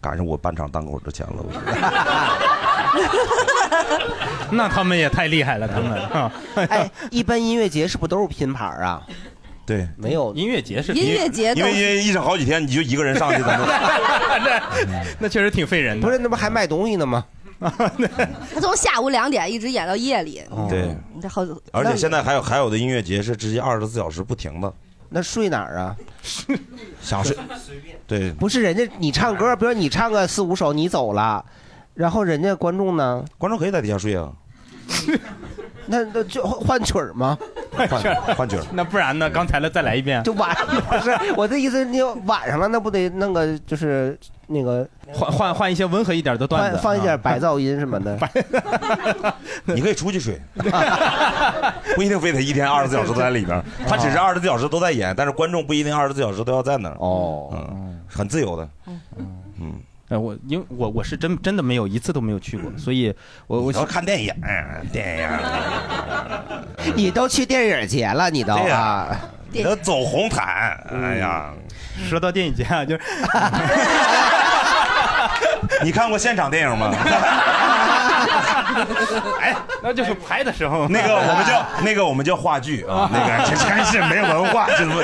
S5: 赶上我半场单口的钱了。我觉得
S1: 那他们也太厉害了，
S5: <laughs>
S1: 他们啊，
S2: 哎，一般音乐节是不是都是拼盘啊？
S5: 对，
S2: 没有
S1: 音乐节是
S4: 音乐节
S5: 因为因为一场好几天，你就一个人上去咱们
S1: <laughs> 那确实挺费人的。
S2: 不是，那不还卖东西呢
S1: <laughs>
S2: 吗？
S4: 他从下午两点一直演到夜里，
S2: 哦
S5: 对，
S4: 你这好，
S5: 而且现在还有还有的音乐节是直接二十四小时不停 <laughs> 的，
S2: 那睡哪
S5: <laughs>
S2: 儿啊？
S5: 想睡，对，
S2: 不是人家你唱歌，比如你唱个四五首，你走了，然后人家观众呢？
S5: 观众可以在底下睡啊。
S2: <laughs> 那那就换曲儿吗？
S5: 换换曲儿。
S1: 那不然呢？刚才的再来一遍，
S2: 就晚上不是我的意思，你晚上了，那不得弄个就是那个
S1: 换换换一些温和一点的段子，
S2: 放放一点白
S1: 啊。
S2: 噪音什么
S1: <laughs>
S2: 的。
S5: 你可以出去睡，不一定非得一天二十四小时都在里边儿，他只是二十四小时都在演，但是观众不一定二十四小时都要在那儿。
S2: 哦，
S5: 嗯，很自由的。嗯，
S1: 哎，我因为我我是真真的没有一次都没有去过，所以我我
S5: 要看电影，哎
S1: <laughs>
S5: 电影，
S2: 你都去电影节了，你都
S5: 对呀
S2: 啊？
S5: 你都走红毯，哎呀，
S1: 说到电影节啊，就是
S5: 你看过现场电影吗？
S1: 哎，那就是拍的时候，
S5: 那个我们叫那个我们叫话剧啊，那个这真是没文化，
S1: <laughs>
S5: 这不。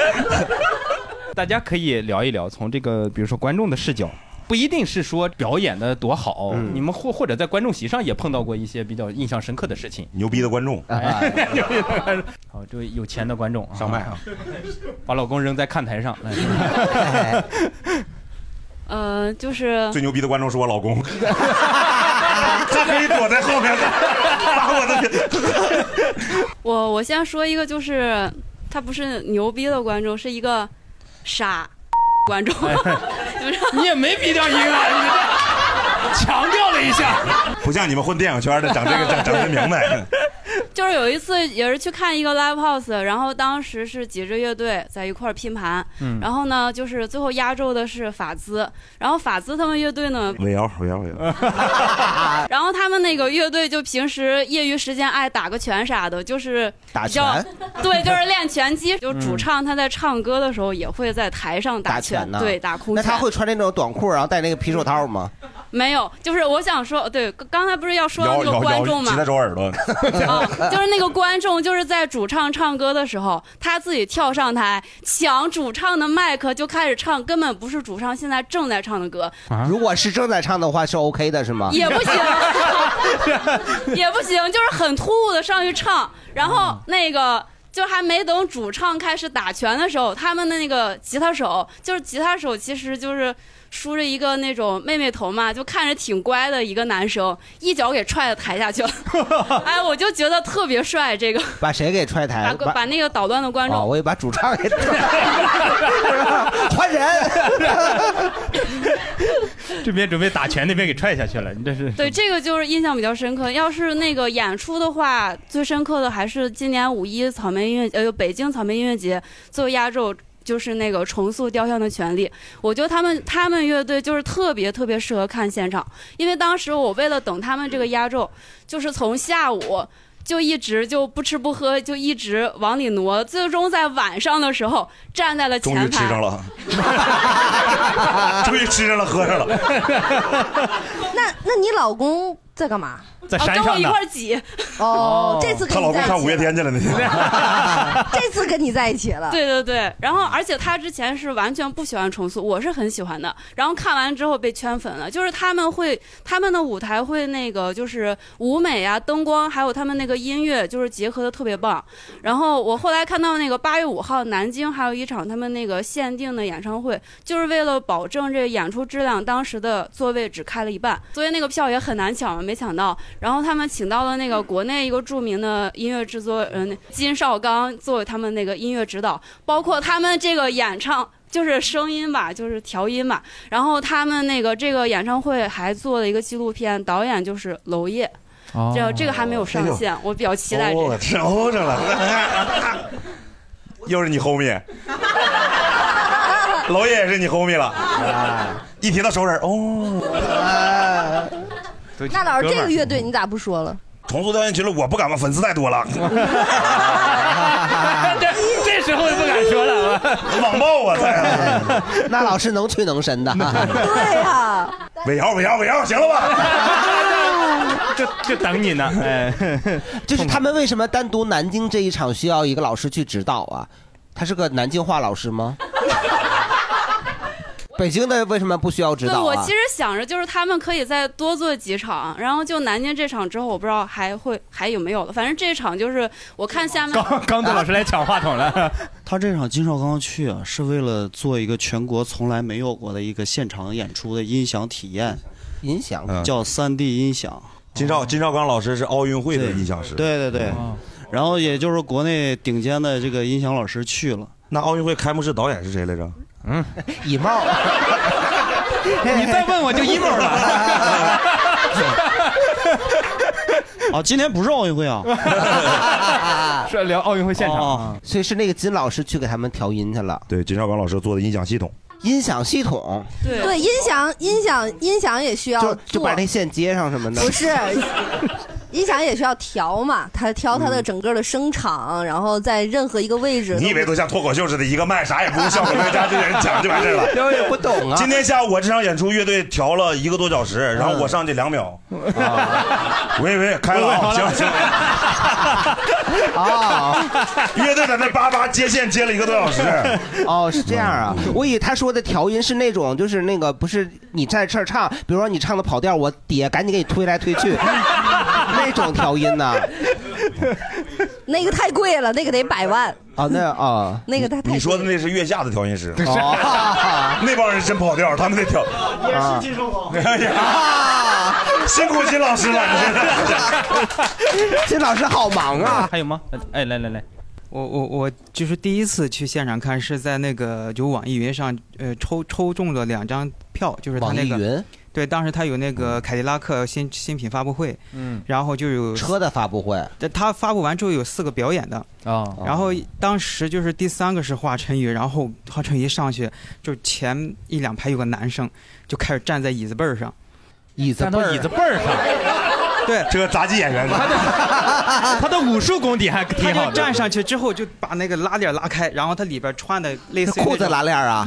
S1: 大家可以聊一聊，从这个比如说观众的视角，不一定是说表演的多好，
S5: 嗯
S1: 你们或或者在观众席上也碰到过一些比较印象深刻的事情。
S5: 牛逼的观众，
S1: 哎 <laughs> 牛逼的观众好，这位有钱的观众啊
S5: 上麦啊，
S1: 把老公扔在看
S5: <laughs>
S1: 台上， <laughs> 来，
S14: 呃，就是
S5: 最牛逼的观众是我老公，他可以躲在后面把我的。
S14: 我我先说一个，就是他不是牛逼的观众，是一个傻观众。
S1: 哎
S14: <laughs>
S1: 你也没逼掉一个，强调了一下，
S5: 不像你们混电影圈的整这个整整的明 <laughs> 白。
S14: 就是有一次也是去看一个 live house，然后当时是几支乐队在一块儿拼盘，
S5: 嗯
S14: 然后呢，就是最后压轴的是法兹，然后法兹他们乐队呢，
S5: 尾摇尾摇尾摇，
S1: 嗯
S14: 然后他们那个乐队就平时业余时间爱打个拳啥的，就是
S5: 打
S14: 比较
S5: 拳
S14: <laughs> 对，就是练拳击。就主唱他在唱歌的时候也会在台上
S2: 嗯打
S14: 拳，
S2: 拳呢？
S14: 对，打空
S2: 那
S14: 拳。
S2: 他会穿那种短裤，然后戴那个皮手套吗？
S14: 没有，就是我想说，对，刚才不是要说到那个观众吗？哦 <laughs>
S5: 耳朵。
S14: 就是那个观众，就是在主唱唱歌的时候，他自己跳上台抢主唱的麦克就开始唱，根本不是主唱现在正在唱的歌，
S2: <laughs> 如果是正在唱的话，是 OK 的，是吗？
S14: <laughs> 也不行，也不行，就是很突兀的上去唱，然后那个。就还没等主唱开始打拳的时候，他们的那个吉他手，就是吉他手，其实就是梳着一个那种妹妹头嘛，就看着挺乖的一个男生，一脚给踹到台下去了。哎，我就觉得特别帅，这个
S2: <laughs> 哎把谁给踹
S14: 把
S2: 台？
S14: 把把那个捣乱的观众 <laughs>
S2: 哦，我也把主唱给
S5: <laughs>
S2: 换人。
S1: <laughs> 这边准备打拳，那边给踹下去了，你这是
S14: 对，这个就是印象比较深刻。要是那个演出的话，最深刻的还是今年五一草莓音乐呃北京草莓音乐节最后压轴。就是那个重塑雕像的权利，我觉得他们他们乐队就是特别特别适合看现场，因为当时我为了等他们这个压轴，就是从下午就一直就不吃不喝，就一直往里挪，最终在晚上的时候站在了前排，
S5: 终于吃上了， <laughs> 终于吃上了，喝上了。
S4: 那那你老公在干嘛？
S5: 在山上呢哦跟我一块儿
S14: 挤。
S4: 哦，这次跟
S5: 她老
S4: 你
S5: 公
S4: 在
S5: 上
S4: 一
S5: 五
S4: 起
S5: 月天去了那天。
S4: 了，这次跟你在一起了。
S14: 对对对，然后而且他之前是完全不喜欢重塑，我是很喜欢的。然后看完之后被圈粉了，就是嗯他们会他们的舞台会那个就是舞美啊、灯光，还有他们那个音乐，就是结合的特别棒。然后我后来看到那个八月五号南京还有一场他们那个限定的演唱会，就是为了保证这个演出质量，当时的座位只开了一半，所以那个票也很难抢，没抢到。然后他们请到了那个国内一个著名的音乐制作人金绍刚作为他们那个音乐指导，包括他们这个演唱。就是声音吧，就是调音吧。然后他们那个这个演唱会还做了一个纪录片，导演就是娄烨，
S5: 哦
S14: 这这个还没有上线，我比较期待这个。
S5: 哦，吃欧上了，又是你 homie，娄烨也是你 homie 了。一提到熟人，哦，
S4: 那老师，这个乐
S5: 月
S4: 队你咋不说了？
S5: 重塑调研群了，我不敢问，粉丝太多了。
S1: 这这时候不敢说了。
S3: 网暴啊！
S2: <laughs> 那老师能屈能伸的。<laughs>
S4: <laughs> 对呀，
S3: 尾摇尾摇尾摇，行了吧？
S1: 就 <laughs> 就
S5: <laughs>
S1: 等你呢。哎，
S2: 就是他们为什么单独南京这一场需要一个老师去指导啊？他是个南京话老师
S1: <laughs>
S2: 吗？北京的为什么不需要指
S14: 对，
S2: 导、啊？
S14: 我其实想着就是他们可以再多做几场，然后就南京这场之后，我不知道还会还有没有了。反正这场就是我看下面
S1: <laughs> 刚刚子老师来抢话筒了。
S20: <laughs> 他这场金少刚去啊，是为了做一个全国从来没有过的一个现场演出的音响体验，嗯
S2: 音响
S20: 叫三 D 音响。哦
S5: 金少金少刚老师是奥运会的音响师，
S20: 对对对，
S1: 哦
S20: 然后也就是国内顶尖的这个音响老师去了。
S5: 那奥运会开幕式导演是谁来着？
S20: 嗯，
S2: 以貌。
S1: 你再问我就 emo 了。
S20: 啊，今天不是奥运会啊，
S1: 是聊奥运会现场。
S2: 哦所以是那个金老师去给他们调音去了。
S5: 对，金少刚老师做的音响系统，
S2: 音响系统
S4: 对音响音响音响也需要
S2: 就
S4: 做，
S2: 就把那线接上什么的。
S4: 不是，音响也需要调嘛，它调它
S2: 嗯
S4: 的整个的声场，然后在任何一个位置。
S3: <laughs> 你以为都像脱口秀似的，一个麦啥也不用
S2: <laughs>
S3: 效果，大家这人讲就完事儿了。
S2: 因为不懂啊
S5: 今天下午我这场演出乐队调了一个多小时，然后我上去两秒。
S2: 嗯
S3: <laughs>
S5: 喂喂，开了啊，行行。
S2: 啊， <laughs>
S3: <laughs> 乐队在那叭叭接线接了一个多小时。
S2: 哦，是这样啊，我以为他说的调音是那种，就是那个不是你在这儿唱，比如说你唱的跑调，我底下赶紧给你推来推去， <laughs> 那种调音呢、
S4: 那个太贵了，那个得百万。
S2: 啊，那啊，
S4: <laughs> 那个他太
S5: 你说的那是月下的调音师，
S2: 哦
S3: <laughs> 那帮人真跑调，他们得调。
S20: 也
S3: 啊
S20: 是金少
S4: <laughs>
S20: 刚。
S3: <laughs> 辛苦金老师了，你
S2: <laughs>
S3: 这。
S2: 金老师好忙啊！
S1: 还有吗？哎，来来来，
S6: 我我我就是第一次去现场看，是在那个就网易云上，呃，抽抽中了两张票，就是他那
S2: 网易
S6: 个
S2: 云，
S6: 对，当时他有那个凯迪拉克新新品发布会，
S2: 嗯，
S6: 然后就有
S2: 车的发布会，哦
S6: 他发布完之后有四个表演的，
S1: 啊
S6: 然后当时就是第三个是华晨宇，然后华晨宇一上去，就前一两排有个男生就开始站在椅子背儿上，
S2: 椅子
S1: 站到背儿椅子背儿
S3: <laughs>
S6: 上，对，
S3: 这个杂技演员，
S6: 他的
S1: 他的武术功底
S3: <laughs>
S1: 还挺
S6: 他
S1: 好
S6: 就
S1: 的。
S6: 站上去之后就把那个拉链拉开，然后他里边穿的类似于那种
S2: 裤子拉链
S6: <laughs>
S2: 啊，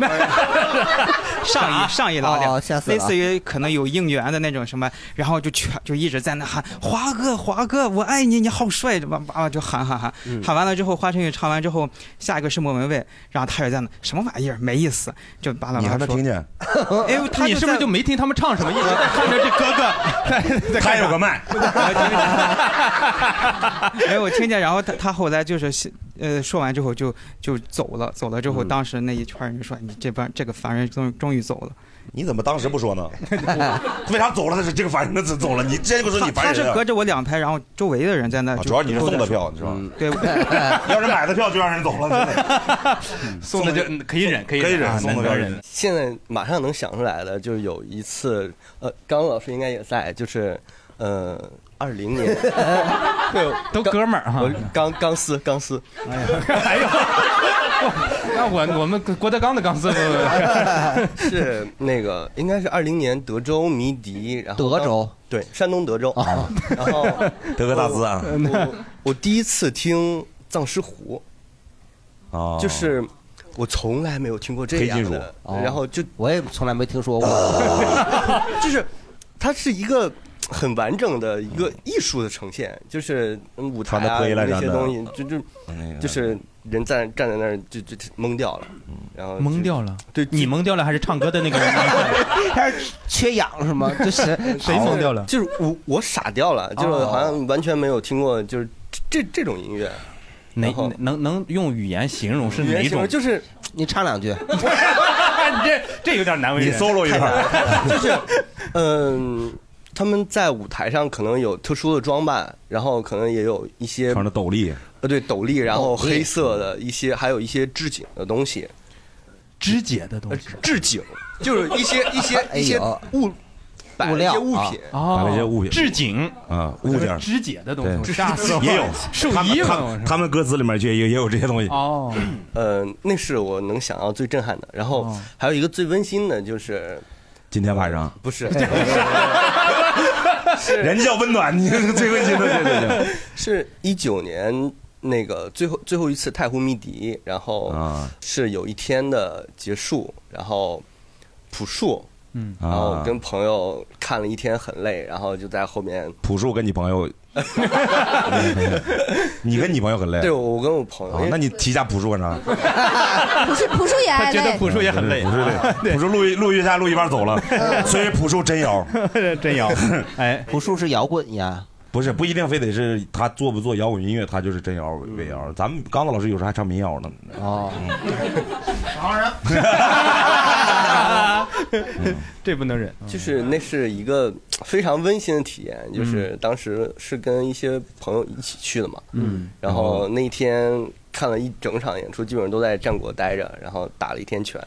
S6: 上衣上衣拉链，
S2: 哦吓死了
S6: 类似于可能有应援的那种什么，然后就全就一直在那喊华哥华哥我爱你你好帅，哇哇哇就喊喊喊，喊完了之后华晨宇唱完之后，下一个是莫文蔚，然后他也在那什么玩意儿没意思，就巴拉巴拉
S5: 你还能听见？
S6: 哎
S1: <laughs>
S6: 呦，他
S1: 你是不是就没听他们唱什么？一直在看着这哥哥在
S6: 他
S1: 干
S6: 有
S1: 啥
S6: 个麦 <laughs> 没有，我听见，然后他他后来就是呃说完之后就就走了，走了之后，
S5: 嗯
S6: 当时那一圈人就说你这帮这个凡人终终于走了。
S5: 你怎么当时不说
S6: <laughs>
S5: 呢？为啥走了？他是这个反应，他走了。你直接就说你
S6: 他
S5: 烦
S6: 是
S5: 人啊啊
S6: 隔着我两排，然后周围的人在那就。
S5: 主要你是送的票，
S6: 就是
S5: 吧？
S6: 对，
S2: 嗯
S3: 要是买的票就让人走
S1: <laughs>
S3: 了，
S1: 送的就嗯可以忍，可以啊能忍。
S7: 现在马上能想出来的，就是有一次，呃，刚老师应该也在，就是呃，二零
S1: <laughs>
S7: 年，对，
S1: 都哥们儿哈
S7: 我钢钢丝钢丝，
S1: 哎呀， <laughs> 哎呦，那我我们郭德纲的钢丝不
S7: <laughs> 是那个应该是二零年德州迷笛，然后
S2: 德州
S7: 对山东德州，
S1: 哦
S7: 然后
S5: 德克萨斯
S1: <laughs>
S5: 啊
S7: 我我 <laughs> 我第一次听藏尸湖，
S5: 哦
S7: 就是我从来没有听过这样的，然后就
S2: 哦
S7: 呃
S2: 我也从来没听说过，
S7: <laughs> 就是它是一个很完整的一个艺术的呈现，就是嗯舞台
S5: 穿得哎
S7: 啊
S5: 破衣烂
S7: 那
S5: 衫
S7: 些
S5: 的
S7: 东西，就就就是人站站在那儿就就懵掉了，
S5: 嗯
S7: 然后
S1: 懵掉了。
S7: 对，
S1: 你懵掉了还是唱歌的那个人？
S2: 他是缺氧是
S5: <laughs>
S2: 吗？就是
S1: <laughs> 谁懵掉了？
S7: 就是我我傻掉了，就是
S1: 哦
S7: 好像完全没有听过就是这这这种音乐，
S1: 哪能能用语言形容是
S7: 语言
S1: 哪
S7: 形
S1: 种
S7: 容？
S5: <laughs>
S7: 就是
S2: 你
S7: <laughs>
S2: 唱两句，
S1: 哎你这这有点难为人。 <laughs>
S7: <laughs> 就是嗯。他们在舞台上可能有特殊的装扮，然后可能也有一些
S5: 穿着斗笠，
S7: 呃，对斗笠，然后
S5: 斗笠
S7: 黑色的一些，还有一些置景的东西，呃
S1: 肢解的东西，
S7: 置景就是一些一些一些物摆了一些物品，
S1: 哦，
S5: 买了一些物品
S1: 置景
S5: 啊，物件儿
S1: 肢解的东西，
S5: 对
S1: 我吓死我了
S5: <laughs> 也有
S1: 兽
S5: 他们
S1: 医
S5: 他
S1: 嘛，我
S5: 们
S1: 是
S5: 他们歌词里面也有也有这些东西。
S1: 哦，
S7: 呃，那是我能想到最震撼的。然
S1: 哦
S7: 后还有一个最温馨的，就是呃
S5: 今天晚上
S7: 不
S1: <laughs>
S7: 是， <laughs>
S5: <laughs> 人家叫温暖，你这个最温馨的，对对对。
S7: 是一九年那个最后最后一次太湖迷笛，然后
S5: 啊
S7: 是有一天的结束，然后朴树，
S1: 嗯
S5: 啊
S7: 然后跟朋友看了一天很累，然后就在后面，
S5: 朴树跟你朋友， <laughs> 你跟你朋友很累。
S7: 对我跟我朋友
S5: 啊，那你提一下朴树干啥？
S4: 朴树朴树也爱累，
S5: 树也很累，朴树累，朴树录一录一下录一半走了，所以朴树真摇，
S2: 真摇。
S1: 哎，
S2: 朴树是摇滚呀，
S5: 不是不一定非得是他做不做摇滚音乐，他就是真摇伪摇。咱们刚子老师有时候还唱民谣呢。
S2: 嗯哦，
S22: 当然，
S1: <laughs> 这不能忍。
S7: 嗯就是那是一个非常温馨的体验，就是当时是跟一些朋友一起去的嘛，
S1: 嗯
S7: 然后那天看了一整场演出，基本上都在战果待着，然后打了一天拳，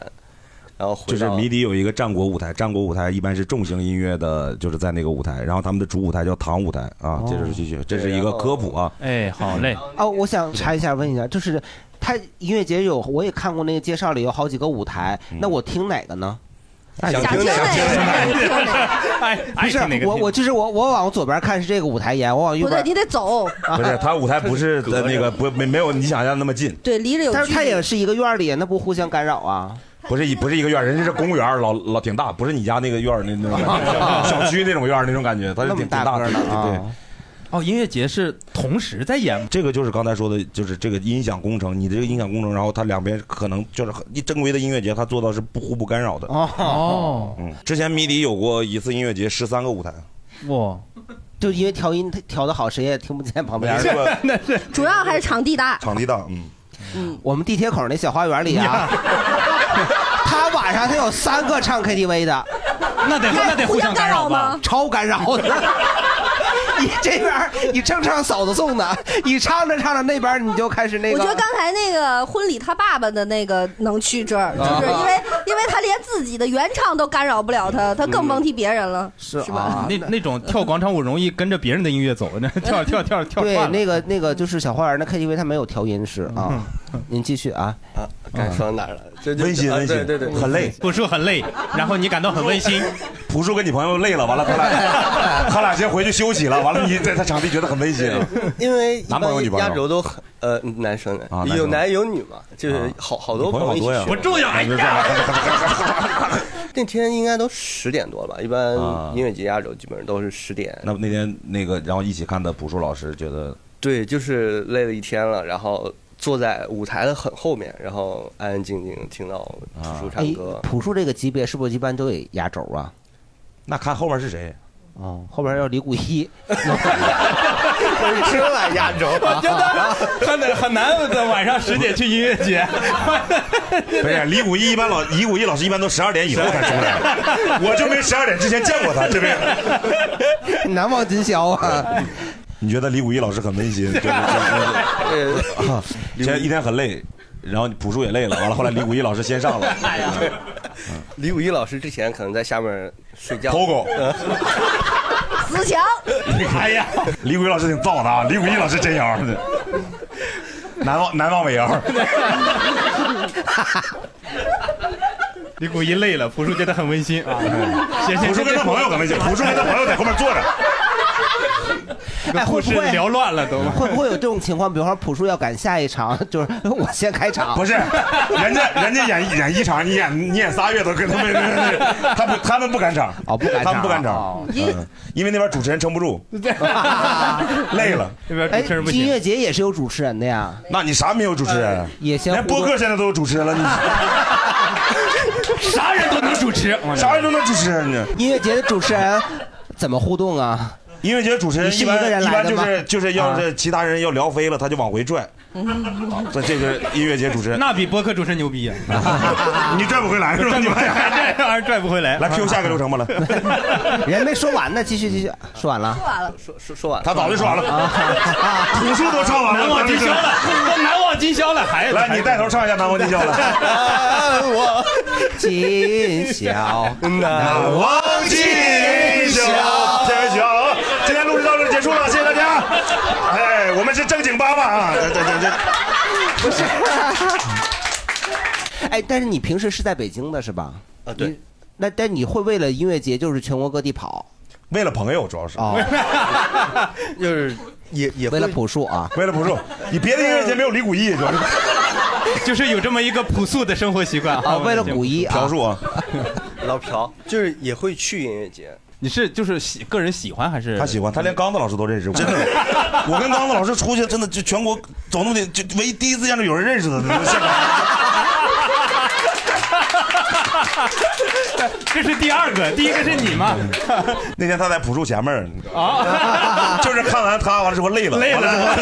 S7: 然后
S5: <laughs>
S7: 回
S5: 就是
S7: 到
S5: 迷笛有一个战国舞台，战国舞台一般是重型音乐的，就是在那个舞台，然后他们的主舞台叫唐舞台啊。接着继续，这是一个科普啊。
S1: <laughs> 哎，好
S5: <laughs>
S1: 嘞。
S2: 哦，我想查一下，问一下，就是他音乐节有，我也看过那个介绍里有好几个舞台，
S1: 嗯
S2: 那我听哪个呢？
S7: 想听哪个想听
S20: 哎
S2: 不是我，我就是我，我往左边看是这个舞台演，我往右
S4: 不对，
S2: 边
S4: 你得走，
S2: 啊
S5: <laughs> 不是，他舞台不是在那个不没没有你想象那么近，
S4: 对，离着有距离。
S2: 但是它也是一个院儿里，那不互相干扰啊？
S5: 不是一不是一个院儿，人家是公园儿，老老挺大，不是你家那个院儿那那种感
S2: <laughs>
S5: 觉小区那种院儿那种感觉，它是挺挺大的，
S2: 啊
S5: 对。
S1: 哦，音乐节是同时在演，
S5: 这个就是刚才说的，就是这个音响工程，你这个音响工程，然后它两边可能就是很一正规的音乐节，它做到是不互不干扰的。
S1: 哦，
S5: 嗯，之前迷笛有过一次音乐节，十三个舞台，
S1: 哇，
S2: 就因为调音调的好，谁也听不见旁边。
S5: 没错
S1: 那是
S4: 主要还是场地大。
S5: 场地大，嗯，
S4: 嗯，
S2: 我们地铁口那小花园里啊， <laughs> 他晚上他有三个唱 KTV 的，
S1: 那得那得互相干扰吧？
S2: 超干扰的。 <laughs> 你这边儿你正唱嫂子送的，你唱着唱着那边儿你就开始那
S4: 我
S2: 个。
S4: 觉得刚才那个婚礼他爸爸的那个能去这儿，
S2: 啊
S4: 就是因为因为他连自己的原唱都干扰不了他，他
S2: 嗯
S4: 更甭提别
S2: <laughs>
S4: 人了，是
S5: 啊
S4: 吧？
S1: 啊那那种跳广场舞容易跟着别人的音乐走，那 <laughs> 跳跳跳跳
S2: 对
S1: 串了。嗯
S2: 那个那个就是小花园那 KTV 它没有调音师啊。您继续啊。
S7: 啊，该说到哪儿了？这就
S5: 温馨
S7: 啊
S5: 温馨
S7: 对对对，
S5: 很
S7: <laughs>
S5: 累
S1: 朴树很累，然后你感到很
S5: <laughs>
S1: 温馨。
S5: 朴树跟你朋友累了，完了他俩他俩先回去休息了，完了你在他场地觉得很温馨。
S7: 因为一
S5: 男朋友
S7: 般
S5: 女朋友
S7: 压轴都很呃男生
S5: 啊男生啊
S7: 有男有女嘛，就是好好多
S5: 朋友
S7: 友一
S5: 好多呀
S7: 起
S5: 不
S7: 去，
S5: 重要哎呀
S7: <laughs> 那天应该都十点多了吧，一般
S5: 啊
S7: 音乐节压轴基本上都是十点。
S5: 那那天那个，然后一起看的朴树老师觉得
S7: 对，就是累了一天了，然后坐在舞台的很后面，然后安安静静听到朴树唱歌。
S2: 啊哎朴树这个级别是不是一般都得压轴啊？
S5: 那看后边是谁？
S2: 哦，后边要李谷一，
S7: <laughs> 本身来压轴，
S1: 我觉得很难很难在晚上十点去音乐节。
S5: <laughs> 不是李谷一一般老李谷一老师一般都十二点以后才出来， <laughs> 我就没十二点之前见过
S2: <laughs>
S5: 他，这边。
S2: 难忘今宵
S1: <laughs>
S2: 啊！
S5: 你觉得李谷一老师很温馨，就是就是啊前一天很累，然后朴树也累了，完了后来李谷一老师先上了，
S7: 李谷一老师之前可能在下面睡觉，
S5: 偷狗
S7: 嗯
S4: 思强，
S5: 哎呀，李谷一老师挺燥的啊，李谷一老师真摇的，南方南方尾摇，
S1: 李谷一累了，朴树觉得很温馨啊。谢谢。
S5: 朴树跟他朋友很温馨，朴树跟他朋友在
S1: <laughs>
S5: 后面坐着。
S1: 这
S2: 哎
S1: 个故事聊乱了都。
S2: 会不会有这种情况？比方说朴树要赶下一场， <laughs> 就是我先开场。
S5: 不是，人家人家演演一场，你演你演仨月都跟他们， <laughs> 他不他们不赶场，
S2: 哦不赶场
S5: 他们不赶场
S2: 哦，
S5: 嗯因为那边主持人撑不住，累了。
S1: 那边 <laughs>
S2: 哎，音乐节也是有主持人的呀。呃
S5: 那你啥没有主持人？
S2: 也行
S5: 连播客现在都有主持人了，你
S1: <laughs> 啥人都能主持，
S5: 啥人都能主持人呢？
S2: 音乐节的主持人怎么互动啊？
S5: 音乐节主持人
S2: 你是
S5: 一
S2: 一个
S5: 般
S2: 人
S5: 一
S2: 来
S5: 般
S2: 的
S5: 就
S2: 吗啊
S5: 是就是要是其他人要聊飞了，他就往回拽。这这个音乐节主持人，
S1: 那比播客主持人牛逼啊呀！
S5: <laughs> 你拽不回来是吧？
S1: 拽不回 <laughs> 来，还是拽不回来。
S5: 来 Q 下个流程吧，来，
S2: 人没说完呢，继续继续，说完了，啊说
S4: 完了，
S7: 说说 <laughs> 说完了，
S5: 他早就说完了，朴树都唱完了，
S1: 难忘今宵了，都难忘今宵了，还
S5: 来你带头唱一下难忘今宵了。
S7: <laughs>
S2: 我今宵
S5: 难忘今宵，今宵，今天录制到这儿结束了，谢谢大家。哎，我们是正经八卦啊，这这这这。
S2: 不是。哎，但是你平时是在北京的是吧？
S7: 啊，对。
S2: 那但你会为了音乐节就是全国各地跑？
S5: 为了朋友主要是。
S2: 哦，
S7: 就是也也
S2: 为了朴树啊，
S7: 为了朴树，你别的音乐节没有李谷一，主要是。
S1: <laughs> 就是有这么一个朴素的生活习惯
S7: 啊为了古一啊朴树啊，
S1: 老朴
S7: 就是也会去音乐节，
S1: 你是就是喜个人喜欢还是
S7: <laughs>
S5: 他喜欢，他连刚子老师都认识，真的。我跟刚子老师出去，真的就全国走那么点，就唯一第一次见着有人认
S2: <laughs>
S5: 识的，现场
S1: 这是第二个，第一个是你嘛？
S5: <laughs> 那天他在朴树前面儿，
S2: 啊
S5: <laughs> 就是看完他完了之后累了，累了，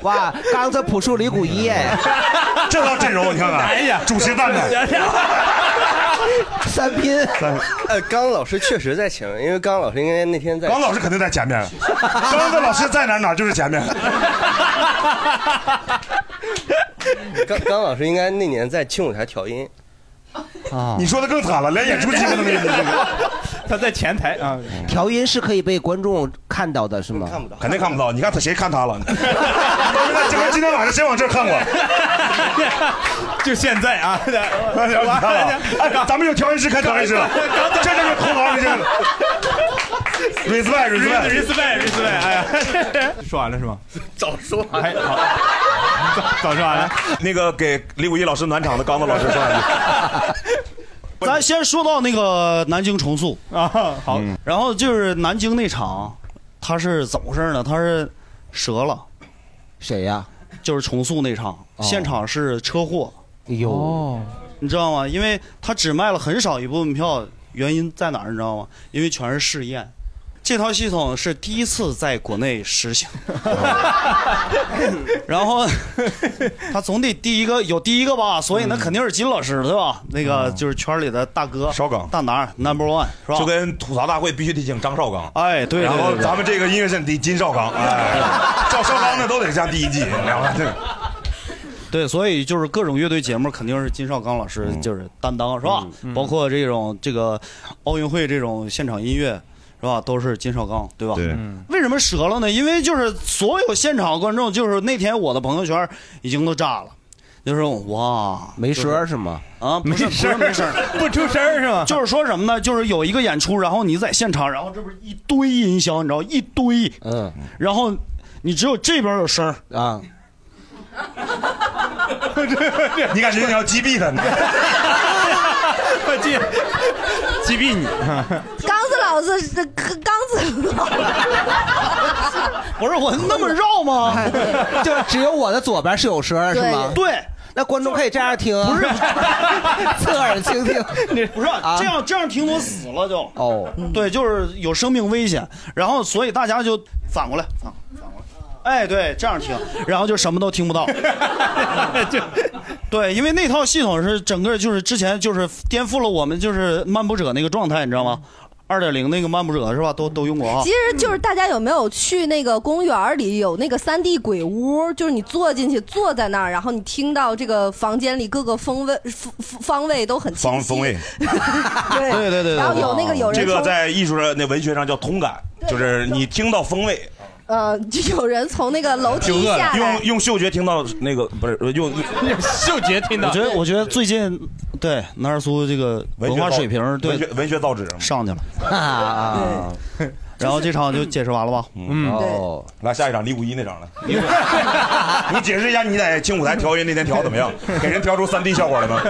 S2: <laughs> 哇，刚才朴树李谷一哎，
S5: <laughs> 这套阵容你看看哎呀主持蛋蛋
S1: 哎
S2: <laughs> 三拼。
S7: 呃，刚老师确实在前面，因为刚老师应该那天在。
S5: 刚老师肯定在前面，刚子老师在哪儿哪儿就是前面。
S7: <laughs> 刚刚老师应该那年在轻舞台调音。
S1: 啊
S5: 你说的更惨了，连演出机会都没有。
S1: 他在前台啊， <laughs>
S2: 调音是可以被观众看到的，是吗？看
S7: 不到，
S5: 肯定看不到。你看他谁看他了？ <laughs> 到现在，今今天晚上谁往这儿看过？
S1: 就现在啊！
S5: 你看了，哎，咱们有调音师开调音师了，这就是同行之间的。
S1: respect，respect，respect，哎呀，说完了是吗？
S3: 早说
S1: 完了，早说完了。
S5: 那个给李谷一老师暖场的刚子老师说两句。
S20: 咱先说到那个南京重塑嗯
S1: 啊，好，
S20: 然后就是南京那场，他是怎么回事呢？他是折
S2: 哦
S20: 了，
S2: 谁呀？
S20: 就是重塑那场，现场是车祸。
S2: 哎呦，
S20: 你知道吗？因为他只卖了很少一部分票，原因在哪儿？你知道吗？因为全是试验。这套系统是第一次在国内实
S5: <laughs>
S20: 行，然后他总得第一个有第一个吧，所
S5: 嗯
S20: 以那肯定是金老师对吧？那个就是圈里的大哥，
S5: 烧岗
S20: 大男 number one 是
S5: 嗯
S20: 吧？
S5: 就跟吐槽大会必须得请张绍刚，
S20: 哎对对对
S5: 然后
S20: 对
S5: 咱们这个音乐阵得金绍刚，哎， <laughs> 赵绍刚的都得上第一季，你知道吗？这个
S20: <laughs> 对，所以就是各种乐队节目肯定是金绍刚老师就是担当，是吧？包括这种这个奥运会这种现场音乐，是吧？都是金绍刚，对吧？
S5: 对。
S20: 为什么折了呢？因为就是所有现场观众，就是那天我的朋友圈已经都炸了。就是哇，
S2: 没声儿是吗？
S20: 啊，不是
S2: 没
S20: 不
S2: 声儿
S20: 是没声儿，
S1: 不出声是吗？
S20: <laughs> 就是说什么呢？就是有一个演出，然后你在现场，然后这不是一堆音箱，你知道一堆，
S2: 嗯，
S20: 然后你只有这边有声儿 <laughs>
S2: 啊，
S5: 你感觉你要击毙他呢？
S1: 我击击毙
S4: <laughs>
S1: 你！
S4: 刚子老子这刚子老子，
S20: 不是我那么绕
S2: <laughs>
S20: 吗？
S2: 哎就只有我的左边是有声儿是吗？
S20: 对。 <laughs>
S2: 那观众可以这样听，不是 <laughs> 侧耳倾听，
S20: <laughs> 不是这样这样听多死了就
S2: 哦，
S20: 对，就是有生命危险，然后所以大家就反过来反反过来，哎，对，这样听，然后就什么都听不 <laughs> 到， <laughs> 对，因为那套系统是整个就是之前就是颠覆了我们就是漫步者那个状态，你知道吗？二点零那个漫步者是吧？都都用
S5: 哦
S20: 过啊。
S4: <laughs> 其实就是大家有没有去那个公园儿里有那个三 D 鬼屋？就是你坐进去，坐在那儿，然后你听到这个房间里各个风位、方方位都很清晰。
S5: 方风味，
S4: 对
S5: 对对对
S4: 然后有那个有人
S5: 这个
S4: 从
S5: 在艺术上、那文学上叫通感，就是你听到风味，
S4: 呃，就有人从那个楼
S5: 挺
S4: 梯
S5: 饿
S4: 下
S5: 了，
S4: 来
S5: 用。用嗅觉听到那个不是用
S1: 嗅觉听
S20: 我觉得，我觉得最近对南二苏这个文化水平，对
S5: 文
S20: <laughs>
S5: 学文学造纸
S20: 上去了。
S2: 啊，
S20: 然后这场就解释完了吧？
S5: 嗯
S2: 哦，
S5: 来下一场李谷一那场了。
S4: 啊
S5: 你解释一下你在轻舞台调音那天调怎么样？给人调出三 D 效果来吗？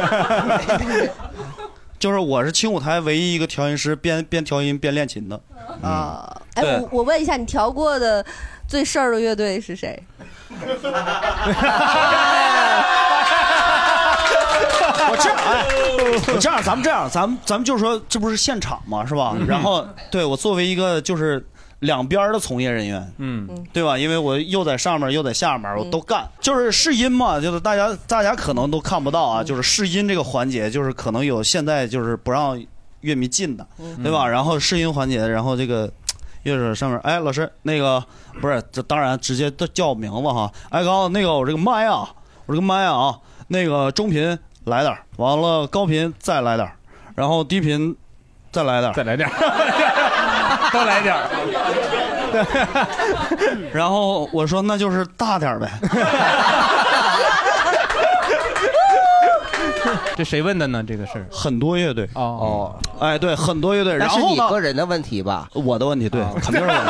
S20: 就是我是轻舞台唯一一个调音师，边边调音边练琴的。嗯
S4: 啊，哎，
S20: 对
S4: 我我问一下，你调过的最事儿的乐队是谁？
S20: <laughs> 我这样，哎，我 <laughs> 这样，咱们这样，咱们咱们就说，这不是现场嘛，是吧？然后，对我作为一个就是两边的从业人员，
S1: 嗯，
S20: 对吧？因为我又在上面又在下面，我都干，就是试音嘛，就是大家大家可能都看不到啊，就是试音这个环节，就是可能有现在就是不让乐迷进的，对吧？然后试音环节，然后这个。乐手上面，哎，老师，那个不是，这当然直接都叫我名字哈。哎，刚刚那个我这个麦啊，我这个麦啊，那个中频来点儿，完了高频再来点儿，然后低频再来点儿，再 <laughs>
S1: 来点儿，
S20: 都来点儿。 <laughs> 然后我说那就是大点儿呗，
S1: 这谁问的呢？这个事儿
S20: 很多乐队
S1: 哦，
S20: 哎对，很多乐队。
S2: 那
S20: 然
S2: 是
S20: 后
S2: 你
S20: 呢，
S2: 个人的问题吧？啊
S20: 我的问题对，肯定是我的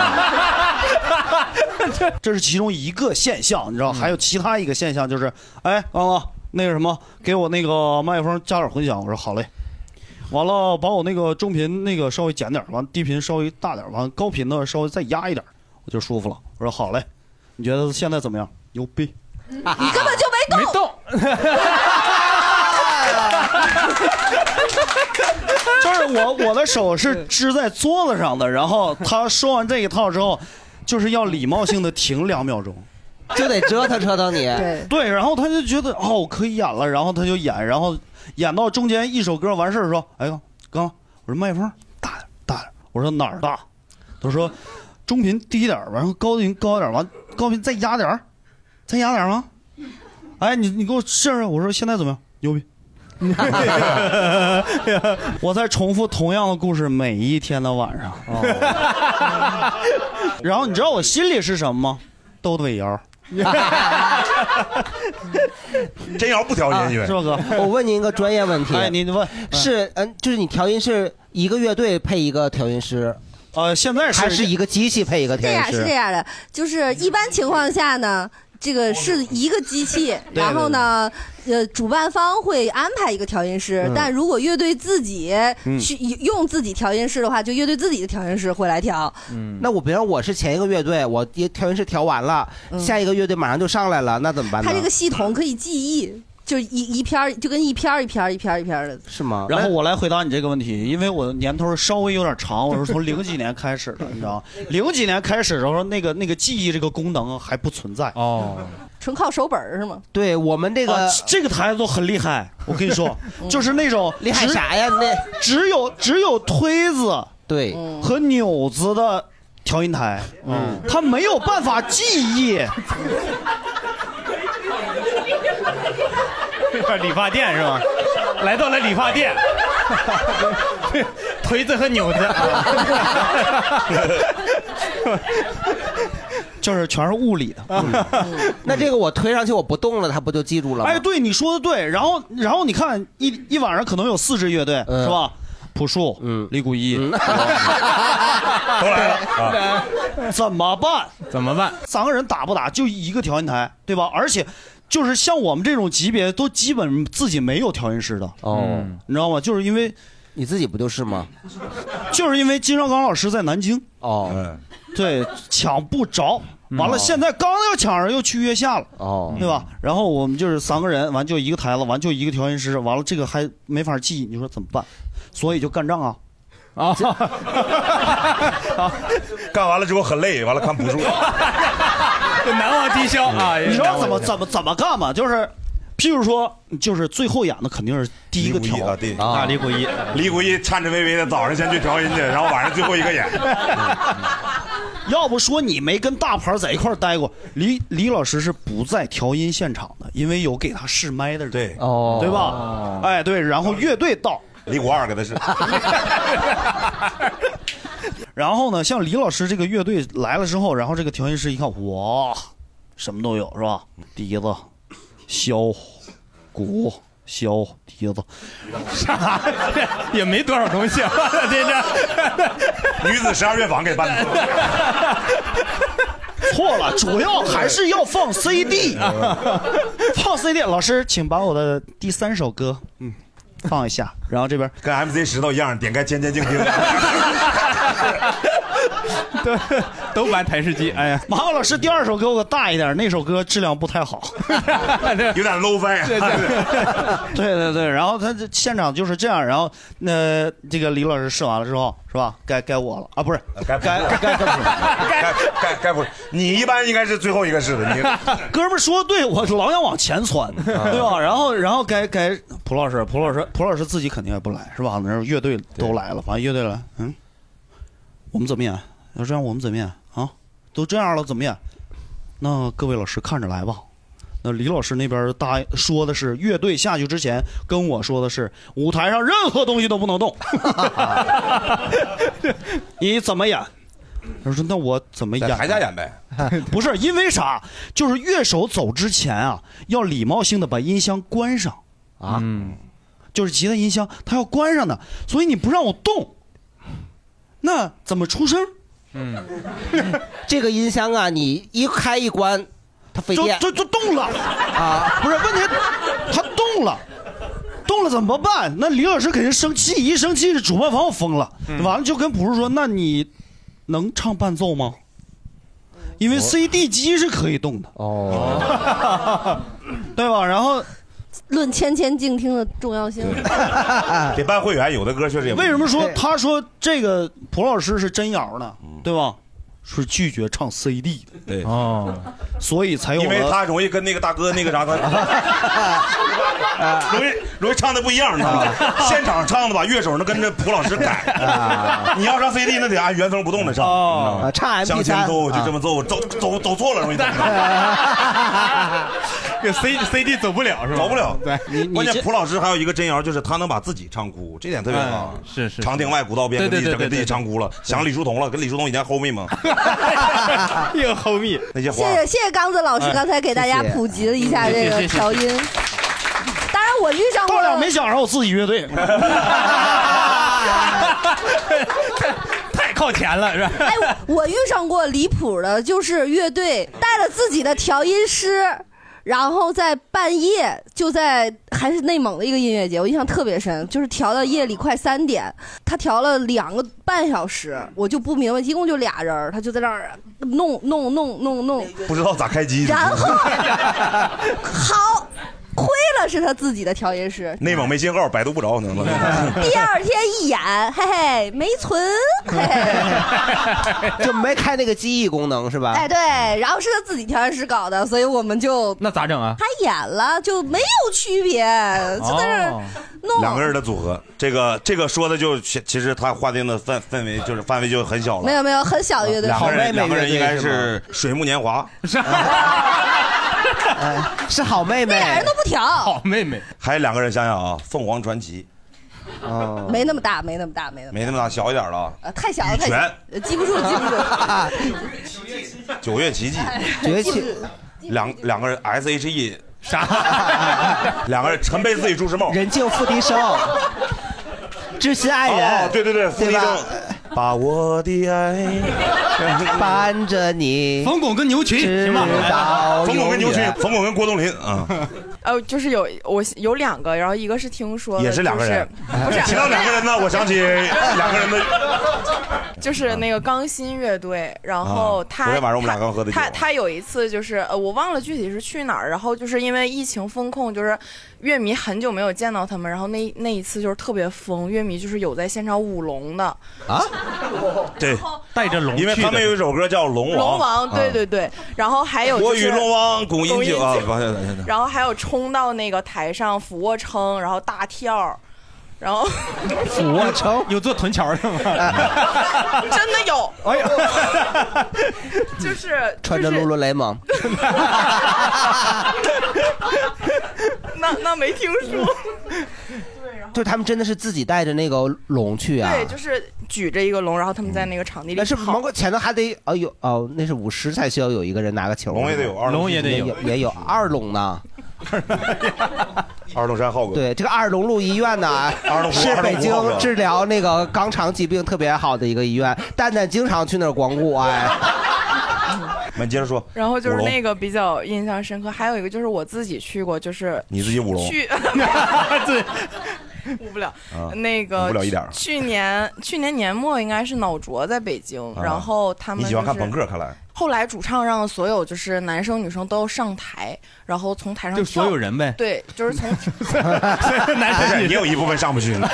S20: 问题。这是其中一个现象，你知道，还有其他一个现象就是，哎，刚刚那个什么，给我那个麦克风加点混响，我说好嘞。完了，把我那个中频那个稍微减点儿，完低频稍微大点儿，完高频呢稍微再压一点儿，我就舒服了。我说好嘞，你觉得现在怎么样？牛逼！
S4: 你根本就没动，
S20: <laughs> 就是我我的手是支在桌子上的，然后他说完这一套之后，就是要礼貌性的停两秒钟，
S2: <laughs> 就得折腾折腾你。对
S20: 对，然后他就觉得哦，我可以演了，然后他就演，然后演到中间一首歌完事儿说，哎呦，刚我说麦克风大点儿大点儿，我说哪儿大？他说中频低点儿，然后高频高点儿，完高频再压点儿，再压点儿吗？哎，你你给我试试，我说现在怎么样？牛
S2: <laughs>
S20: 逼！ <laughs> 我在重复同样的故事每一天的晚上。哦然后你知道我心里是什么吗？窦唯瑶。
S3: <laughs> 真瑶不调
S2: 啊
S20: 是吧，哥？
S2: 我问您一个专业问题，
S20: 哎你问
S2: 是嗯，就是你调音是一个乐队配一个调音师，
S20: 呃，现在
S2: 是还是一个机器配一个
S4: 这
S2: 调音
S4: 样
S2: 师？
S4: 是这样的，就是一般情况下呢，这个是一个机器，
S2: 对
S4: 然后呢，呃，主办方会安排一个调音师
S2: 嗯，
S4: 但如果乐队自己
S2: 嗯
S4: 去用自己调音师的话，就乐队自己的调音师会来调。
S2: 嗯，那我比如我是前一个乐队，我一调音师调完了，
S20: 嗯
S2: 下一个乐队马上就上来了，那怎么办呢？
S4: 它这个系统可以记忆，就一一篇儿就跟一篇儿一篇儿一篇儿一篇儿的。
S2: 是吗？
S20: 然后我来回答你这个问题，因为我年头稍微有点
S2: <laughs>
S20: 长，我是从零几年开始的，你知道吗？零几年开始的时候，那个那个记忆这个功能还不存在
S1: 哦。
S4: 纯靠手本儿是吗？
S2: 对我们这
S20: 个、啊这个台都很厉害，我跟你说
S2: <laughs> 嗯，
S20: 就是那种
S2: 厉害
S20: 只
S2: 啥呀？那
S20: 只有只有推子
S2: 对
S20: 和钮子的调音台，嗯，它没有办法记忆。
S1: <laughs> 理发店是吧？来到了理发店， <laughs>
S20: 腿子和扭子，就是全是物理
S2: <laughs>
S20: 的。
S2: 嗯那这个我推上去
S20: <laughs>
S2: 我不动了，它不就记住了吗？
S20: 哎，对，你说的对。然后，然后你看一一晚上可能有四支乐队，
S2: 嗯
S20: 是吧？朴树，嗯，李谷 <laughs> 一，
S3: 都来了
S20: 啊怎么办？
S1: 怎么办？
S20: 三个人打不打就一个调音台，对吧？而且就是像我们这种级别，都基本自己没有调音师的嗯
S2: 哦，
S20: 你知道吗？就是因为
S2: 你自己不就是吗？
S20: 就是因为金绍刚老师在南京嗯
S1: 哎
S2: 哦，
S20: 对，抢不着。
S1: 嗯
S20: 完了，
S2: 哦
S20: 现在刚要抢着又去月下了，
S2: 哦，
S20: 对吧？然后我们就是三个人，完就一个台子，完就一个调音师，完了这个还没法记，你说怎么办？所以就干仗啊。
S1: 啊，
S3: 干完了之后很累，完了看补
S1: <laughs>
S3: 嗯助，
S1: 难忘今宵啊！
S20: 你知道怎么怎么怎么干吗？就是，譬如说，就是最后演的肯定是第一个调
S3: 啊，对啊
S1: 李谷一，
S3: 李谷一颤颤巍巍的早上先去调音去，然后晚上最后一个演。
S20: 要不说你没跟大牌在一块儿待过，李李老师是不在调音现场的，因为有给他试麦的人，对
S2: 哦
S20: 对吧？哎，对，然后乐队到，
S3: 李谷二给他试。
S20: <laughs> 然后呢，像李老师这个乐队来了之后，然后这个调音师一看，哇，什么都有是吧？笛子、箫、鼓、箫、笛子，
S1: <laughs> 啥 <laughs> 也没多少东西、啊，这
S3: 这女子十二乐坊给办的。
S20: 错了，主要还是要放 CD，放 CD。老师，请把我的第三首歌，嗯，放一下。然后这边
S3: 跟 MC 石头一样，点开《千千静
S20: <laughs>
S3: 听》。
S1: 对，都玩台式机。哎呀，
S20: 马浩老师第二首歌我大一点，那首歌质量不太好，
S3: 有点 low 翻。
S20: 对 <laughs>
S5: <laughs>
S20: 对对对，然后他这现场就是这样，然后那、呃这个李老师试完了之后，是吧？该该我了啊，不是，
S3: 呃该
S20: 该该该
S3: 该该该不是，你一般应该是最后一个试的，你
S20: 哥们儿说得对，我老想往前窜，对吧？然后，然后该该蒲老师，蒲老师，蒲老师自己肯定也不来，是吧？那乐队都来了，反正乐队来，嗯，我们怎么演？要这样我们怎么演啊？都这样了，怎么演？那各位老师看着来吧。那李老师那边答应说的是，乐队下去之前跟我说的是，舞台上任何东西都不能动。 <laughs> 你怎么演？他说：“那我怎么演？
S5: 在台下演呗。
S20: <laughs> 不是因为啥，就是乐手走之前啊，要礼貌性的把音箱关上啊，就是吉他音箱，它要关上的，所以你不让我动，那怎么出声？
S1: 嗯，
S2: 这个音箱啊，你一开一关，它费电，
S20: 就就动了
S2: 啊！
S20: 不是问题，他动了，动了怎么办？那李老师肯定生气，一生气主办方疯了，完了就跟朴树说：“那你能唱伴奏吗？”因为 CD 机是可以动的哦，对吧？然后
S4: 论千千静听的重要性。
S5: 得办会员，有的歌确实也不
S20: 为什么说他说这个蒲老师是真谣呢？对吧？是拒绝唱 CD 的，
S5: 嗯对
S1: 哦，
S20: 所以才有
S5: 因为
S20: 了
S5: 他容易跟那个大哥那个啥，他
S4: 哎
S5: <laughs> 容易容易唱的不一样，你知道吗？
S4: 啊
S5: 现场唱的吧，乐手那跟着蒲老师改。
S4: 啊
S5: 你要上 CD，那得按原封不动的唱，
S4: 哦
S2: 啊唱
S5: 向
S2: MP3
S5: 前走
S4: 啊
S5: 就这么走，走走走错了容易走。
S4: <laughs>
S1: 这 C
S5: <laughs>
S1: C D 走不了是
S5: 走不了。
S1: 对
S5: 关键蒲老师还有一个真谣，就是他能把自己唱哭，这点特别好
S1: 哎。是是是
S5: 长亭外古道边，跟
S1: 对对
S5: 自己
S1: 对对
S5: 跟自己
S1: 对
S5: 唱哭了，想李叔同了，跟李叔同以前 homie 嘛，
S1: 又哎 homie
S5: 那些
S4: 谢
S5: 花。
S4: 谢谢谢刚子老师
S5: 哎
S4: 刚才给大家
S5: 谢谢
S4: 普及了一下这个调音。当然我遇上过
S20: 到了没想上我自己
S5: <laughs>
S20: 乐队，
S1: 太靠前了是吧？
S4: 哎，我我遇上过离谱的，就是乐队带了自己的调音师，然后在半夜就在还是内蒙的一个音乐节，我印象特别深，就是调到夜里快三点，他调了两个半小时，我就不明白，一共就俩人儿，他就在那儿弄弄弄弄弄，
S5: 不知道咋开机。<laughs>
S4: 然后好，亏了是他自己的调音师。
S5: 内蒙没信号，百度不着呢。
S4: 第二天一演，嘿嘿，没存，嘿嘿。
S2: <laughs> 就没开那个记忆功能是吧？
S4: 哎，对，然后是他自己调音师搞的，所以我们就
S1: 那咋整啊？
S4: 他演了就没有区别， <laughs>
S5: 哦
S4: 就在那儿弄。
S5: 两个人的组合，这个这个说的就其其实他划定的范范围就是范围就很小了。
S4: 没有没有，很小的乐队，
S5: 两个人两个人应该
S4: 是
S5: 是水木年华，
S4: <laughs>
S2: 是好妹妹，
S4: 那俩人都不调，
S1: 妹妹，
S5: 还有两个人想想啊，凤凰传奇，哦
S4: 没那么大，没那么大，没那么
S5: 没那么大，小一点了啊。
S4: 呃太小了，
S5: 羽
S4: 太小了，呃记不住，记不住。
S5: <laughs> 九月奇迹，
S4: <laughs> 九月奇
S5: 两两个人 S H E 啥？ <laughs> 两个人陈佩斯与朱时茂，
S2: 人就付笛声，知心爱人，
S5: 哦对对对付笛
S2: 吧
S5: 声把 <laughs> 我的爱
S2: 伴着你，
S1: 冯巩跟牛群
S2: 行
S5: 吗冯巩跟牛群
S2: 远，
S5: 冯巩跟郭冬临啊，
S23: 呃，就是有我有两个，然后一个是听说的
S5: 也是两个人
S23: 就是 <laughs>
S5: <laughs>
S23: 不是。
S5: 提到两个人呢，我想起两个人的
S23: <laughs> 就是那个钢芯乐队，然后
S5: 啊
S23: 他、
S5: 昨天晚上我们俩刚喝的酒啊
S23: 他他有一次就是呃，我忘了具体是去哪儿，然后就是因为疫情风控，就是乐迷很久没有见到他们，然后那那一次就是特别疯，乐迷就是有在现场舞龙的，
S5: 啊，对，
S1: 带着龙
S5: 因为
S1: 去
S5: 他们
S1: 的
S5: 有一首歌叫《龙王》，
S23: 龙王，对
S5: 啊
S23: 对对，然后还有、就是、
S5: 我与龙王共饮酒啊，不是
S23: <laughs> 然后还有冲到那个台上俯卧撑，然后大跳，然后
S1: 俯卧撑有做臀桥是吗？
S23: <laughs>
S5: 哎
S23: 真的有，
S1: 哎
S23: <laughs> 就是
S2: 穿着露露雷蒙，
S23: 那那没听说，
S2: 就他们真的是自己带着那个龙去啊。
S23: 对，就是举着一个龙，然后他们在那个场地里
S2: 那是
S23: 跑
S2: 蒙古前头还得哦有哦，那是舞狮才需要有一个人拿个球，龙
S5: 也得有二龙龙也得有
S2: 也有二龙呢。
S5: 二龙山浩哥，
S2: 对，这个二龙路医院呢，
S5: <laughs> 二龙湖
S2: 是
S5: 二龙湖
S2: 北京
S5: 浩哥
S2: 治疗那个肛肠疾病特别好的一个医院，蛋蛋经常去那儿光顾，
S5: <laughs>
S2: 哎，
S5: 我们接着说，
S23: 然后就是
S5: 舞龙
S23: 那个比较印象深刻，还有一个就是我自己去过，就是
S5: 你自己舞龙
S23: 去， <laughs> 对，舞不了
S5: 啊。
S23: 那个
S5: 舞不了一点儿
S23: 去年去年年末应该是脑浊在北京，
S5: 啊
S23: 然后他们
S5: 你喜欢
S23: 就是
S5: 看朋克，看来
S23: 后来主唱让所有就是男生女生都上台，然后从台上
S1: 就
S23: 跳
S1: 所有人呗
S23: 对，就是从
S1: <laughs> 男生
S5: 也有一部分上不
S1: <laughs>
S5: 去呢，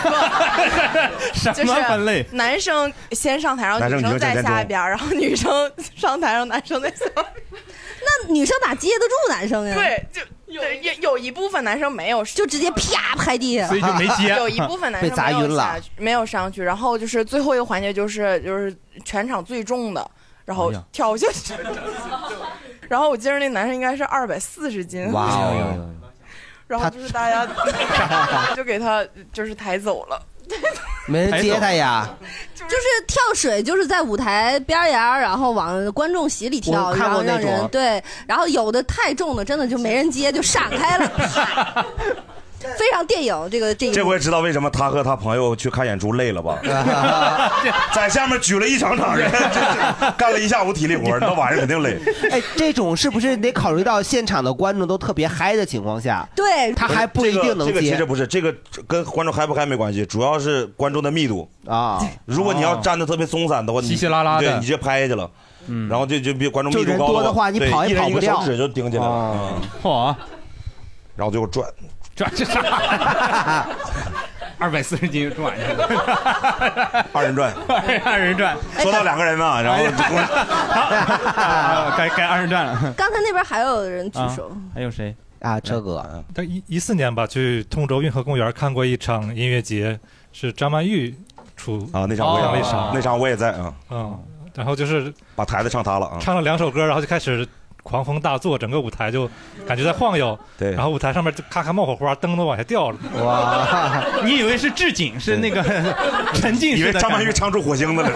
S23: 就 <laughs>
S5: 什
S23: 是
S5: 么分类
S23: 男生先上台，然后
S5: 男生
S23: 女
S5: 女
S23: 生
S5: 生
S23: 在
S5: 在
S23: 下
S5: 中
S23: 边儿，然后女生 <laughs> 上台，然后男生在下边儿。
S4: <laughs> 那女生哪接得住男生呀？
S23: 对，就对有有一部分男生没有，就
S4: 直接啪拍地上，
S23: <laughs> 有一部分男生
S2: 被砸
S23: 没有
S2: 晕了
S23: 下去，没有上去。然后就是最后一个环节，就是就是全场最重的，然后
S2: 哎呀
S23: 跳下去。 <laughs> 然后我记得那男生应该是二百四十斤，
S2: 哇哦，
S23: 然后就是大家就给他就是抬走了。 <laughs>
S2: 没人接他呀。
S4: 就是跳水，就是在舞台边沿儿，然后往观众席里跳，
S2: 我看
S4: 然后
S2: 过那
S4: 让
S2: 种
S4: 人对，然后有的太重的，真的就没人接，就闪开了。非常电影这个这一幕
S5: 这回知道为什么他和他朋友去看演出累了吧？在下面举了一场场人，干了一下午体力活，那晚上肯定累。
S2: <laughs> 哎，这种是不是得考虑到现场的观众都特别嗨的情况下？
S4: 对
S2: 他还不一定能
S5: 这个其
S2: 接
S5: 实。不是，这个跟观众嗨不嗨没关系，主要是观众的密度
S2: 啊。
S5: 如果你要站的特别松散的话，稀稀拉
S2: 拉的
S5: 对你就拍下去了。嗯，然后就就比观众密
S2: 就
S5: 度
S2: 人
S5: 高
S2: 多的话你
S5: 对
S2: 跑也
S5: 一人
S2: 跑
S5: 一
S2: 不啊
S5: 个
S2: 掉
S5: 手指就顶起来了。嗯
S1: 嚯！
S5: 然后最后转
S1: 转这啥？二百四十斤转去了，
S5: 二人转，
S1: 二人转，
S5: 哎
S1: 哎
S5: 说到两个人呢，然后
S1: <laughs>
S5: <laughs>
S1: 啊该该二人转了。
S4: 刚才那边还有人举
S18: 啊
S4: 手，
S1: 还有谁
S2: 啊？车哥，
S18: 但一一四年吧，去通州运河公园看过一场音乐节，是张曼玉出
S1: 哎
S5: 啊那场我也
S1: 哦
S18: 唱了一场，
S5: 那场我也在啊，
S18: 嗯，然后就是
S5: 把台子唱塌了啊，
S18: 唱了两首歌，然后就开始狂风大作，整个舞台就感觉在晃悠，
S5: 对
S18: 然后舞台上面就咔咔冒火花，灯都往下掉了， <laughs>
S2: 哇！
S1: 你以为是置景，是那个沉浸
S5: 以
S1: 式
S5: 为
S1: 的感觉？
S5: 张曼玉唱出火星子来。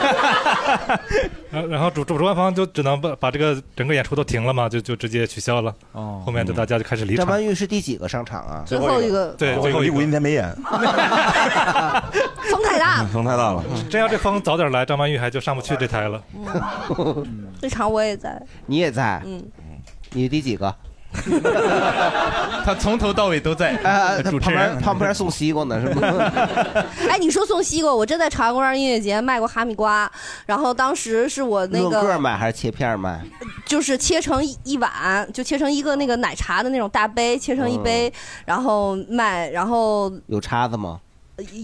S18: 然 <laughs> 后然后主主主办方就只能把把这个整个演出都停了嘛，就就直接取消了。
S1: 哦，
S18: 后面就大家就开始离场。
S2: 张曼玉是第几个上场啊？
S4: 最后一个
S18: 对，最后
S5: 一五一天没
S2: <laughs>
S5: 演，
S4: 风太大了，
S5: 风太大了。
S18: 真要这风早点来，张曼玉还就上不去这台了。
S2: 嗯
S4: 这场我也在，
S2: 你也在？
S4: 嗯，
S2: 你 <laughs> 第几个？
S1: 他从头到尾都在。
S2: 啊，他
S1: 主持
S2: 旁
S1: 人
S2: 边旁边送西瓜呢，是吗？
S4: <laughs> 哎，你说送西瓜，我真在朝阳公园音乐节卖过哈密瓜，然后当时是我那
S2: 论个儿
S4: 个
S2: 买还是切片儿买？
S4: 就是切成一一碗，就切成一个那个奶茶的那种大杯，切成一杯，
S2: 嗯
S4: 然后卖，然后
S2: 有叉子吗？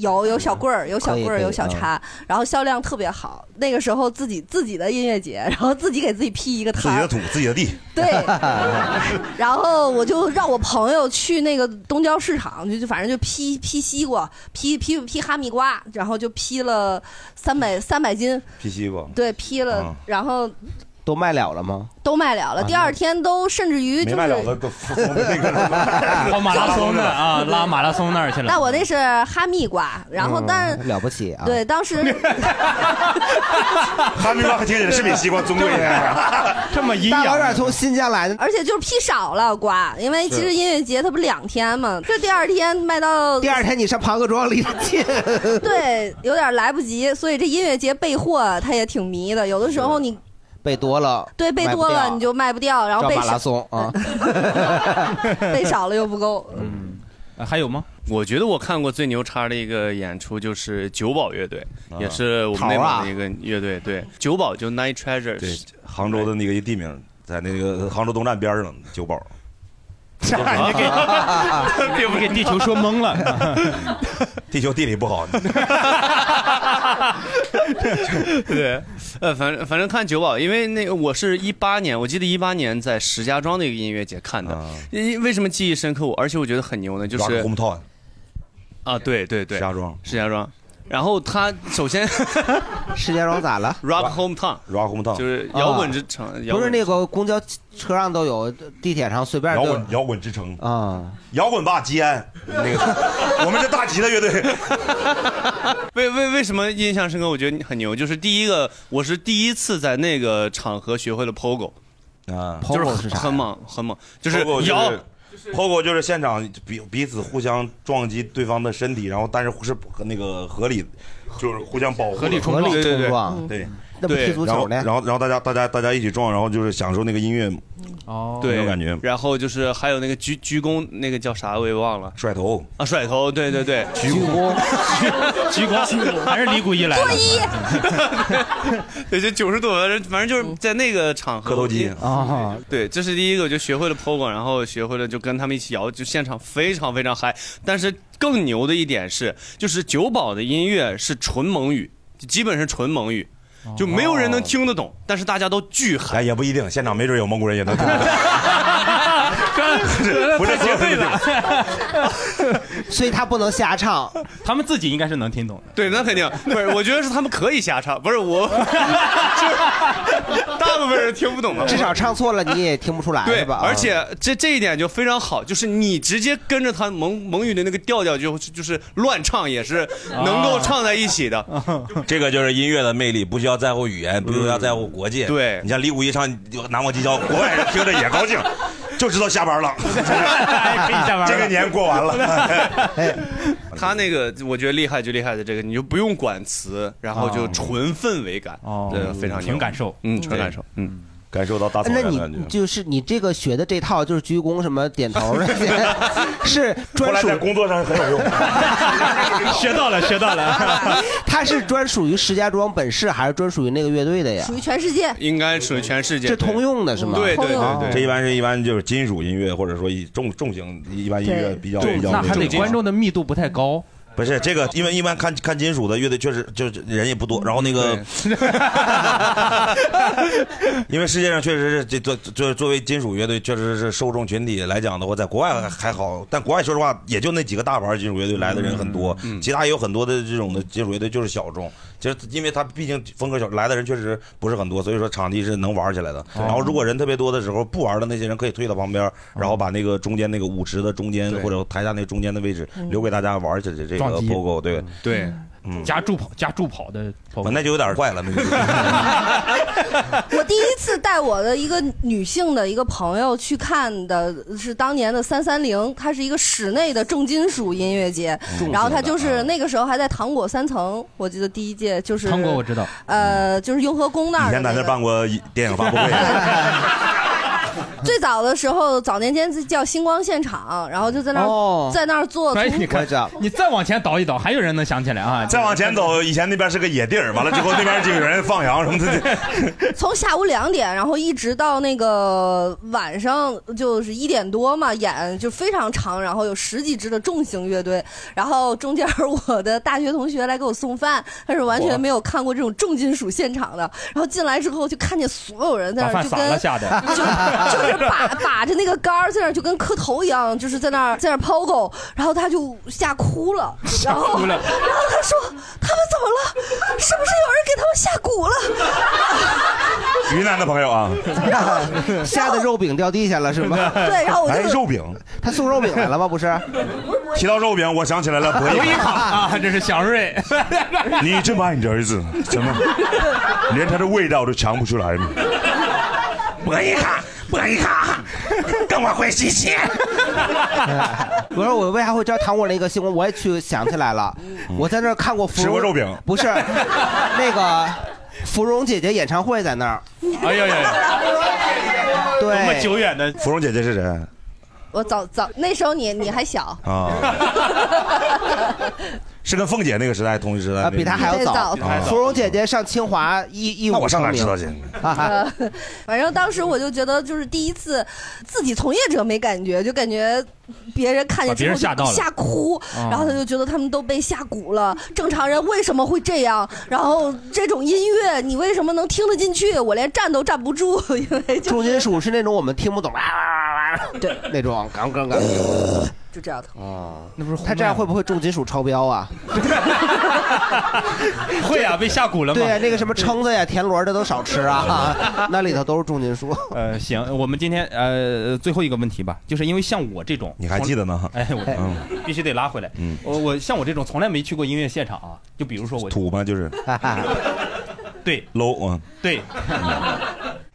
S4: 有有小棍儿，有小
S2: 可以
S4: 棍儿，
S2: 可以嗯
S4: 有小叉，然后销量特别好。那个时候自己自己的音乐节，然后自己给自己批一个
S5: 自
S4: 摊
S5: 己
S4: 儿
S5: 的，土，自己的地。
S4: 对，
S5: <laughs>
S4: 然后我就让我朋友去那个东郊市场，就就反正就批批西瓜，批批批哈密瓜，然后就批了三百三百斤，
S5: 批西瓜，
S4: 对，批了，
S2: 啊
S4: 然后
S2: 都卖了了吗？
S4: 都卖了了。
S2: 啊
S4: 第二天都甚至于
S2: 没
S4: 就是
S2: 卖了
S5: 了都那个
S1: 跑马拉松的啊，拉马拉松那儿去了。
S4: 那我那是哈密瓜，然后但
S2: 嗯、了不起
S4: <laughs>
S2: 啊！
S4: 对当
S2: <laughs>
S4: 时
S5: 哈密瓜
S1: <laughs>
S5: 听起来是比西瓜尊贵的，
S1: 这么
S2: 大老远从新疆来的，
S4: 而且就是批少了瓜，因为其
S2: 是
S4: 实音乐节它不是两天嘛，这第二天卖到
S2: 第二天你上庞各庄离得 <laughs> 近。
S4: <laughs> 对，有点来不及，所以这音乐节备货它也挺迷的。有的时候你
S2: 备多了，
S4: 对备多了你就卖不掉，然后
S2: 叫
S4: 备
S2: 马拉
S4: 少
S2: 松
S4: <laughs>
S5: <laughs>
S2: 啊，
S4: 备少 <laughs> 了又不够。
S1: 还有吗？
S15: 我觉得我看过最牛叉的一个演出就是九宝乐队，也是我们内
S5: 桃啊
S15: 蒙的一个乐队。对，九宝就 Nine Treasures，
S5: 对，杭州的那个一地名，在那
S15: 哎
S5: 个杭州东站边上，九
S1: <laughs>
S5: 堡。
S1: 你给 <laughs> 给给地球说懵了，
S4: <laughs>
S5: 地球地理不好，
S15: <laughs> 对，呃，反正反正看九宝，因为那个我是一八年，我记得一八年在石家庄的一个音乐节看
S5: 啊
S15: 的。因为什么记忆深刻？我而且我觉得很牛呢，就是
S5: hometown
S15: 啊，对对对，石家
S5: 庄，
S15: 石家庄。然后他首先
S2: <laughs> 石家庄咋了哦
S15: ？Rock hometown，Rock
S5: hometown
S15: 就是摇滚之城，摇
S2: 不是
S15: 滚
S2: 那个公交车上都有，地铁上随便
S5: 摇
S2: 都有
S5: 滚摇滚之城
S2: 啊，
S5: 摇滚吧吉安那个， <laughs> 我们这大吉的乐队，
S15: <laughs> 为为为什么印象深刻？我觉得你很牛，就是第一个，我是第一次在那个场合学会了 POGO，
S5: 啊
S15: 就是很很猛很猛， <laughs> 就是
S5: Pogo
S15: 摇。
S5: Pogo 就是现场彼彼此互相撞击对方的身体，然后但是是那个合理，就是互相保护的，
S1: 合理冲撞合理冲撞
S5: 对
S1: 那
S5: 对
S1: 不
S5: 对，
S1: 踢足
S5: 然
S1: 球
S5: 后
S1: 呢
S5: 然后然后大家大家大家一起撞，然后就是享受那个音乐，
S1: 哦
S5: 那
S15: 对，
S5: 种感觉。
S15: 然后就是还有那个鞠鞠躬，那个叫啥我也忘了，
S5: 甩头
S15: 啊，甩头，对对对，
S5: 鞠躬，
S1: 鞠躬还是李谷一来的
S4: 作揖，
S15: 对，就九十多分，反正就是在那个场合，
S5: 磕头机
S2: 啊，
S15: 对，这是第一个，我就学会了 POGO，然后学会了就跟他们一起摇，就现场非常非常嗨。但是更牛的一点是，就是九宝的音乐是纯蒙语，就基本是纯蒙语，
S1: 哦
S15: 就没有人能听得懂，但是大家都巨嗨。
S5: 哎，也不一定，现场没准有蒙古人也能听。
S15: <laughs>
S3: 啊
S1: 不
S5: 是
S1: 绝对的，
S2: <laughs> 所以他不能瞎唱。
S1: 他们自
S5: <laughs>
S1: 己应该是能听懂的。
S15: 对，那肯定不是，我觉得是他们可以瞎唱，不是
S1: <laughs>
S15: 我，就是大部分人听不懂的，
S2: 至少唱错了你也听不出来
S15: 对
S2: 是吧？啊
S15: 而且这这一点就非常好，就是你直接跟着他蒙蒙语的那个调调就，就就是乱唱也是
S1: 哦
S15: 能够唱在一起的。
S5: 这个就是音乐的魅力，不需要在乎语言，不需要在乎国界。
S15: 对
S5: 你像李谷一唱《南方技巧》，国外人听着也高兴。就知道下班了，
S1: 哎
S3: 可以下班了
S5: 这个年过完了。
S15: 他那个我觉得厉害就厉害在这个，你就不用管词，然后就纯氛围感，对，非常牛
S1: 纯感受
S15: 嗯，纯感受，
S5: 嗯，感受到大
S2: 那
S4: 哎
S2: 你就是你这个学的这套就是鞠躬什么点头那
S5: <laughs>
S2: 些，是专属
S5: 在工作上很有用。
S1: 学到了，学到了。
S2: 它是专属于石家庄本市，还是专属于那个乐队的呀？
S4: 属于全世界。
S15: 应该属于全世界，
S2: 这通用的是吗对对对通用
S5: 啊这一般是一般就是金属音乐或者说以重重型一般音乐比较
S1: 对
S5: 比较
S1: 那还得
S5: 重
S1: 观众的密度不太高。
S5: 不是这个，因为一般看看金属的乐队确实就是人也不多，然后那个， <laughs> 因为世界上确实是这作作作为金属乐队确实是受众群体来讲的话，在国外还好，但国外说实话也就那几个大牌金属乐队来的人很多，其他也有很多的这种的金属乐队就是小众，就是因为他毕竟风格小，来的人确实不是很多，所以说场地是能玩起来的。然后如果人特别多的时候，不玩的那些人可以退到旁边，然后把那个中间那个舞池的中间
S1: 对
S5: 或者台下那个中间的位置
S1: 嗯
S5: 留给大家玩起来这个
S1: 撞击
S5: POGO 对
S15: 对，
S5: 嗯，
S1: 加助跑加助跑的跑步，
S5: 那就有点坏了，那就
S4: <laughs> 我第一次带我的一个女性的一个朋友去看的是当年的三三零，它是一个室内的重金属音乐节
S1: 重，
S4: 然后它
S1: 金属
S4: 就
S1: 的
S4: 是那个时候还在糖果三层，我记得第一届就是
S5: 糖果我知道
S4: 呃，就是雍和宫那
S5: 以
S4: 儿的
S5: 前
S4: 那
S5: 咱这
S4: 个。
S5: 办过电影发布会，
S4: 最早的时候，早年间叫星光现场，然后就在那儿、
S1: 哦
S4: 在那儿做从，
S1: 哎，你看，你再往前倒一倒，还有人能想起来啊！
S5: 再往前走，以前那边是个野地儿，完了之后那边就有人放羊什么的。
S4: 从下午两点，然后一直到那个晚上就是一点多嘛，演就非常长，然后有十几支的重型乐队，然后中间儿 <laughs> 我的大学同学来给我送饭，他是完全没有看过这种重金属现场的，然后进来之后就看见所有人在那
S1: 把
S4: 儿
S1: 饭
S4: 就
S1: 撒
S4: 跟
S1: 了吓得
S4: <laughs> 就就是把把着那个杆儿在那儿就跟磕头一样，就是在那儿在那儿抛狗，然后他就吓哭了，然后
S1: 吓哭了
S4: 然后他说他们怎么了？是不是有人给他们下蛊了？
S5: 云南的朋友啊，
S2: <laughs> 吓得肉饼掉地下了是吗？
S4: <laughs> 对然后我就
S5: 哎，肉
S1: <laughs>
S5: 饼，
S2: 他送肉饼来了吗？不是，
S5: 提到肉饼，我想起来了，博
S1: 博弈
S5: 弈
S1: 好啊，这是祥瑞。
S5: <laughs> 你真把你这儿子怎
S4: <laughs>
S5: 么连他的味道都尝不出来吗？博弈卡，博弈卡，跟我回西
S4: <laughs>
S5: 西。
S2: <laughs> 我说我为啥会知道糖果那个新闻？我也去想起来了，我在那儿看过芙蓉
S5: 吃过肉饼
S2: 不是那个芙蓉姐姐演唱会在那儿。
S1: 哎呀
S4: <laughs>
S1: 呀！
S2: 对，
S5: 多么久
S1: 远的
S5: 芙蓉姐姐是谁
S4: 我早早那时候你你还小，
S5: 啊？是跟凤姐那个时代同一时代
S2: 啊，比她还要早
S5: 比她还。
S2: 芙
S5: 早。
S2: 蓉姐姐上清华一一五
S5: 那我上哪
S2: 成名
S5: 知道去？
S2: 啊，
S4: 呃，反正当时我就觉得，就是第一次自己从业者没感觉，就感觉别人看见
S1: 把别
S4: 之
S1: 人
S4: 后
S1: 吓到
S4: 就
S1: 了
S4: 吓哭，
S1: 啊
S4: 然后他就觉得他们都被吓蛊了。正常人为什么会这样？然后这种音乐你为什么能听得进去？我连站都站不住，因为就
S2: 重金属是那种我们听不懂，哇哇哇哇，对，那种杠杠杠。
S4: 就这样头。
S2: 啊，那不是他这样会不会重金属超标啊？
S1: <laughs> 会啊，被吓唬了吗？
S2: 对 <laughs> 呀，那个什么蛏子呀、田螺的都少吃
S1: <laughs>
S2: 啊， <laughs> 那里头都是重金属。
S1: 呃，行，我们今天呃最后一个问题吧，就是因为像我这种，你
S5: 还记得呢
S1: 哎，我、
S5: 嗯
S1: <laughs> 必须得拉回来。
S5: 嗯
S1: 我我像我这种从来没去过音乐现场啊，就比如说我，
S5: 土嘛
S2: <laughs>
S5: 就是，
S1: 对
S5: ，low 啊，
S1: <laughs> 对，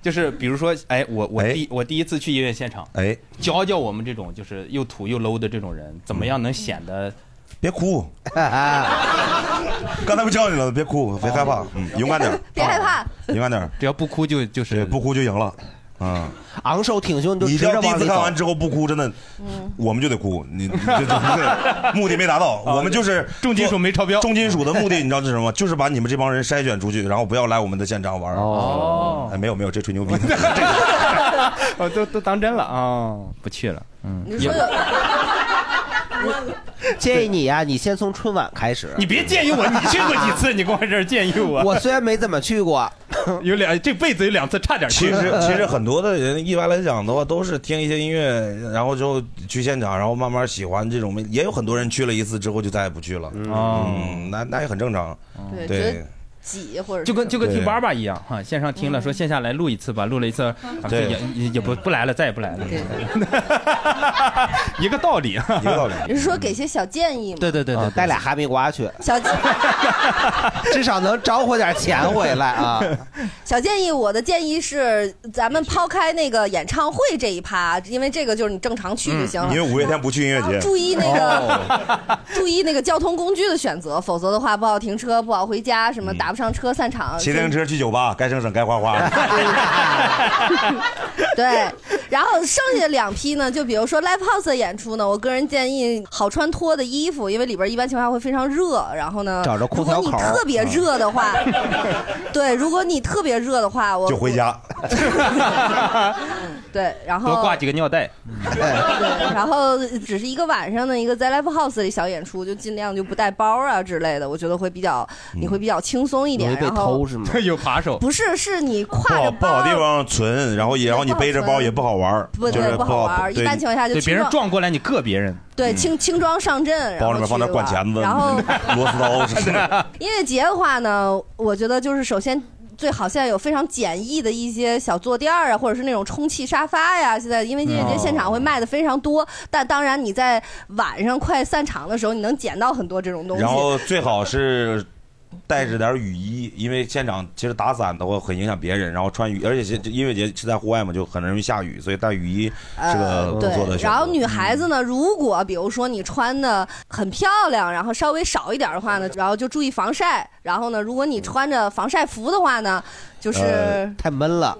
S1: 就是比如说，哎，我我第、我第一次去音乐现场，
S5: 哎，
S1: 教教我们这种就是又土又 low 的这种人，怎
S5: 嗯
S1: 么样能显得
S5: 别哭，刚才不教你了，别哭，别害怕，
S2: 啊
S5: 嗯，勇敢点儿，
S4: 别害怕，
S5: 勇敢点儿，
S1: 只要不哭就就是
S5: 不哭就赢了，啊，
S2: 昂首挺胸就
S5: 你
S2: 直
S5: 要
S2: 着
S5: 第一
S2: 往
S5: 次
S2: 里
S5: 看
S2: 走。
S5: 完之后不哭，真的，
S4: 嗯
S5: 我们就得哭，你你这这这目的没达
S1: <laughs>
S5: 到，
S1: 啊
S5: 我们就是重金属
S1: 没超标，
S5: 重金属的
S1: <laughs>
S5: 目的你知道是什么吗？就是把你们这帮人筛选出去，然后不要来我们的现场玩。
S1: 哦，
S5: 哎，没有没有，这吹牛逼，
S1: <laughs> 哦，都都当真了啊、不去了，嗯，
S4: 你
S1: 也
S4: 说有
S2: <laughs> 建议你呀，你先从春晚开始。
S1: 你别建议我，你去过几
S4: <laughs>
S1: 次？你跟我这儿建议我，
S2: 我虽然没怎么去过，
S1: <laughs> 有两这辈子有两次差点去。
S5: <laughs> 其实其实很多的人一般来讲的话，都是听一些音乐，然后之后去现场，然后慢慢喜欢这种。也有很多人去了一次之后就再也不去了，
S1: 哦
S5: 嗯，那那也很正常。
S4: <laughs> 对觉
S5: 对
S4: 得，嗯
S10: 挤，或者
S1: 就跟就跟听 b
S10: 八
S1: a b a 一样哈，线上听了说线下来录一次吧，录了一次，啊
S10: 对
S1: 也也也不不来了，再也不来了， <laughs> 一个
S5: <laughs>
S1: 道理，一个 <laughs>
S5: 道理。
S4: 你是说给些小建议吗？
S2: 对对对对，啊带俩哈密瓜去，
S4: 小建
S2: 至少能找回点钱回来啊。
S4: 小建议，我的建议是，咱们抛开那个演唱会这一趴，因为这个就是你正常去就行了。
S5: 因为嗯五月天不去音乐节，
S4: 注意那
S5: 哦
S4: 个，注意那个交通工具的选择，否则的话不好停车，不好回家，什么打不上车散场。
S5: 嗯骑自行车去酒吧，该省省，该花花。
S4: 对，然后剩下两批呢，就比如说 live house 的演出呢，我个人建议好穿脱的衣服，因为里边一般情况下会非常热。然后呢，
S2: 找着裤
S4: 如果
S2: 条
S4: 你
S2: 口儿嗯
S4: 特别热
S2: <laughs>
S4: 的话，对，如果你特别热的话，我
S5: 就回家，
S4: 对，然
S1: <laughs>
S4: 后
S1: 多挂几个尿袋，
S4: 对，然后只是一个晚上的一个在 live house 里小演出，就尽量就不带包啊之类的，我觉得会比较
S5: 嗯
S4: 你会比较轻松一点。然后
S2: 是吗？
S1: 有扒手，
S4: <laughs> 不是，是你
S5: 不
S4: 挎
S5: 好
S4: 着
S5: 不好
S4: 包。
S5: 地方存，然后也然后你背着包也不好玩儿
S4: 不，
S5: 就
S4: 对
S5: 是
S4: 不好玩儿
S5: 对
S4: 一般情况下就
S1: 对别人
S4: 轻
S1: 撞过来你硌别人，
S4: 对，轻轻装上阵，
S5: 嗯包
S4: 然
S5: 里面
S4: 后
S5: 放点
S4: 去
S5: 管
S4: 玩
S5: 钳子、嗯
S4: 然后 <laughs>
S5: 螺丝刀什么的。
S4: 音乐节的话呢，我觉得就是首先。最好现在有非常简易的一些小坐垫儿啊，或者是那种充气沙发呀。现在因为音乐
S5: 嗯
S4: 节现场会卖的非常多，但当然你在晚上快散场的时候，你能捡到很多这种东西。
S5: 然后最好是带着点雨衣，因为现场其实打伞的话很影响别人。然后穿雨，而且现音乐节是在户外嘛，就很容易下雨，所以带雨衣是个不错的
S4: 呃对，
S5: 选择。嗯
S4: 然后女孩子呢，如果比如说你穿的很漂亮，然后稍微少一点的话呢，然后就注意防晒。然后呢，
S5: 嗯
S4: 如果你穿着防晒服的话呢， <laughs> 就是、
S2: 呃
S5: 呃
S2: 太闷了。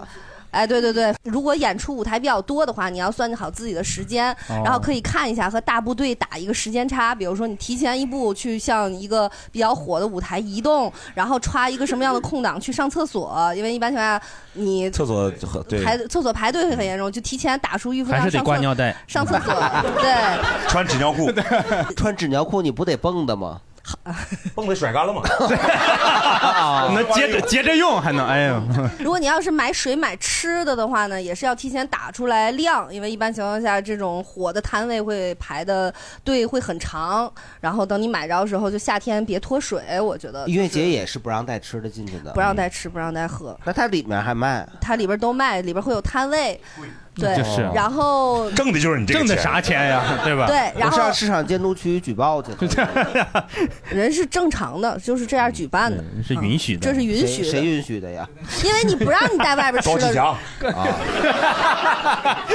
S4: 哎，对对对，如果演出舞台比较多的话，你要算好自己的时间，
S2: 哦
S4: 然后可以看一下和大部队打一个时间差。比如说，你提前一步去向一个比较火的舞台移动，然后抓一个什么样的空档去上厕所，因为一般情况下你
S5: 厕所很对，
S4: 排厕所排队会很严重，就提前打出预防
S5: 还是得
S4: 上
S5: 挂
S4: 厕
S5: 尿袋
S4: 上厕所，对。
S5: 穿纸尿裤，
S2: <laughs> 穿纸尿裤你不得蹦的吗？
S5: 蹦的甩干了吗？
S1: 啊那接
S5: 哦
S1: 着 <laughs> 接着用还能，哎呦， <laughs>
S4: 如果你要是买水买吃的的话呢，也是要提前打出来量，因为一般情况下这种火的摊位会排的队会很长，然后等你买着的时候，就夏天别脱水，我觉得
S2: 音乐节也是不让带吃的进去的，
S4: 不让带吃，不让带喝，
S2: 那它里面还卖，
S4: 它里边都卖，里边会有摊位，对，
S2: 就是啊
S4: 然后
S5: 挣的就是你
S4: 这个挣的钱啥
S5: <laughs>
S1: 钱呀？对
S4: 吧对然
S2: 我
S4: 后
S2: 上市场监督局举报去了，
S4: 人是正常的，就是这样举办
S2: 嗯
S4: 的，
S1: <laughs> 是允许的，
S4: 这是允许的
S2: 谁谁允许的呀？啊
S4: 因为你不让你带外边吃
S2: 高启
S4: 的
S5: 啊
S2: 强，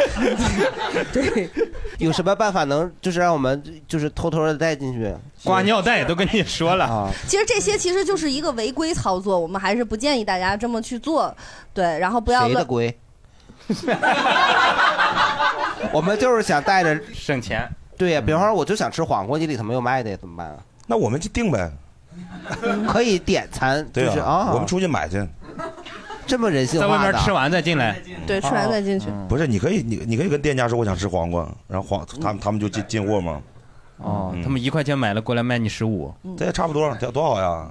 S4: 对，
S2: <laughs> 有什么办法能就是让我们就是偷偷的带进去？
S1: 挂尿袋都跟你说了
S2: 啊，
S4: 其实这些其实就是一个违规操作，我们还是不建议大家这么去做，对，然后不要
S2: 谁的
S4: 乱
S2: 龟？ <laughs> 我们就是想带着
S1: 省钱。嗯
S2: 对呀，比方说我就想吃黄瓜，你里头没有卖的怎么办啊？
S5: 那我们就订呗，
S2: <laughs> 可以点餐，
S5: 对
S2: 就是
S5: 啊，
S2: 啊，
S5: 我们出去买去。
S2: 这么人性
S1: 在
S2: 化
S1: 外面
S2: 的
S1: 吃完再进来，
S4: 对，吃完再进去。
S5: 不是，你可以，你你可以跟店家说我想吃黄瓜，然后黄他们他们就进进货嘛。嗯
S1: 哦，他们一块钱买了过来卖你十五，
S4: 嗯
S5: 这也差不多，这多好呀！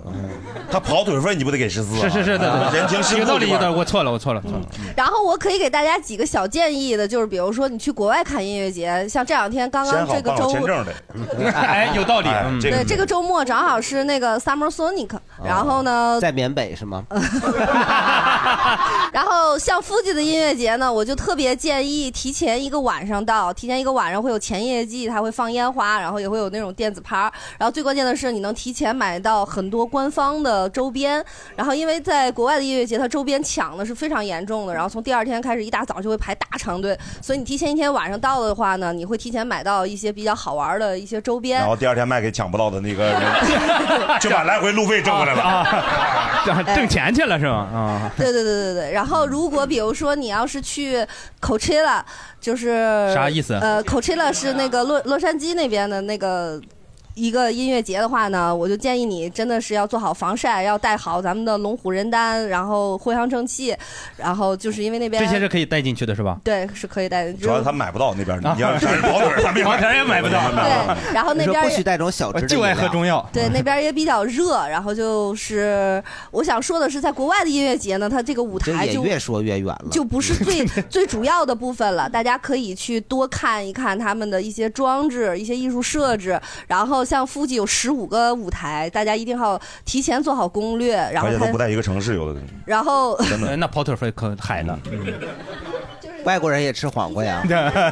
S5: 他跑腿费你不得给十四？啊
S1: 是是是的，
S5: 人情世故
S1: 有道理
S5: 这
S1: 有
S5: 块
S1: 道
S5: 儿
S1: 理，我错了我错
S4: <laughs>
S5: 啊
S1: 了错了。
S4: 然后我可以给大家几个小建议的，就是比如说你去国外看音乐节，像这两天刚刚
S5: 先好
S4: 这个
S5: 办好
S4: 周
S5: 签证得。
S2: <laughs>
S1: 哎，有道理。
S2: 嗯
S5: 这
S4: 对这个周末正好是那个 Summer Sonic，然后呢，
S2: 哦在缅北是吗？
S4: 然后像附近的音乐节呢，我就特别建议提前一个晚上到，提前一个晚上会有前夜祭，它会放烟花，然后也会有那种电子趴儿，然后最关键的是你能提前买到很多官方的周边，然后因为在国外的音乐节，它周边抢的是非常严重的，然后从第二天开始一大早就会排大长队，所以你提前一天晚上到的话呢，你会提前买到一些比较好玩儿的一些周边
S5: 然，后第二天卖给抢不到的那个人，就把来回路费挣回来了，
S1: 挣啊挣钱去了是吗？
S5: <laughs>
S1: 啊，
S4: 对对对对对。然后，如果比如说你要是去 Coachella，就是
S1: 啥意思
S4: 呃，Coachella 是那个洛洛杉矶那边的那个。一个音乐节的话呢，我就建议你真的是要做好防晒，要带好咱们的龙虎人丹，然后藿香正气，然后就是因为那边
S1: 这些是可以带进去的是吧？
S4: 对是可以带的，就是
S5: 主要他买不到那边，你要是跑腿儿，他没法
S1: 跑腿儿也买不到
S4: 对然后那
S2: 你
S4: 边也
S2: 说不许带这种小吃的饮料，
S1: 就爱喝中药
S4: 对，那边也比较热，然后就是我想说的是，在国外的音乐节呢，它这个舞
S2: 这
S4: 台
S2: 也
S4: 就
S2: 越说越远了。
S4: 就不是
S5: <laughs>
S4: 最最主要的部分了。大家可以去多看一看他们的一些装置、一些艺术设置，然后像 Fuji 有十五个舞台，大家一定要提前做好攻略，然后
S5: 而且都不
S4: 他，
S5: 在一个城市，有的
S4: 然后
S5: 真的。
S1: 呃那 Potterfree 可海了，
S2: 外国人也吃黄瓜
S1: <laughs>
S2: 呀。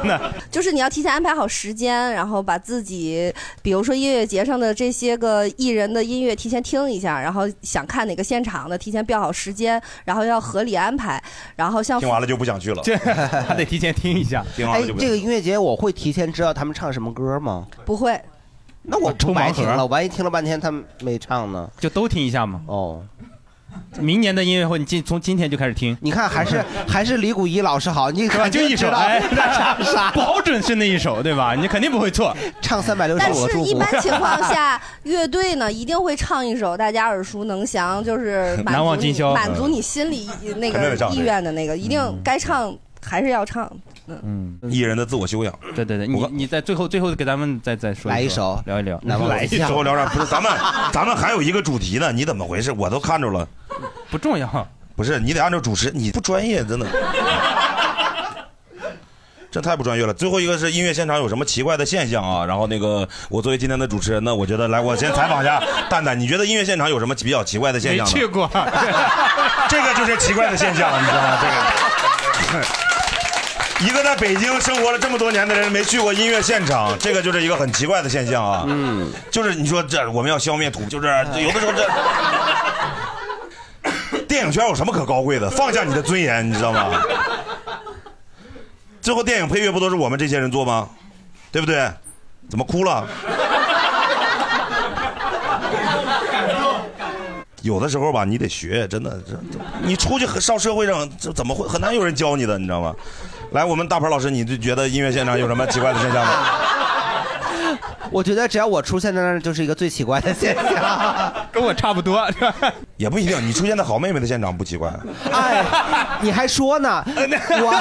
S4: <laughs> 就是你要提前安排好时间，然后把自己，比如说音乐节上的这些个艺人的音乐提前听一下，然后想看哪个现场的提前标好时间，然后要合理安排，然后像
S5: 听完了就不想去了，
S1: <laughs> 还得提前听一下。
S5: 听完
S2: 哎
S5: 了就，不
S2: 这
S5: 想
S2: 个
S5: 去
S2: 音乐节我会提前知道他们唱什么歌吗？
S4: 不会，
S2: 那我
S1: 抽
S2: 不白
S1: 盲盒
S2: 听了，我万一听了半天他们没唱呢？
S1: 就都听一下嘛。
S2: 哦，
S1: 明年的音乐会你今从今天就开始听，
S2: 你看还是还是李谷一老师好，你
S1: <laughs> 是吧？
S2: 肯
S1: 就
S2: 定
S1: 一
S2: <laughs>
S1: 首，
S2: 知道
S1: 哎，
S2: 他唱啥，
S1: 保准是那一首，对吧？你肯定不会错。
S2: 唱三百六
S4: 但是，一般情况下，乐队呢一定会唱一首大家耳熟能详，
S1: <laughs>
S4: 就是满足
S1: 难忘今宵
S4: 你满足你心里那
S5: 肯定
S4: 个
S5: 得唱
S4: 意愿的那个，一定该唱还是要唱。嗯，
S1: 嗯，
S5: 艺人的自我修养。
S1: 对对对，你你在最后最后给咱们再再说
S5: 来一
S1: 首，聊一聊，
S5: 来一周聊啥？不是，咱们咱们还有一个主题呢，你怎么回事？我都看着了，
S1: 不重要。
S5: 不是，你得按照主持人，你不专业，
S1: <laughs>
S5: 真的，这太不专业了。最后一个是音乐现场有什么奇怪的现象啊？然后那个，我作为今天的主持人呢，我觉得来，我先采访一下蛋蛋，你觉得音乐现场有什么比较奇怪的现
S1: <laughs> 没
S5: 象呢？
S1: 去过，
S5: <laughs> 这个就是奇怪的现象，你知道吗？这个。 <laughs> 一个在北京生活了这么多年的人没去过音乐现场，这个就是一个很奇怪的现象啊。嗯，就是你说这我们要消灭土，就是
S20: 哎
S5: 有的时候
S20: <laughs>
S5: 这，电影圈有什么可高贵的？放下你的尊严，你知道吗？最后电影配乐不都是我们这些人做吗？对不对？怎么哭了？有的时候吧，你得学，真的，这这你出去和上社会上，这怎么会很难有人教你的，你知道吗？来，我们大鹏老师，你就觉得音乐现场有什么奇怪的现象吗？
S2: <laughs> 我觉得只要我出现在那儿，就是一个最奇怪的现象。
S1: <laughs> 跟我差不多，
S5: <laughs> 也不一定，你出现在好妹妹的现场不奇怪。
S2: <laughs> 哎，你还说呢？
S1: 呃
S2: 我。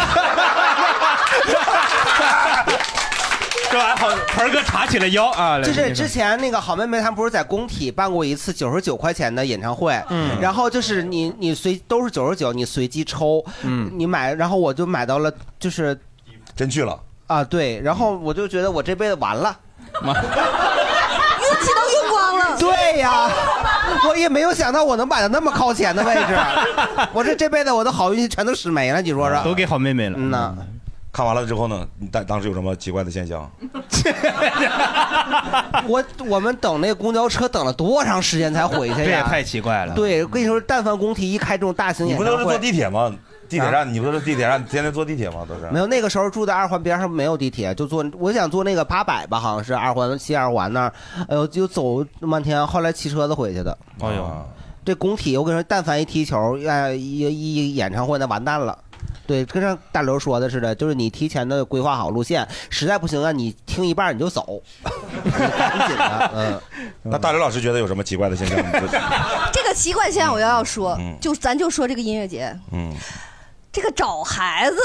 S1: 这玩意好，盆哥查起了腰啊！
S2: 就是
S5: <laughs>
S2: 之前那个好妹妹，她们不是在工体办过一次九十九块钱的演唱会，
S1: 嗯
S2: 然后就是你你随都是九十九，你随机抽，
S1: 嗯
S2: 你买，然后我就买到了，就是
S5: 真去了
S2: 啊，对，然后我就觉得我这辈子完了，
S4: 运气都用光了。
S2: 对呀，我也没有想到我能买到那么靠前的位置，啊
S1: <laughs>
S2: 我这这辈子我的好运气全都使没了，你说说，
S1: <laughs> 都给好妹妹了。
S2: 嗯呐，
S5: 看完了之后呢，你当当时有什么奇怪的现象？
S2: 我我们等那公交车等了多长时间才回去呀？
S1: 这也太奇怪了。
S2: 对，跟你说，但凡工体一开这种大型
S5: 你
S2: 演
S5: 不
S2: 唱
S5: 都是
S2: 会，啊
S5: 坐地铁吗？地铁站，你不都是地铁站，天天坐地铁吗？都是
S2: 没。有，那个时候住在二环边上，没有地铁，就坐我想坐那个八百吧，好像是二环西二环那儿，哎呦，就走那么半天，后来骑车子回去的。
S1: 哎呦，
S2: 这工体，我跟你说，但凡一踢球，哎，一一一演唱会，那完蛋了。对，跟上大刘说的似的，就是你提前的规划好路线，实在不行啊，你听一半你就走，赶紧的，嗯。
S5: <laughs> 那大刘老师觉得有什么奇怪的现象？你就
S4: <laughs> 这个奇怪现象我要要说
S5: 嗯，
S4: 就咱就说这个音乐节，
S5: 嗯，
S4: 这个找孩子，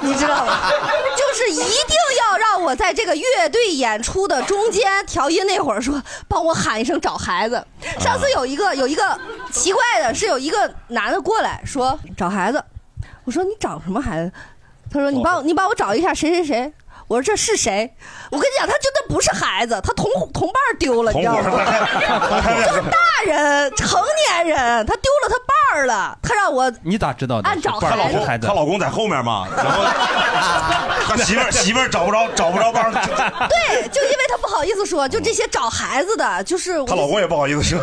S4: 你知道吗？就是一定要让我在这个乐队演出的中间调音那会儿说，帮我喊一声找孩子。上次有一个有一个奇怪的是，有一个男的过来说找孩子，我说你找什么孩子？他说你帮我你帮我找一下谁谁谁。我说这是谁？我跟你讲，他真的不是孩子，他同同伴儿丢了，你知道吗？就是大人、成年人，他丢了他伴儿了，他
S5: <laughs>
S4: 让我
S1: 你咋知道的？ <laughs>
S4: 按找
S5: 她老
S4: 孩子
S5: 公，她老公在后面嘛，然
S4: <laughs>
S5: 后她媳妇儿媳妇儿找不着找不着帮，
S4: 对，就因为他不好意思说，就这些找孩子的，就是我
S5: 她老公也不好意思说。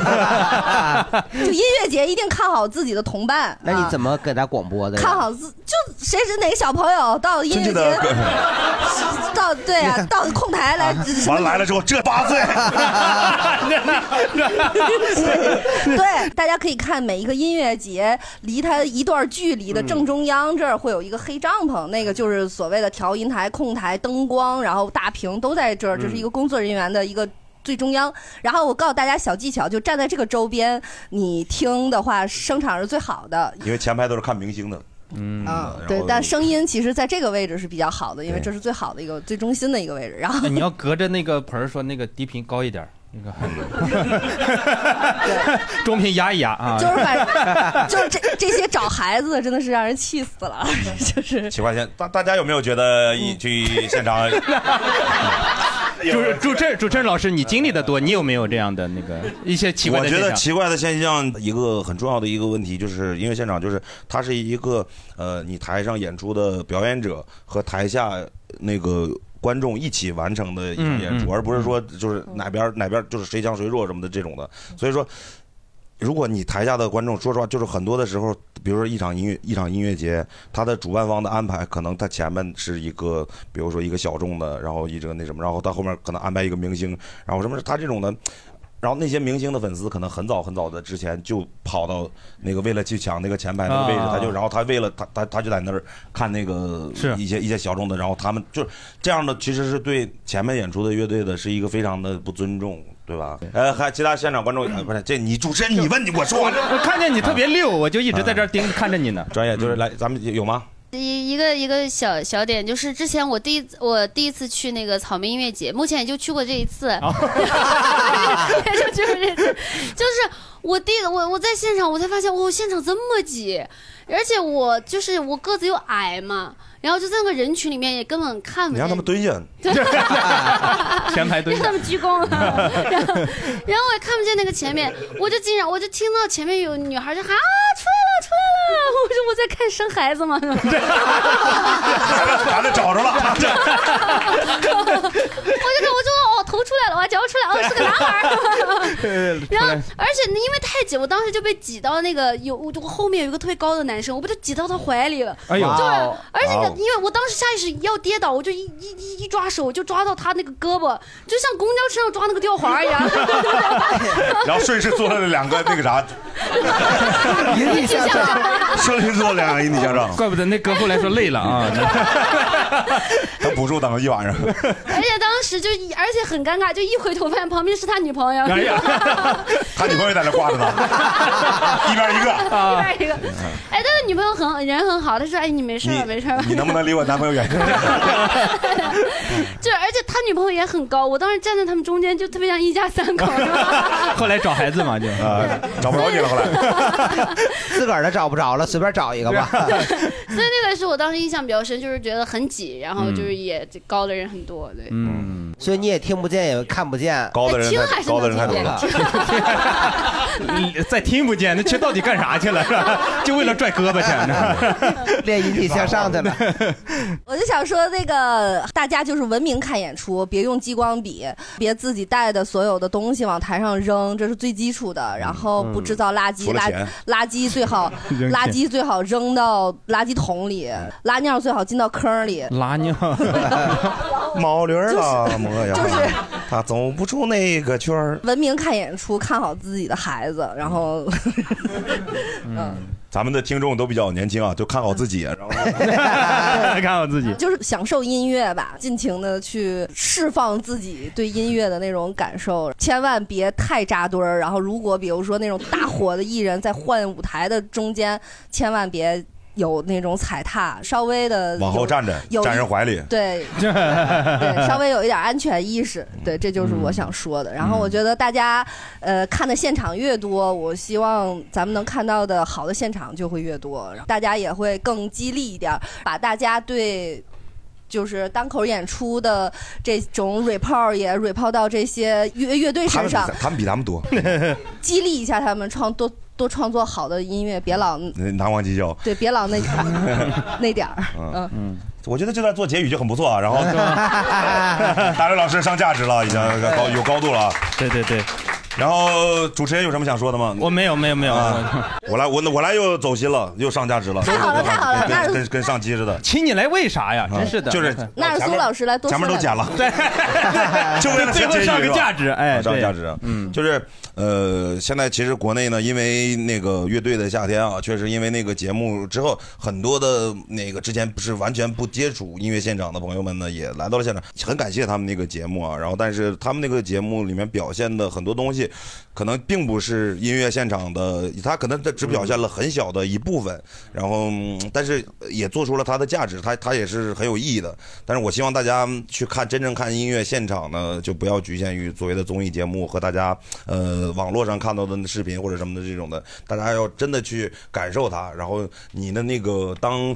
S4: <laughs> 就音乐节一定看好自己的同伴。
S2: 那
S5: 啊
S2: 你怎
S4: 么、
S2: 么给他广播的呀？
S4: 看好自？就谁是哪个小朋友到音
S2: 尊敬
S4: 乐
S2: 的
S4: 节，到对啊，到控台来。
S5: 完来了之后，这八岁， <laughs>
S4: <laughs> 对，大家可以看每一个音乐节离它一段距离的正中央这儿会有一个黑帐篷，那个就是所谓的调音台、控台、灯光，然后大屏都在这儿，这是一个工作人员的一个。最中央，然后我告诉大家小技巧，就站在这个周边，你听的话声场是最好的，
S5: 因为前排都是看明星的，嗯
S21: 哎
S4: 啊，对，但声音其实在这个位置是比较好的，因为
S1: 对
S4: 这是最好的一个最中心的一个位置。然后
S21: <laughs>
S1: 哎你要隔着那个盆儿说那个低频高一点儿，那个 <laughs> 中频压一压啊。
S4: <laughs> 就是反正就是这这些找孩子的真的是让人气
S21: <laughs>
S4: 死了，就是
S5: 奇怪现，大大家有没有觉得一去现场
S1: 主 <laughs> 主持主持人老师，你经历的多，你有没有这样的那个一些奇怪
S5: 我
S1: 的
S5: 觉
S1: 现
S5: 得
S1: 象
S5: 奇怪的现象，一个很重要的一个问题就是音乐现场，就是它是一个呃，你台上演出的表演者和台下那个。观众一起完成的一个
S24: 嗯
S5: 演出，
S24: 嗯
S5: 而不是说就是哪边儿哪边儿就是谁强谁弱什么的这种的。所以说，如果你台下的观众，说实话，就是很多的时候，比如说一场音乐一场音乐节，它的主办方的安排，可能它前面是一个，比如说一个小众的，然后一个那什么，然后到后面可能安排一个明星，然后什么，他这种的。然后那些明星的粉丝可能很早很早的之前就跑到那个为了去抢那个前排那个位置，
S24: 啊
S5: 他就然后他为了他他他就在那儿看那个一些一些小众的，然后他们就是这样的，其实是对前面演出的乐队的是一个非常的不尊重，对吧？呃，还其他现场观众呃不是这你主持人你问你我说啊
S1: 我看见你特别溜，我就一直在这儿盯看着你呢。嗯
S5: 专业就是来咱们有吗？
S16: 一一个一个小小点，就是之前我第一次我第一次去那个草莓音乐节，目前也就去过这一次，
S5: 哦
S16: <laughs> 就就是这次，就是我第一个我我在现场我才发现，哦，现场这么挤，而且我就是我个子又矮嘛，然后就在那个人群里面也根本看不
S5: 你
S16: 见
S5: 让他们蹲下，
S1: <laughs> 前排蹲
S16: 让
S1: 下
S16: 他们鞠躬了，啊然后然后我也看不见那个前面，我就经常我就听到前面有女孩就喊啊出来了出来了， <laughs> 我说我在看生孩子吗？ <laughs>
S5: 咱这找着了，
S16: <laughs> 我就看，我就哦，头出来了，哇，脚出来了，哦，是个男孩儿。 <laughs> 然后，而且呢因为太挤，我当时就被挤到那个有我我后面有一个特别高的男生，我被他挤到他怀里了。
S21: 哎呦
S16: 就是
S21: 哇哦，
S16: 而且
S21: 哇
S16: 呢
S21: 哦，
S16: 因为我当时下意识要跌倒，我就一一一一抓手，我就抓到他那个胳膊，就像公交车上抓那个吊环儿一样。 <laughs>
S5: 然后顺势做了两个那个啥，
S16: 引体向上
S5: 顺势做了两个引体向上，
S1: 怪不得那哥后来说累了啊，
S5: <laughs> 他补助等了一晚上。
S16: <laughs> 而且当时就一，而且很尴尬，就一回头发现旁边是他女朋友。
S5: 哎
S16: <laughs>
S5: 呀， <laughs> 他女朋友在那挂
S1: <laughs>
S5: 着呢，一边一
S16: 一
S5: 个。
S16: 边
S21: 啊
S16: 一个，哎，但是女朋友很人很好，她说：“哎，你没事吧？没事吧？”
S5: 你能不能离我男朋友远点？
S16: <laughs> 就而且他女朋友也很高，我当时站在他们中间，就特别像一家三口。
S1: 后来找孩子嘛就
S5: 啊，找不着你了，后来
S2: <laughs> 自个儿的找不着了，随便找一个吧。
S16: 所以那个是我当时印象比较深，就是觉得很挤，然后就是也高的人很多，对。
S2: 嗯，所以你也听不见，也看不见，哎
S5: 高
S16: 的人听还太是高的能人太听多了见
S1: 你嗯再听不见，那去到底干啥去了？
S5: <laughs>
S1: 是吧？就为了拽胳膊去，
S2: 练引
S16: <laughs>
S2: 体向上去了。
S4: 我就想说，那个大家就是文明看演出，别用激光笔，别自己带的所有的东西往台上扔，这是最基础的。然后不制造垃圾，
S25: 嗯除了
S4: 垃
S25: 钱
S4: 垃圾最
S25: <laughs>
S4: 好
S1: 扔钱，
S4: 垃圾最好扔到垃圾桶里，拉尿最好进到坑里。
S1: <laughs> 拉尿，
S5: <laughs> 毛驴儿了，磨呀，
S4: 就是
S5: 他走不出那个圈儿。
S4: 文明看演出，看好自己的孩子，然后嗯
S5: 咱们的听众都比较年轻啊，就看好自己，然后
S1: <laughs> 看好自己。
S4: 就是享受音乐吧，尽情的去释放自己对音乐的那种感受，千万别太扎堆儿。然后，如果比如说那种大火的艺人在换舞台的中间，千万别有那种踩踏，稍微的
S5: 往后站着
S4: 呃有
S5: 站人怀里
S1: <laughs>
S4: 对，
S5: <laughs>
S4: 对，稍微有一点安全意识，对，这就是
S5: 嗯
S4: 我想说的。然后我觉得大家，呃，看的现场越多，我希望咱们能看到的好的现场就会越多，然后大家也会更激励一点儿，把大家对。就是单口演出的这种 report 也 report 到这些乐乐队
S5: 他
S4: 身
S5: 们比
S4: 上
S5: 咱，他们比咱
S1: <laughs>
S5: 们多，
S4: 激励一下他们创多多创作好的音乐，别老
S5: 拿黄鸡叫。
S4: 对别老
S5: <laughs>
S4: 那那点儿，嗯，
S5: 嗯，我觉得这段做结语就很不错啊。然后， <laughs> 大刘老师上价值了，已
S1: <laughs>
S5: 经高有高度了。
S1: 对对对。
S5: 然后主持人有什么想说的吗？啊
S1: 我没有，没有，没有。
S5: 我来，我我来又走心了，又上价值了。
S4: 太好了太好了那
S5: 跟跟跟上期似的。
S1: 亲你来为啥呀？真是的，
S5: 就是
S4: 那尔苏老师来多
S5: 前面都
S4: 说两
S5: 剪了
S4: 句，
S5: <laughs> <laughs>
S1: 对，
S5: 就为了
S1: 最后上个价值，哎，
S5: 上
S1: 对
S5: 价值，嗯，就是呃，现在其实国内呢，因为那个乐队的夏天啊，确实因为那个节目之后，很多的那个之前不是完全不接触音乐现场的朋友们呢，也来到了现场，很感谢他们那个节目啊。然后，但是他们那个节目里面表现的很多东西，可能并不是音乐现场的，他可能这只表现了很小的一部分，然后嗯但是也做出了它的价值，它它也是很有意义的。但是我希望大家去看真正看音乐现场呢，就不要局限于所谓的综艺节目和大家呃网络上看到的视频或者什么的这种的，大家要真的去感受它，然后你的那个当。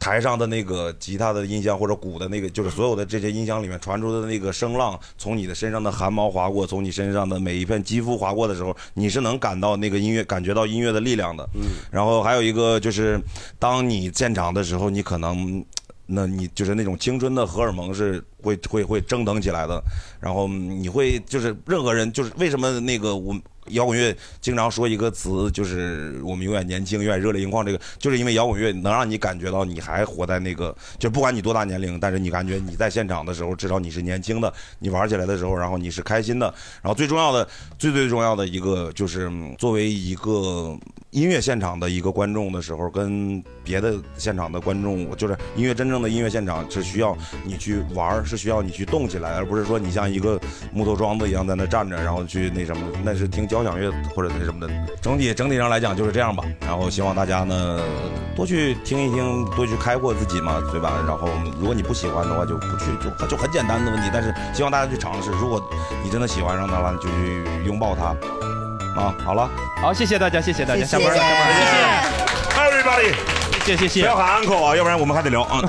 S5: 台上的那个吉他的音箱或者鼓的那个，就是所有的这些音箱里面传出的那个声浪，从你的身上的汗毛划过，从你身上的每一片肌肤划过的时候，你是能感到那个音乐，感觉到音乐的力量的。嗯。然后还有一个就是，当你现场的时候，你可能，那你就是那种青春的荷尔蒙是会会会蒸腾起来的。然后你会就是任何人就是为什么那个我摇滚乐经常说一个词，就是我们永远年轻，永远热泪盈眶。这个就是因为摇滚乐能让你感觉到你还活在那个，就不管你多大年龄，但是你感觉你在现场的时候，至少你是年轻的，你玩起来的时候，然后你是开心的。然后最重要的、最最重要的一个就是嗯作为一个音乐现场的一个观众的时候，跟别的现场的观众，就是音乐真正的音乐现场是需要你去玩儿，是需要你去动起来，而不是说你像一个木头桩子一样在那站着，然后去那什么，那是听交响乐或者那什么的。整体整体上来讲就是这样吧。然后希望大家呢多去听一听，多去开阔自己嘛，对吧？然后如果你不喜欢的话就不去，就就很简单的问题。但是希望大家去尝试，如果你真的喜欢，让大家就去拥抱它。啊，好了，
S1: 好，谢谢大家，谢谢大家，下班了，
S5: 谢谢
S1: 下班了，
S5: ，everybody，
S1: 谢谢谢
S5: <laughs>
S1: 谢， <laughs>
S5: 不要喊 uncle 啊，要不然我们还得聊啊。